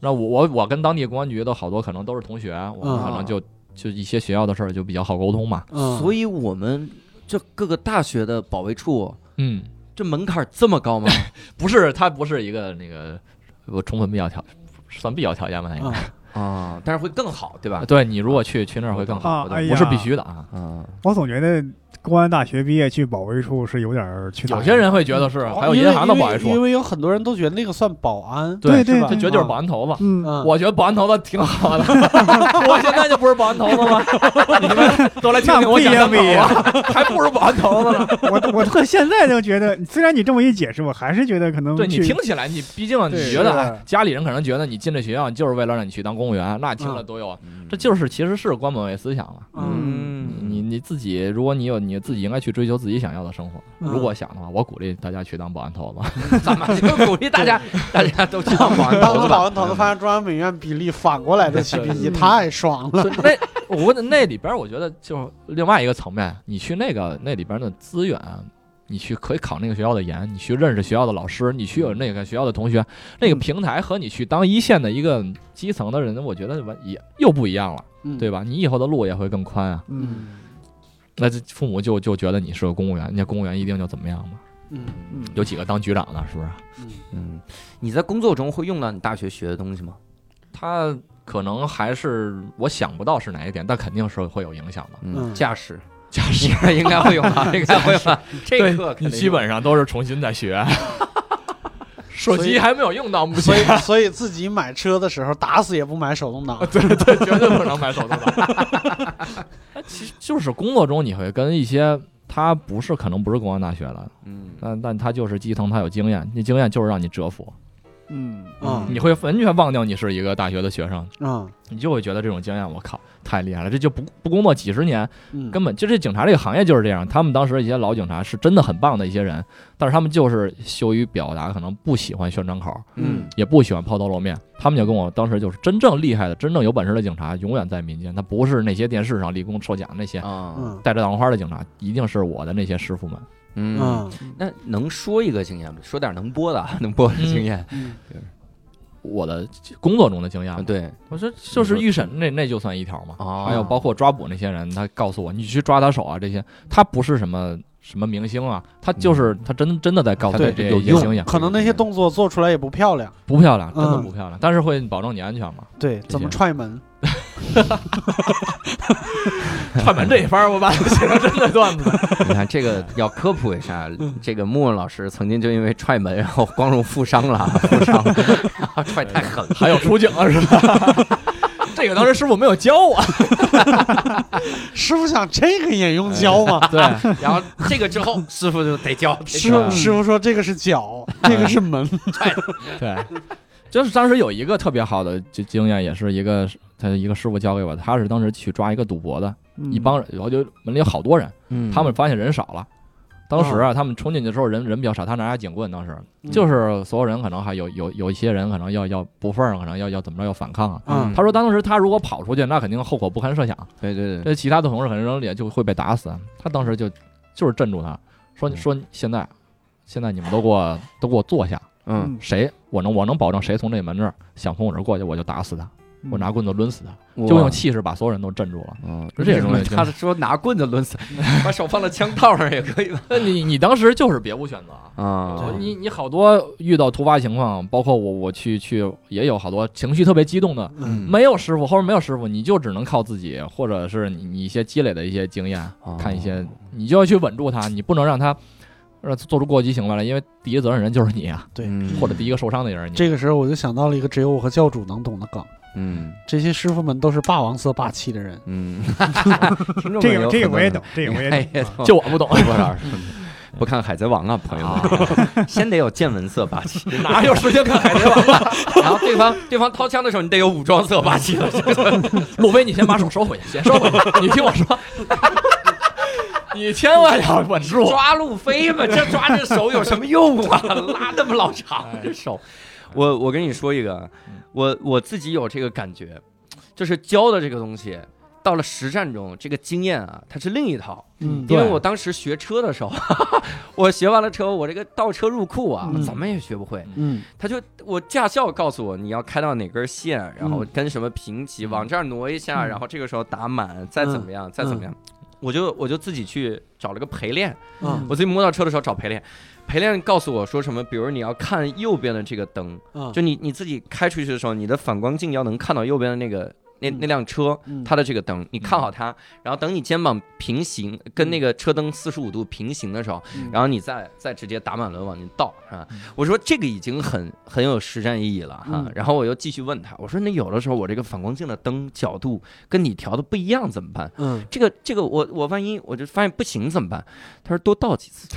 Speaker 5: 那我我我跟当地公安局的好多可能都是同学，我们
Speaker 2: 嗯
Speaker 5: 可能就、就一些学校的事儿就比较好沟通嘛。
Speaker 3: 嗯，
Speaker 1: 所以我们这各个大学的保卫处，
Speaker 5: 嗯，
Speaker 1: 这门槛这么高吗？
Speaker 5: 不是，他不是一个那个我充分必要条，算必要条件吧，那应该。
Speaker 2: 嗯
Speaker 3: 啊
Speaker 1: 啊，但是会更好，对吧？
Speaker 5: 对你如果去去那儿会更好，
Speaker 2: 啊
Speaker 5: 对
Speaker 2: 哎呀
Speaker 5: 不是必须的啊。
Speaker 1: 啊，
Speaker 2: 我总觉得公安大学毕业去保卫处是有点儿去打
Speaker 5: 有些人会觉得是，还有
Speaker 3: 因
Speaker 5: 银
Speaker 3: 为
Speaker 5: 行的
Speaker 3: 因
Speaker 5: 保
Speaker 3: 为
Speaker 5: 安
Speaker 3: 嗯因
Speaker 5: 处，
Speaker 3: 为有很多人都觉得那个算保安。
Speaker 2: 对
Speaker 3: 是
Speaker 2: 对
Speaker 3: 吧
Speaker 5: 这
Speaker 2: 对
Speaker 5: 绝对就是保安头子。
Speaker 2: 嗯，
Speaker 3: 嗯，
Speaker 5: 我觉得保安头子挺好的，我现在就不是保安头子了，你们都来听听我讲
Speaker 2: 那
Speaker 5: 讲
Speaker 2: 不一样
Speaker 5: 吧，还不如保安头子呢。
Speaker 2: 我我到现在都觉得， 虽然你这么一解释，我还是觉得可能
Speaker 5: 对你
Speaker 2: 去
Speaker 5: 听起来，你毕竟你
Speaker 2: 对
Speaker 5: 觉得
Speaker 2: 是
Speaker 5: 哎家里人可能觉得你进这学校就是为了让你去当公务员，那听了都有，
Speaker 1: 嗯
Speaker 5: 这就是其实是关本位思想了。
Speaker 3: 嗯
Speaker 5: 你你自己，如果你有你自己应该去追求自己想要的生活。
Speaker 3: 嗯
Speaker 5: 如果想的话，我鼓励大家去当保安头子。
Speaker 1: 咱们就鼓励大家，大家都去当保
Speaker 5: 嗯
Speaker 1: 安
Speaker 3: 当
Speaker 1: 头
Speaker 3: 了
Speaker 1: 子
Speaker 3: 保
Speaker 1: 吧。
Speaker 3: 安头子，发现中央美院比例反过来的起比
Speaker 5: 嗯
Speaker 3: 例，太爽 了。
Speaker 5: 就那我那里边，我觉得就另外一个层面，你去那个那里边的资源，你去可以考那个学校的研，你去认识学校的老师，你去有那个学校的同学，那个平台和你去当一线的一个基层的人，我觉得完也又不一样了，
Speaker 3: 嗯
Speaker 5: 对吧？你以后的路也会更宽啊。
Speaker 2: 嗯
Speaker 5: 那这父母就就觉得你是个公务员，人家公务员一定就怎么样嘛？
Speaker 3: 嗯
Speaker 2: 嗯，
Speaker 5: 有几个当局长的，是不是？
Speaker 3: 嗯
Speaker 1: 嗯，你在工作中会用到你大学学的东西吗？
Speaker 5: 他可能还是我想不到是哪一点，但肯定是会有影响的。
Speaker 3: 嗯
Speaker 1: 驾驶
Speaker 5: 驾驶
Speaker 1: 应该应该会用 吧，应该会吧。这课
Speaker 5: 你
Speaker 1: 肯定
Speaker 5: 基本上都是重新再 学，手
Speaker 3: 所
Speaker 5: 机
Speaker 3: 以
Speaker 5: 还没有用到目
Speaker 3: 所
Speaker 5: 前，
Speaker 3: 以所以自己买车的时候，打死也不买手动挡。
Speaker 5: 对，绝对不能买手动挡。 其实就是工作中你会跟一些他不是可能不是公安大学的，
Speaker 1: 嗯
Speaker 5: 但但他就是基层，他有经验，那经验就是让你折服。
Speaker 2: 嗯
Speaker 3: 啊
Speaker 5: 你会完全忘掉你是一个大学的学生，
Speaker 1: 呃
Speaker 3: 啊
Speaker 5: 你就会觉得这种经验，我靠，太厉害了！这就不不工作几十年，
Speaker 3: 嗯，
Speaker 5: 根本就这警察这个行业就是这样。他们当时一些老警察是真的很棒的一些人，但是他们就是羞于表达，可能不喜欢宣传口，
Speaker 3: 嗯
Speaker 5: 也不喜欢抛头露面。他们就跟我当时就是真正厉害的、真正有本事的警察，永远在民间，他不是那些电视上立功受奖那些
Speaker 1: 啊，
Speaker 3: 嗯
Speaker 5: 带着大红花的警察，一定是我的那些师傅们。
Speaker 1: 嗯，
Speaker 3: 嗯
Speaker 1: 那能说一个经验吗？说点能播的啊，能播的经验。
Speaker 3: 嗯
Speaker 5: 我的工作中的经验
Speaker 1: 啊
Speaker 5: 嘛，
Speaker 1: 对，
Speaker 5: 我说就是预审那那就算一条嘛，
Speaker 1: 哦
Speaker 5: 还有包括抓捕那些人，他告诉我你去抓他手啊，这些他不是什么什么明星啊，他就是他真真的在告诉
Speaker 3: 对
Speaker 5: 你这
Speaker 1: 有
Speaker 5: 些
Speaker 1: 用
Speaker 5: 经验，
Speaker 3: 可能那些动作做出来也不漂亮，
Speaker 5: 不漂亮，真的
Speaker 3: 嗯
Speaker 5: 不漂亮，但是会保证你安全嘛。
Speaker 3: 对，怎么踹门？
Speaker 5: 踹门这一番，我把 写成真的段子，
Speaker 1: 你看这个要科普一下， 这个莫文老师曾经就因为踹门，然后光荣负伤了啊，负 伤，然后踹太狠 了。
Speaker 5: 还有出警是吧？ 这个当时师傅没有教我，
Speaker 3: 师傅想这个也用教吗？
Speaker 1: 哎
Speaker 5: 对，
Speaker 1: 然后这个之后，师傅就得教，嗯得
Speaker 3: 师
Speaker 1: 教
Speaker 3: 傅师傅说这个是脚，
Speaker 1: 嗯
Speaker 3: 这个是门。
Speaker 5: 对，就是当时有一个特别好的经经验，也是一个他一个师傅教给我的，他是当时去抓一个赌博的，一帮人，然后就门里有好多人，
Speaker 1: 嗯
Speaker 5: 他们发现人少了。当时啊，他们冲进去的时候人人比较少，他拿俩警棍，当时
Speaker 3: 嗯
Speaker 5: 就是所有人可能还有有有一些人可能要要不忿儿，可能要要怎么着要反抗啊。
Speaker 3: 嗯
Speaker 5: 他说当时他如果跑出去，那肯定后果不堪设想，
Speaker 1: 对对对，
Speaker 5: 这其他的同事可能也就会被打死。啊他当时就就是镇住他，说
Speaker 1: 嗯
Speaker 5: 说现在现在你们都给我都给我坐下，
Speaker 1: 嗯，
Speaker 5: 谁我能我能保证谁从这门这儿想从我这儿过去，我就打死他，
Speaker 2: 嗯
Speaker 5: 我拿棍子抡死他，就用气势把所有人都镇住了。
Speaker 1: 嗯，
Speaker 5: 这也是我的经
Speaker 1: 他
Speaker 5: 验
Speaker 1: 说拿棍子抡 死，把手放到枪套上也可以吧？
Speaker 5: 那你你当时就是别无选择啊。
Speaker 1: 啊，
Speaker 5: 你你好多遇到突发情况，包括我我去去也有好多情绪特别激动的，
Speaker 1: 嗯
Speaker 5: 没有师傅后面没有师傅，你就只能靠自己，或者是你你一些积累的一些经验，
Speaker 1: 哦
Speaker 5: 看一些你就要去稳住他，你不能让他让他做出过激行为来，因为第一责任人就是你啊，
Speaker 3: 对，
Speaker 1: 嗯
Speaker 5: 或者第一个受伤的人是你。
Speaker 3: 这个时候我就想到了一个只有我和教主能懂的梗。
Speaker 1: 嗯
Speaker 3: 这些师傅们都是霸王色霸气的人，
Speaker 1: 嗯，
Speaker 2: 这个这个我也懂，这个我也懂。啊
Speaker 1: 也 懂，
Speaker 5: 就我不懂，
Speaker 1: 郭老师。不看《海贼王》啊，朋友 们，先得有见闻色霸 气，
Speaker 5: 哪有时间看海贼王？
Speaker 1: 然后对方对方掏枪的时候，你得有武装色霸气了。
Speaker 5: 路飞，你先把手收回去，先收回去。你听我说，你千万要稳 住。
Speaker 1: 抓路飞 嘛，这抓这手有什么用啊？ 拉那么老长这手，哎我我跟你说一个啊，我我自己有这个感觉，就是教的这个东西，到了实战中，这个经验啊，它是另一套。
Speaker 3: 嗯
Speaker 1: 因为
Speaker 5: 对
Speaker 1: 我当时学车的时候， 我学完了车，我这个倒车入库啊
Speaker 3: 嗯，
Speaker 1: 怎么也学不会。
Speaker 3: 嗯
Speaker 1: 他就我驾校告诉我你要开到哪根线，然后跟什么平齐，
Speaker 5: 嗯
Speaker 1: 往这儿挪一下，
Speaker 3: 嗯
Speaker 1: 然后这个时候打满，再怎么样，再怎么样，我就我就自己去找了个陪练，
Speaker 3: 嗯
Speaker 1: 我自己摸到车的时候找陪练，陪练告诉我说什么，比如你要看右边的这个灯，
Speaker 3: 嗯，
Speaker 1: 就你你自己开出去的时候，你的反光镜要能看到右边的那个那
Speaker 3: 嗯
Speaker 1: 那辆车。
Speaker 3: 嗯
Speaker 1: 它的这个灯，你看好它，然后等你肩膀平行，跟那个车灯四十五度平行的时候，
Speaker 3: 嗯
Speaker 1: 然后你再再直接打满轮往进倒，啊。我说这个已经很很有实战意义了哈、
Speaker 3: 嗯
Speaker 1: 然后我又继续问他，我说那有的时候我这个反光镜的灯角度跟你调的不一样怎么办？
Speaker 3: 嗯，
Speaker 1: 这个这个我我万一我就发现不行怎么办？他说多倒几次，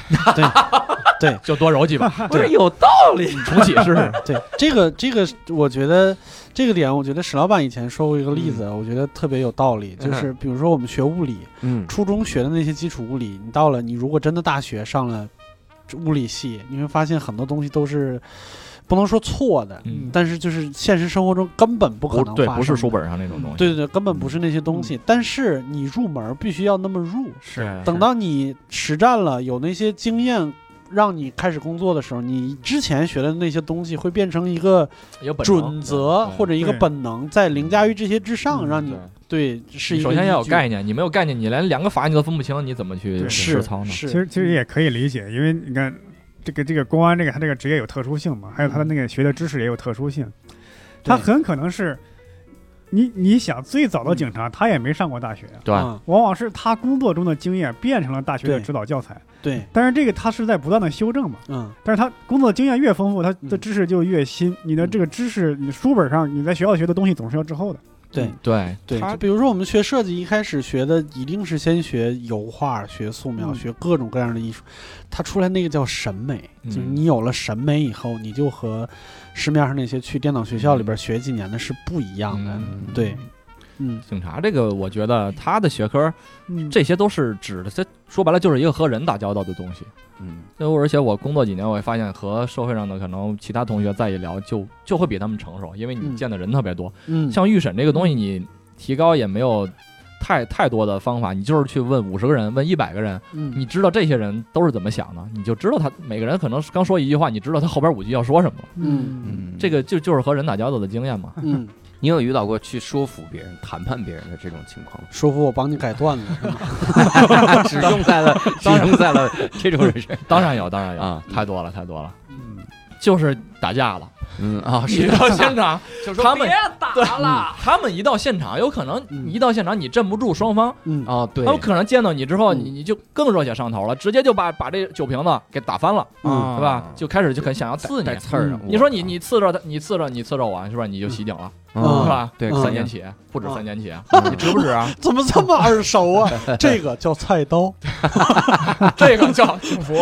Speaker 5: 就 多揉几
Speaker 2: 啊
Speaker 5: 把，
Speaker 1: 我说有道理，
Speaker 5: 重启试试。
Speaker 3: 对，这个这个，我觉得这个点，我觉得史老板以前说过一个例子，
Speaker 5: 嗯
Speaker 3: 我觉得特别有道理，就是比如说我们学物理，
Speaker 1: 嗯
Speaker 3: 初中学的那些基础物理，你到了你如果真的大学上了物理系，你会发现很多东西都是不能说错的，
Speaker 5: 嗯，
Speaker 3: 但是就是现实生活中根本不可
Speaker 5: 不
Speaker 3: 能
Speaker 5: 对，
Speaker 3: 发
Speaker 5: 不是
Speaker 3: 生
Speaker 5: 书
Speaker 3: 的。
Speaker 5: 本上那种东
Speaker 3: 嗯
Speaker 5: 西。嗯
Speaker 3: 对对对，根本不是那些东西，但是你入门必须要那么入，
Speaker 5: 是
Speaker 3: 等到你实战了，有那些经验，让你开始工作的时候，你之前学的那些东西会变成一个
Speaker 5: 有本嗯
Speaker 3: 准则或
Speaker 5: 者
Speaker 3: 者一个
Speaker 2: 对
Speaker 3: 本能，在凌驾于这些之上，让你对是一个
Speaker 5: 首先要有
Speaker 3: 依据
Speaker 5: 概念，你没有概念，你连两个法你都分不清，你怎么去
Speaker 2: 对
Speaker 5: 实
Speaker 3: 是
Speaker 5: 操呢？
Speaker 3: 是
Speaker 2: 其实其实也可以理解，因为你看这个这个公安这个他这个职业有特殊性嘛，还有他的那个学的知识也有特殊性，他很可能是。你你想最早的警察，他也没上过大学，啊
Speaker 5: 对
Speaker 3: 嗯
Speaker 2: 往往是他工作中的经验变成了大学的
Speaker 3: 对
Speaker 2: 指导教材。
Speaker 3: 对，
Speaker 2: 但是这个他是在不断的修正嘛，
Speaker 3: 嗯
Speaker 2: 但是他工作经验越丰富，他的
Speaker 3: 嗯
Speaker 2: 知识就越新。你的这个知识，你书本上你在学校学的东西总是要滞后的。
Speaker 3: 对
Speaker 5: 嗯对，
Speaker 3: 对，
Speaker 2: 它
Speaker 3: 就比如说我们学设计，一开始学的一定是先学油画、学素描、
Speaker 2: 嗯
Speaker 3: 学各种各样的艺术。它出来那个叫审美，就是
Speaker 5: 嗯
Speaker 3: 你有了审美以后，你就和市面上那些去电脑学校里边学几年的是不一样的。
Speaker 5: 嗯
Speaker 3: 对，嗯，
Speaker 5: 警察这个，我觉得他的学科
Speaker 2: 嗯，
Speaker 5: 这些都是指的，这说白了就是一个和人打交道的东西。
Speaker 1: 嗯，
Speaker 5: 就而且我工作几年，我也发现和社会上的可能其他同学再一聊就，就会比他们成熟，因为
Speaker 3: 嗯
Speaker 5: 你见的人特别多。
Speaker 3: 嗯，
Speaker 5: 像预审这个东西，你提高也没有太太多的方法，你就是去问五十个人，问一百个人，
Speaker 3: 嗯
Speaker 5: 你知道这些人都是怎么想的，你就知道他每个人可能是刚说一句话，你知道他后边五句要说什么了。
Speaker 3: 嗯
Speaker 5: 这个就就是和人打交道的经 验嘛。
Speaker 3: 嗯，
Speaker 1: 你有遇到过去说服别人、谈判别人的这种情况吗？
Speaker 3: 说服我帮你改段子是吗？
Speaker 1: 只用在了只用在了这种人身
Speaker 5: 当然有，当然有，
Speaker 1: 啊
Speaker 5: 太多了，太多了，
Speaker 2: 嗯，
Speaker 5: 就是打架了。
Speaker 1: 嗯啊，
Speaker 5: 你
Speaker 1: 是
Speaker 5: 到现场，他们
Speaker 4: 打
Speaker 5: 对，嗯他们一到现场，有可能
Speaker 3: 嗯
Speaker 5: 你一到现场你镇不住双方，
Speaker 3: 嗯，
Speaker 1: 啊，对
Speaker 5: 他们可能见到你之后，
Speaker 3: 嗯
Speaker 5: 你你就更热血上头了，直接就把把这酒瓶子给打翻了，
Speaker 3: 嗯
Speaker 5: 是吧？就开始就很想要刺你
Speaker 1: 啊带。刺儿啊的
Speaker 3: 嗯。
Speaker 1: 我
Speaker 5: 你说你你刺着他，你刺着你刺着我，啊是吧？你就袭警了，
Speaker 1: 嗯
Speaker 5: 是吧？
Speaker 1: 对
Speaker 3: 嗯
Speaker 5: 三年 起，不止
Speaker 3: 嗯
Speaker 5: 三年起，
Speaker 1: 嗯
Speaker 5: 你值不值啊？
Speaker 3: 怎么这么耳熟啊？这个叫菜刀，
Speaker 5: 这个叫幸福。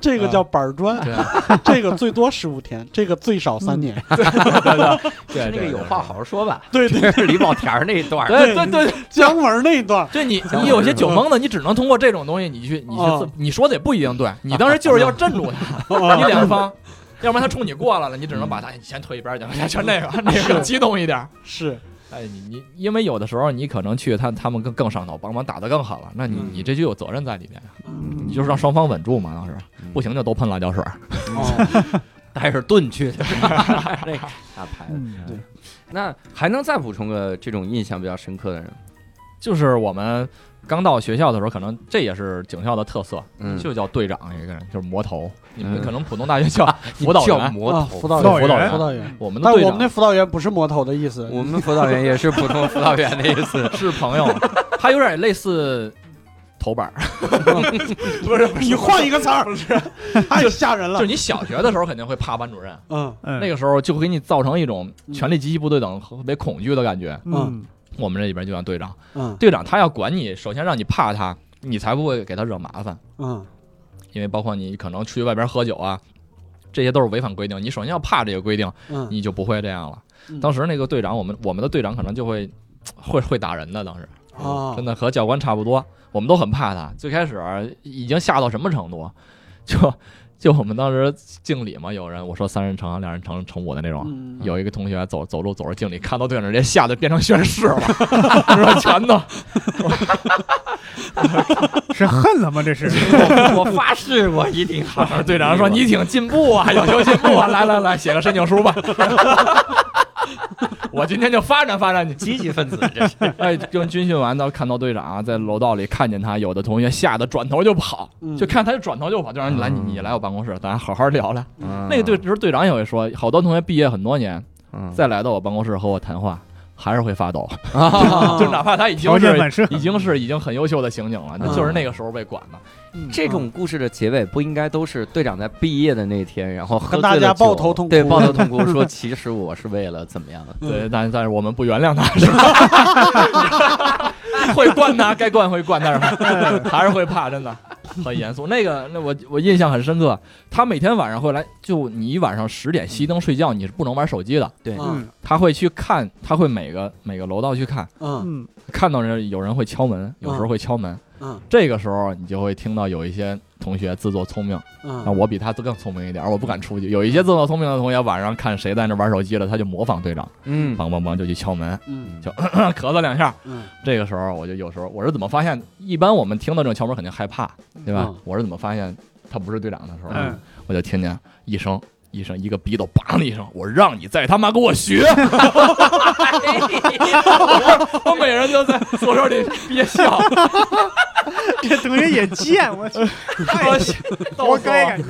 Speaker 3: 这个叫板砖，
Speaker 5: 对
Speaker 3: 这个最多十五天，这个最少三年。
Speaker 5: 对，
Speaker 1: 是那个
Speaker 5: 对
Speaker 1: 有话。好好说 吧，
Speaker 3: 对对，
Speaker 1: 是李宝田儿那一 段儿。
Speaker 5: 对对对对，
Speaker 3: 姜文那一段，
Speaker 5: 就你你有些酒蒙子，你只能通过这种东西，你去你去
Speaker 3: 哦
Speaker 5: 刺，你说的也不一定对，你当时就是要镇住他，你两方，要不然他冲你过来了，你只能把他你先推一边去，就那个那个激动一点。
Speaker 3: 是，
Speaker 5: 哎，你你因为有的时候你可能去他他们更更上头，帮忙打得更狠了，那你
Speaker 3: 嗯
Speaker 5: 你这就有责任在里面呀，
Speaker 3: 嗯
Speaker 5: 你就是让双方稳住嘛，当时
Speaker 1: 嗯
Speaker 5: 不行就都喷辣椒水儿。
Speaker 3: 哦，
Speaker 1: 带着盾去的，那个大牌子。
Speaker 2: 嗯
Speaker 3: 对
Speaker 1: 那还能再补充个这种印象比较深刻的人？
Speaker 5: 就是我们刚到学校的时候，可能这也是警校的特色，
Speaker 1: 嗯，
Speaker 5: 就叫队长一个人，就是魔头。你们
Speaker 1: 嗯
Speaker 5: 可能普通大学叫 辅导
Speaker 1: 叫
Speaker 5: 员，
Speaker 1: 魔
Speaker 3: 啊
Speaker 1: 头
Speaker 3: 辅导
Speaker 2: 员
Speaker 5: 辅
Speaker 2: 员
Speaker 5: 导员
Speaker 3: 辅，导员。
Speaker 5: 我们的
Speaker 3: 但
Speaker 5: 队
Speaker 3: 我们那
Speaker 5: 长。
Speaker 3: 辅导员不是魔头的意思，
Speaker 1: 我们辅导员也是普通辅导员的意思
Speaker 5: 是朋友，他有点类似头板儿，
Speaker 3: 不是，你换一个词儿，太吓人
Speaker 5: 就
Speaker 3: 了
Speaker 5: 是。你小学的时候肯定会怕班主任，
Speaker 3: 嗯
Speaker 2: 嗯
Speaker 5: 那个时候就会给你造成一种权力极其不对等、特别恐惧的感觉。
Speaker 2: 嗯
Speaker 5: 我们这里边就叫队长，
Speaker 3: 嗯
Speaker 5: 队长他要管你，首先让你怕他，你才不会给他惹麻烦，
Speaker 3: 嗯
Speaker 5: 因为包括你可能出去外边喝酒啊，这些都是违反规定，你首先要怕这个规定。
Speaker 3: 嗯，
Speaker 5: 你就不会这样了
Speaker 3: 嗯。
Speaker 5: 当时那个队长，我们我们的队长可能就会会会打人的，当时
Speaker 3: 啊
Speaker 5: 真的和教官差不多，我们都很怕他。最开始已经吓到什么程度？就就我们当时敬礼嘛，有人我说三人成行，啊两人成成五的那种。
Speaker 3: 嗯
Speaker 5: 有一个同学走走路走着敬礼，看到队长直接吓得变成宣誓了， 说全都
Speaker 2: 是恨了吗？这是
Speaker 1: 我发誓，我一定好。
Speaker 5: 队长说你挺进 步啊，有有进步啊，来来来， 写个申请书吧。我今天就发展发展你，
Speaker 1: 积极分子，这是
Speaker 5: 哎，跟军训完到看到队长啊、在楼道里看见他，有的同学吓得转头就跑，
Speaker 3: 嗯
Speaker 5: 就看他就转头就跑，队长你来你
Speaker 1: 嗯
Speaker 5: 你来我办公室，咱好好聊聊。那
Speaker 1: 那
Speaker 5: 个队就是队长也会说，好多同学毕业很多年，
Speaker 1: 嗯
Speaker 5: 再来到我办公室和我谈话。还是会发抖，
Speaker 3: 啊
Speaker 5: 就哪怕他已经
Speaker 2: 条件反
Speaker 5: 是
Speaker 2: 射
Speaker 5: 已经是已经很优秀的刑警了，
Speaker 1: 嗯
Speaker 5: 那就是那个时候被管的。
Speaker 1: 这种故事的结尾不应该都是队长在毕业的那天，然后喝
Speaker 3: 跟大
Speaker 1: 醉了
Speaker 3: 家
Speaker 1: 酒
Speaker 3: 抱头痛哭
Speaker 1: 对，抱头痛哭说其实我是为了怎么样？
Speaker 3: 嗯
Speaker 5: 对，但但是我们不原谅他，是吧？会惯他，该惯会惯，但是还是会怕，真的很严肃。那个，那我我印象很深刻，他每天晚上会来，就你一晚上十点熄灯睡觉，你是不能玩手机的。
Speaker 1: 对
Speaker 3: 嗯
Speaker 5: 他会去看，他会每个每个楼道去看，
Speaker 3: 嗯
Speaker 2: 嗯
Speaker 5: 看到人有人会敲门，有时候会敲门。
Speaker 3: 嗯
Speaker 5: 这个时候你就会听到有一些同学自作聪明，啊，
Speaker 3: 嗯，
Speaker 5: 我比他更聪明一点，我不敢出去。有一些自作聪明的同学晚上看谁在那玩手机了，他就模仿队长，
Speaker 1: 嗯
Speaker 5: 梆梆梆就去敲门。
Speaker 3: 嗯
Speaker 5: 咳嗽两下，
Speaker 3: 嗯
Speaker 5: 这个时候我就有时候我是怎么发现？一般我们听到这种敲门肯定害怕，对吧？
Speaker 3: 嗯
Speaker 5: 我是怎么发现他不是队长的时候，
Speaker 2: 嗯
Speaker 5: 我就听见一声一声一个逼斗，梆的一声，我让你再他妈给我学！ 我每人就在宿舍里 憋笑，
Speaker 2: 这同学也贱，我去，
Speaker 5: 我
Speaker 2: 哎活
Speaker 5: 我
Speaker 2: 该感觉。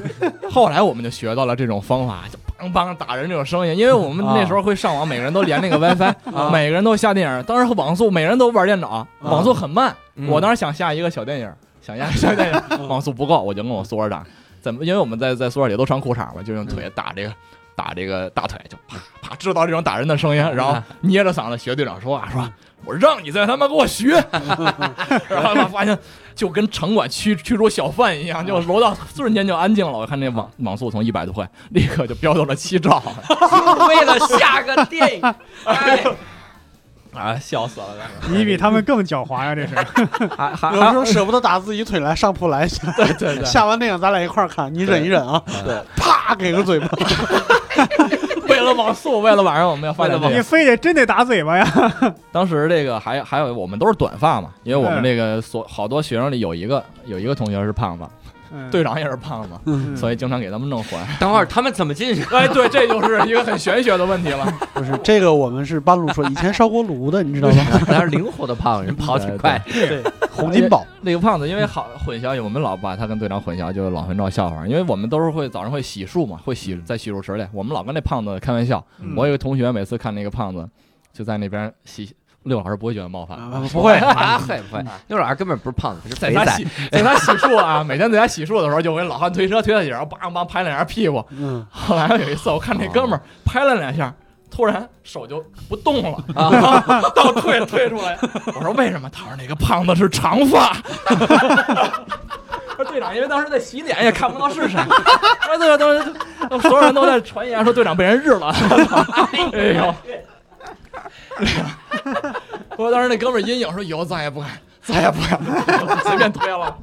Speaker 5: 后来我们就学到了这种方法，就梆梆打人这种声音，因为我们那时候会上网，每个人都连那个 WiFi，、每
Speaker 2: 啊
Speaker 5: 个人都下电影，当时网速每个人都玩电脑，网速很慢。
Speaker 1: 嗯
Speaker 5: 我当时想下一个小电影，想下一个小 电嗯影，网速不够，我就跟我宿舍打，怎么？因为我们在在宿舍里都穿裤衩嘛，就用腿打这个。打这个大腿，就啪啪制造这种打人的声音，然后捏着嗓子学队长说话，说我让你在他妈给我 学，然后他发现就跟城管驱驱逐小贩一样，就楼道瞬间就安静了。我看那网网速从一百多块立刻就飙到了七兆，
Speaker 4: 为了下个电 影，哎，
Speaker 5: 啊，笑死了！
Speaker 2: 你比他们更狡猾呀、这是。
Speaker 1: 还
Speaker 5: 啊
Speaker 1: 还
Speaker 3: 有时候舍不得打自己腿来上铺来，下
Speaker 5: 对对 对，
Speaker 3: 下完电影咱俩一块儿看，你忍一忍啊，
Speaker 5: 对，
Speaker 3: 啪给个嘴巴，
Speaker 5: 为了网速，为了晚上我们要发展这
Speaker 2: 你
Speaker 5: 个。
Speaker 2: 非得真得打嘴巴呀？
Speaker 5: 当时这个还还有我们都是短发嘛，因为我们这个所好多学生里有一个有一个同学是胖子，
Speaker 2: 嗯
Speaker 5: 队，长也是胖子，
Speaker 2: 嗯
Speaker 5: 所以经常给他们弄混。
Speaker 4: 等会儿他们怎么进去？
Speaker 5: 哎，对，这就是一个很玄学的问题了。
Speaker 3: 不是这个，我们是半路说，以前烧锅炉的，你知道吗？
Speaker 1: 但是灵活的胖人跑挺快，
Speaker 3: 对， 洪金宝，
Speaker 5: 那个胖子因为好混淆，我们老把他跟队长混淆，就是老会闹笑话。因为我们都是会早上会洗漱嘛，会洗在洗漱池里，我们老跟那胖子开玩笑。
Speaker 2: 嗯
Speaker 5: 我有个同学每次看那个胖子就在那边洗，六老师不会觉得冒犯。
Speaker 3: 啊不会，
Speaker 1: 啊，会不会？六老师根本不是胖子，他是
Speaker 5: 在
Speaker 1: 肥
Speaker 5: 他
Speaker 1: 仔
Speaker 5: 洗，在他洗漱啊，每天在他洗漱的时候，就有一老汉推车推他几下，梆梆拍两下屁股。
Speaker 3: 嗯，
Speaker 5: 后来有一次，我看那哥们儿拍了两下，突然手就不动了，
Speaker 1: 啊
Speaker 5: 然后倒退退出来。 我说为什么？他说那个胖子是长发。 说队长，因为当时在洗脸也看不到是谁。说队长当时所有人都在传言说队长被人日 了。哎 呦！我当时那哥们儿阴影说以后再也不敢，再也不敢随便推了。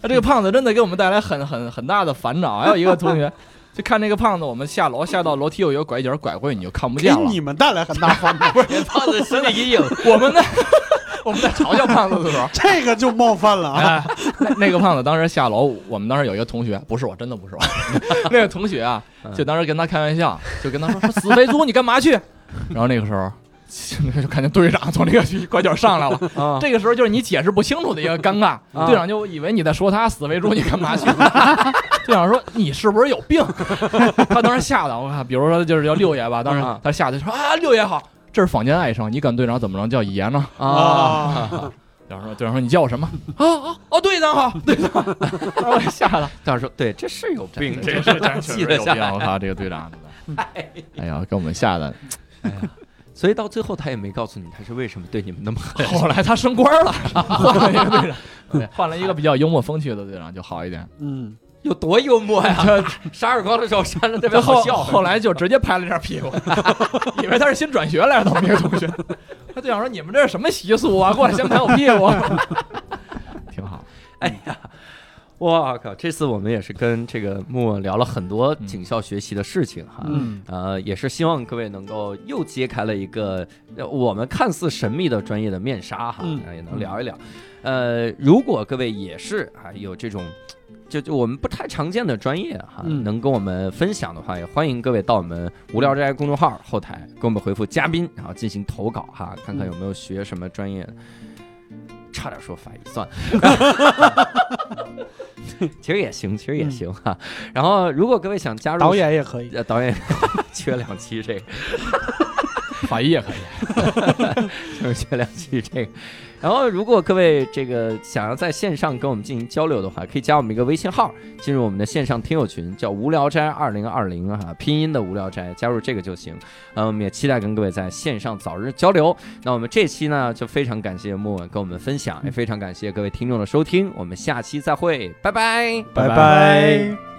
Speaker 5: 那这个胖子真的给我们带来很很很大的烦恼。还有一个同学，就看那个胖子，我们下楼下到楼梯有一个拐角，拐过去你就看不
Speaker 3: 给
Speaker 5: 见了。
Speaker 3: 你们带来很大烦恼，
Speaker 4: 胖子心理阴影，
Speaker 5: 我们在 我们在嘲笑胖子的 时候，
Speaker 3: 这个就冒犯了啊！
Speaker 5: 哎，那那个胖子当时下楼，我们当时有一个同学，不是我，真的不是我， 那个同学啊，
Speaker 4: 嗯
Speaker 5: 就当时跟他开玩笑，就跟他说说死肥猪，你干嘛去？然后那个时候。就看见队长从那个拐角上来了，
Speaker 1: 啊
Speaker 5: 这个时候就是你解释不清楚的一个尴 尬，
Speaker 1: 啊
Speaker 5: 队长就以为你在说他死肥猪，你干嘛去？ 队长说你是不是有病？ 他当时吓得我看，比如说就是叫六爷吧，当时
Speaker 1: 啊
Speaker 5: 他吓得说啊六爷好，这是坊间爱称，你管队长怎么能叫爷呢？
Speaker 1: 啊！
Speaker 5: 队长说队长说你叫我什么？啊啊哦队长 好，队长，把我吓得
Speaker 1: 到时候对，这是有病，
Speaker 5: 这
Speaker 1: 是
Speaker 5: 真
Speaker 1: 记得下来。
Speaker 5: 我操，这个队长， 哎呀，给我们吓得。
Speaker 1: 所以到最后他也没告诉你他是为什么对你们那么好。
Speaker 5: 后来他升官了， 换了一个队长，对，换了一个比较幽默风趣的队长就好一点。
Speaker 3: 嗯，
Speaker 1: 有多幽默呀！
Speaker 5: 他
Speaker 1: 杀耳光的时候扇的特别
Speaker 5: 他
Speaker 1: 好
Speaker 5: 后
Speaker 1: 笑。
Speaker 5: 后来就直接拍了一下屁股，以为他是新转学来的我们一个同学。他队长说：“你们这是什么习俗啊？过来先拍我屁股。” 挺好，
Speaker 1: 我靠，这次我们也是跟这个木木聊了很多警校学习的事情哈。
Speaker 3: 嗯
Speaker 1: 呃，也是希望各位能够又揭开了一个呃我们看似神秘的专业的面纱哈，
Speaker 3: 嗯
Speaker 1: 呃也能聊一聊。呃，如果各位也是啊有这种。就就我们不太常见的专业哈，
Speaker 3: 嗯
Speaker 1: 能跟我们分享的话，也欢迎各位到我们无聊斋公众号后台给我们回复嘉宾，然后进行投稿哈，看看有没有学什么专业的。差点说法医，算了， 其实也行，其实也行哈。然后如果各位想加入
Speaker 3: 导演也可以，
Speaker 1: 呃，导演 缺两期这个，
Speaker 5: 法医也可以。
Speaker 1: 就是缺两期这个。然后，如果各位这个想要在线上跟我们进行交流的话，可以加我们一个微信号，进入我们的线上听友群，叫“无聊斋二零二零”哈，拼音的“无聊斋”，加入这个就行。嗯，我们也期待跟各位在线上早日交流。那我们这期呢，就非常感谢莫文跟我们分享，也非常感谢各位听众的收听，我们下期再会，拜拜。
Speaker 3: 拜
Speaker 2: 拜。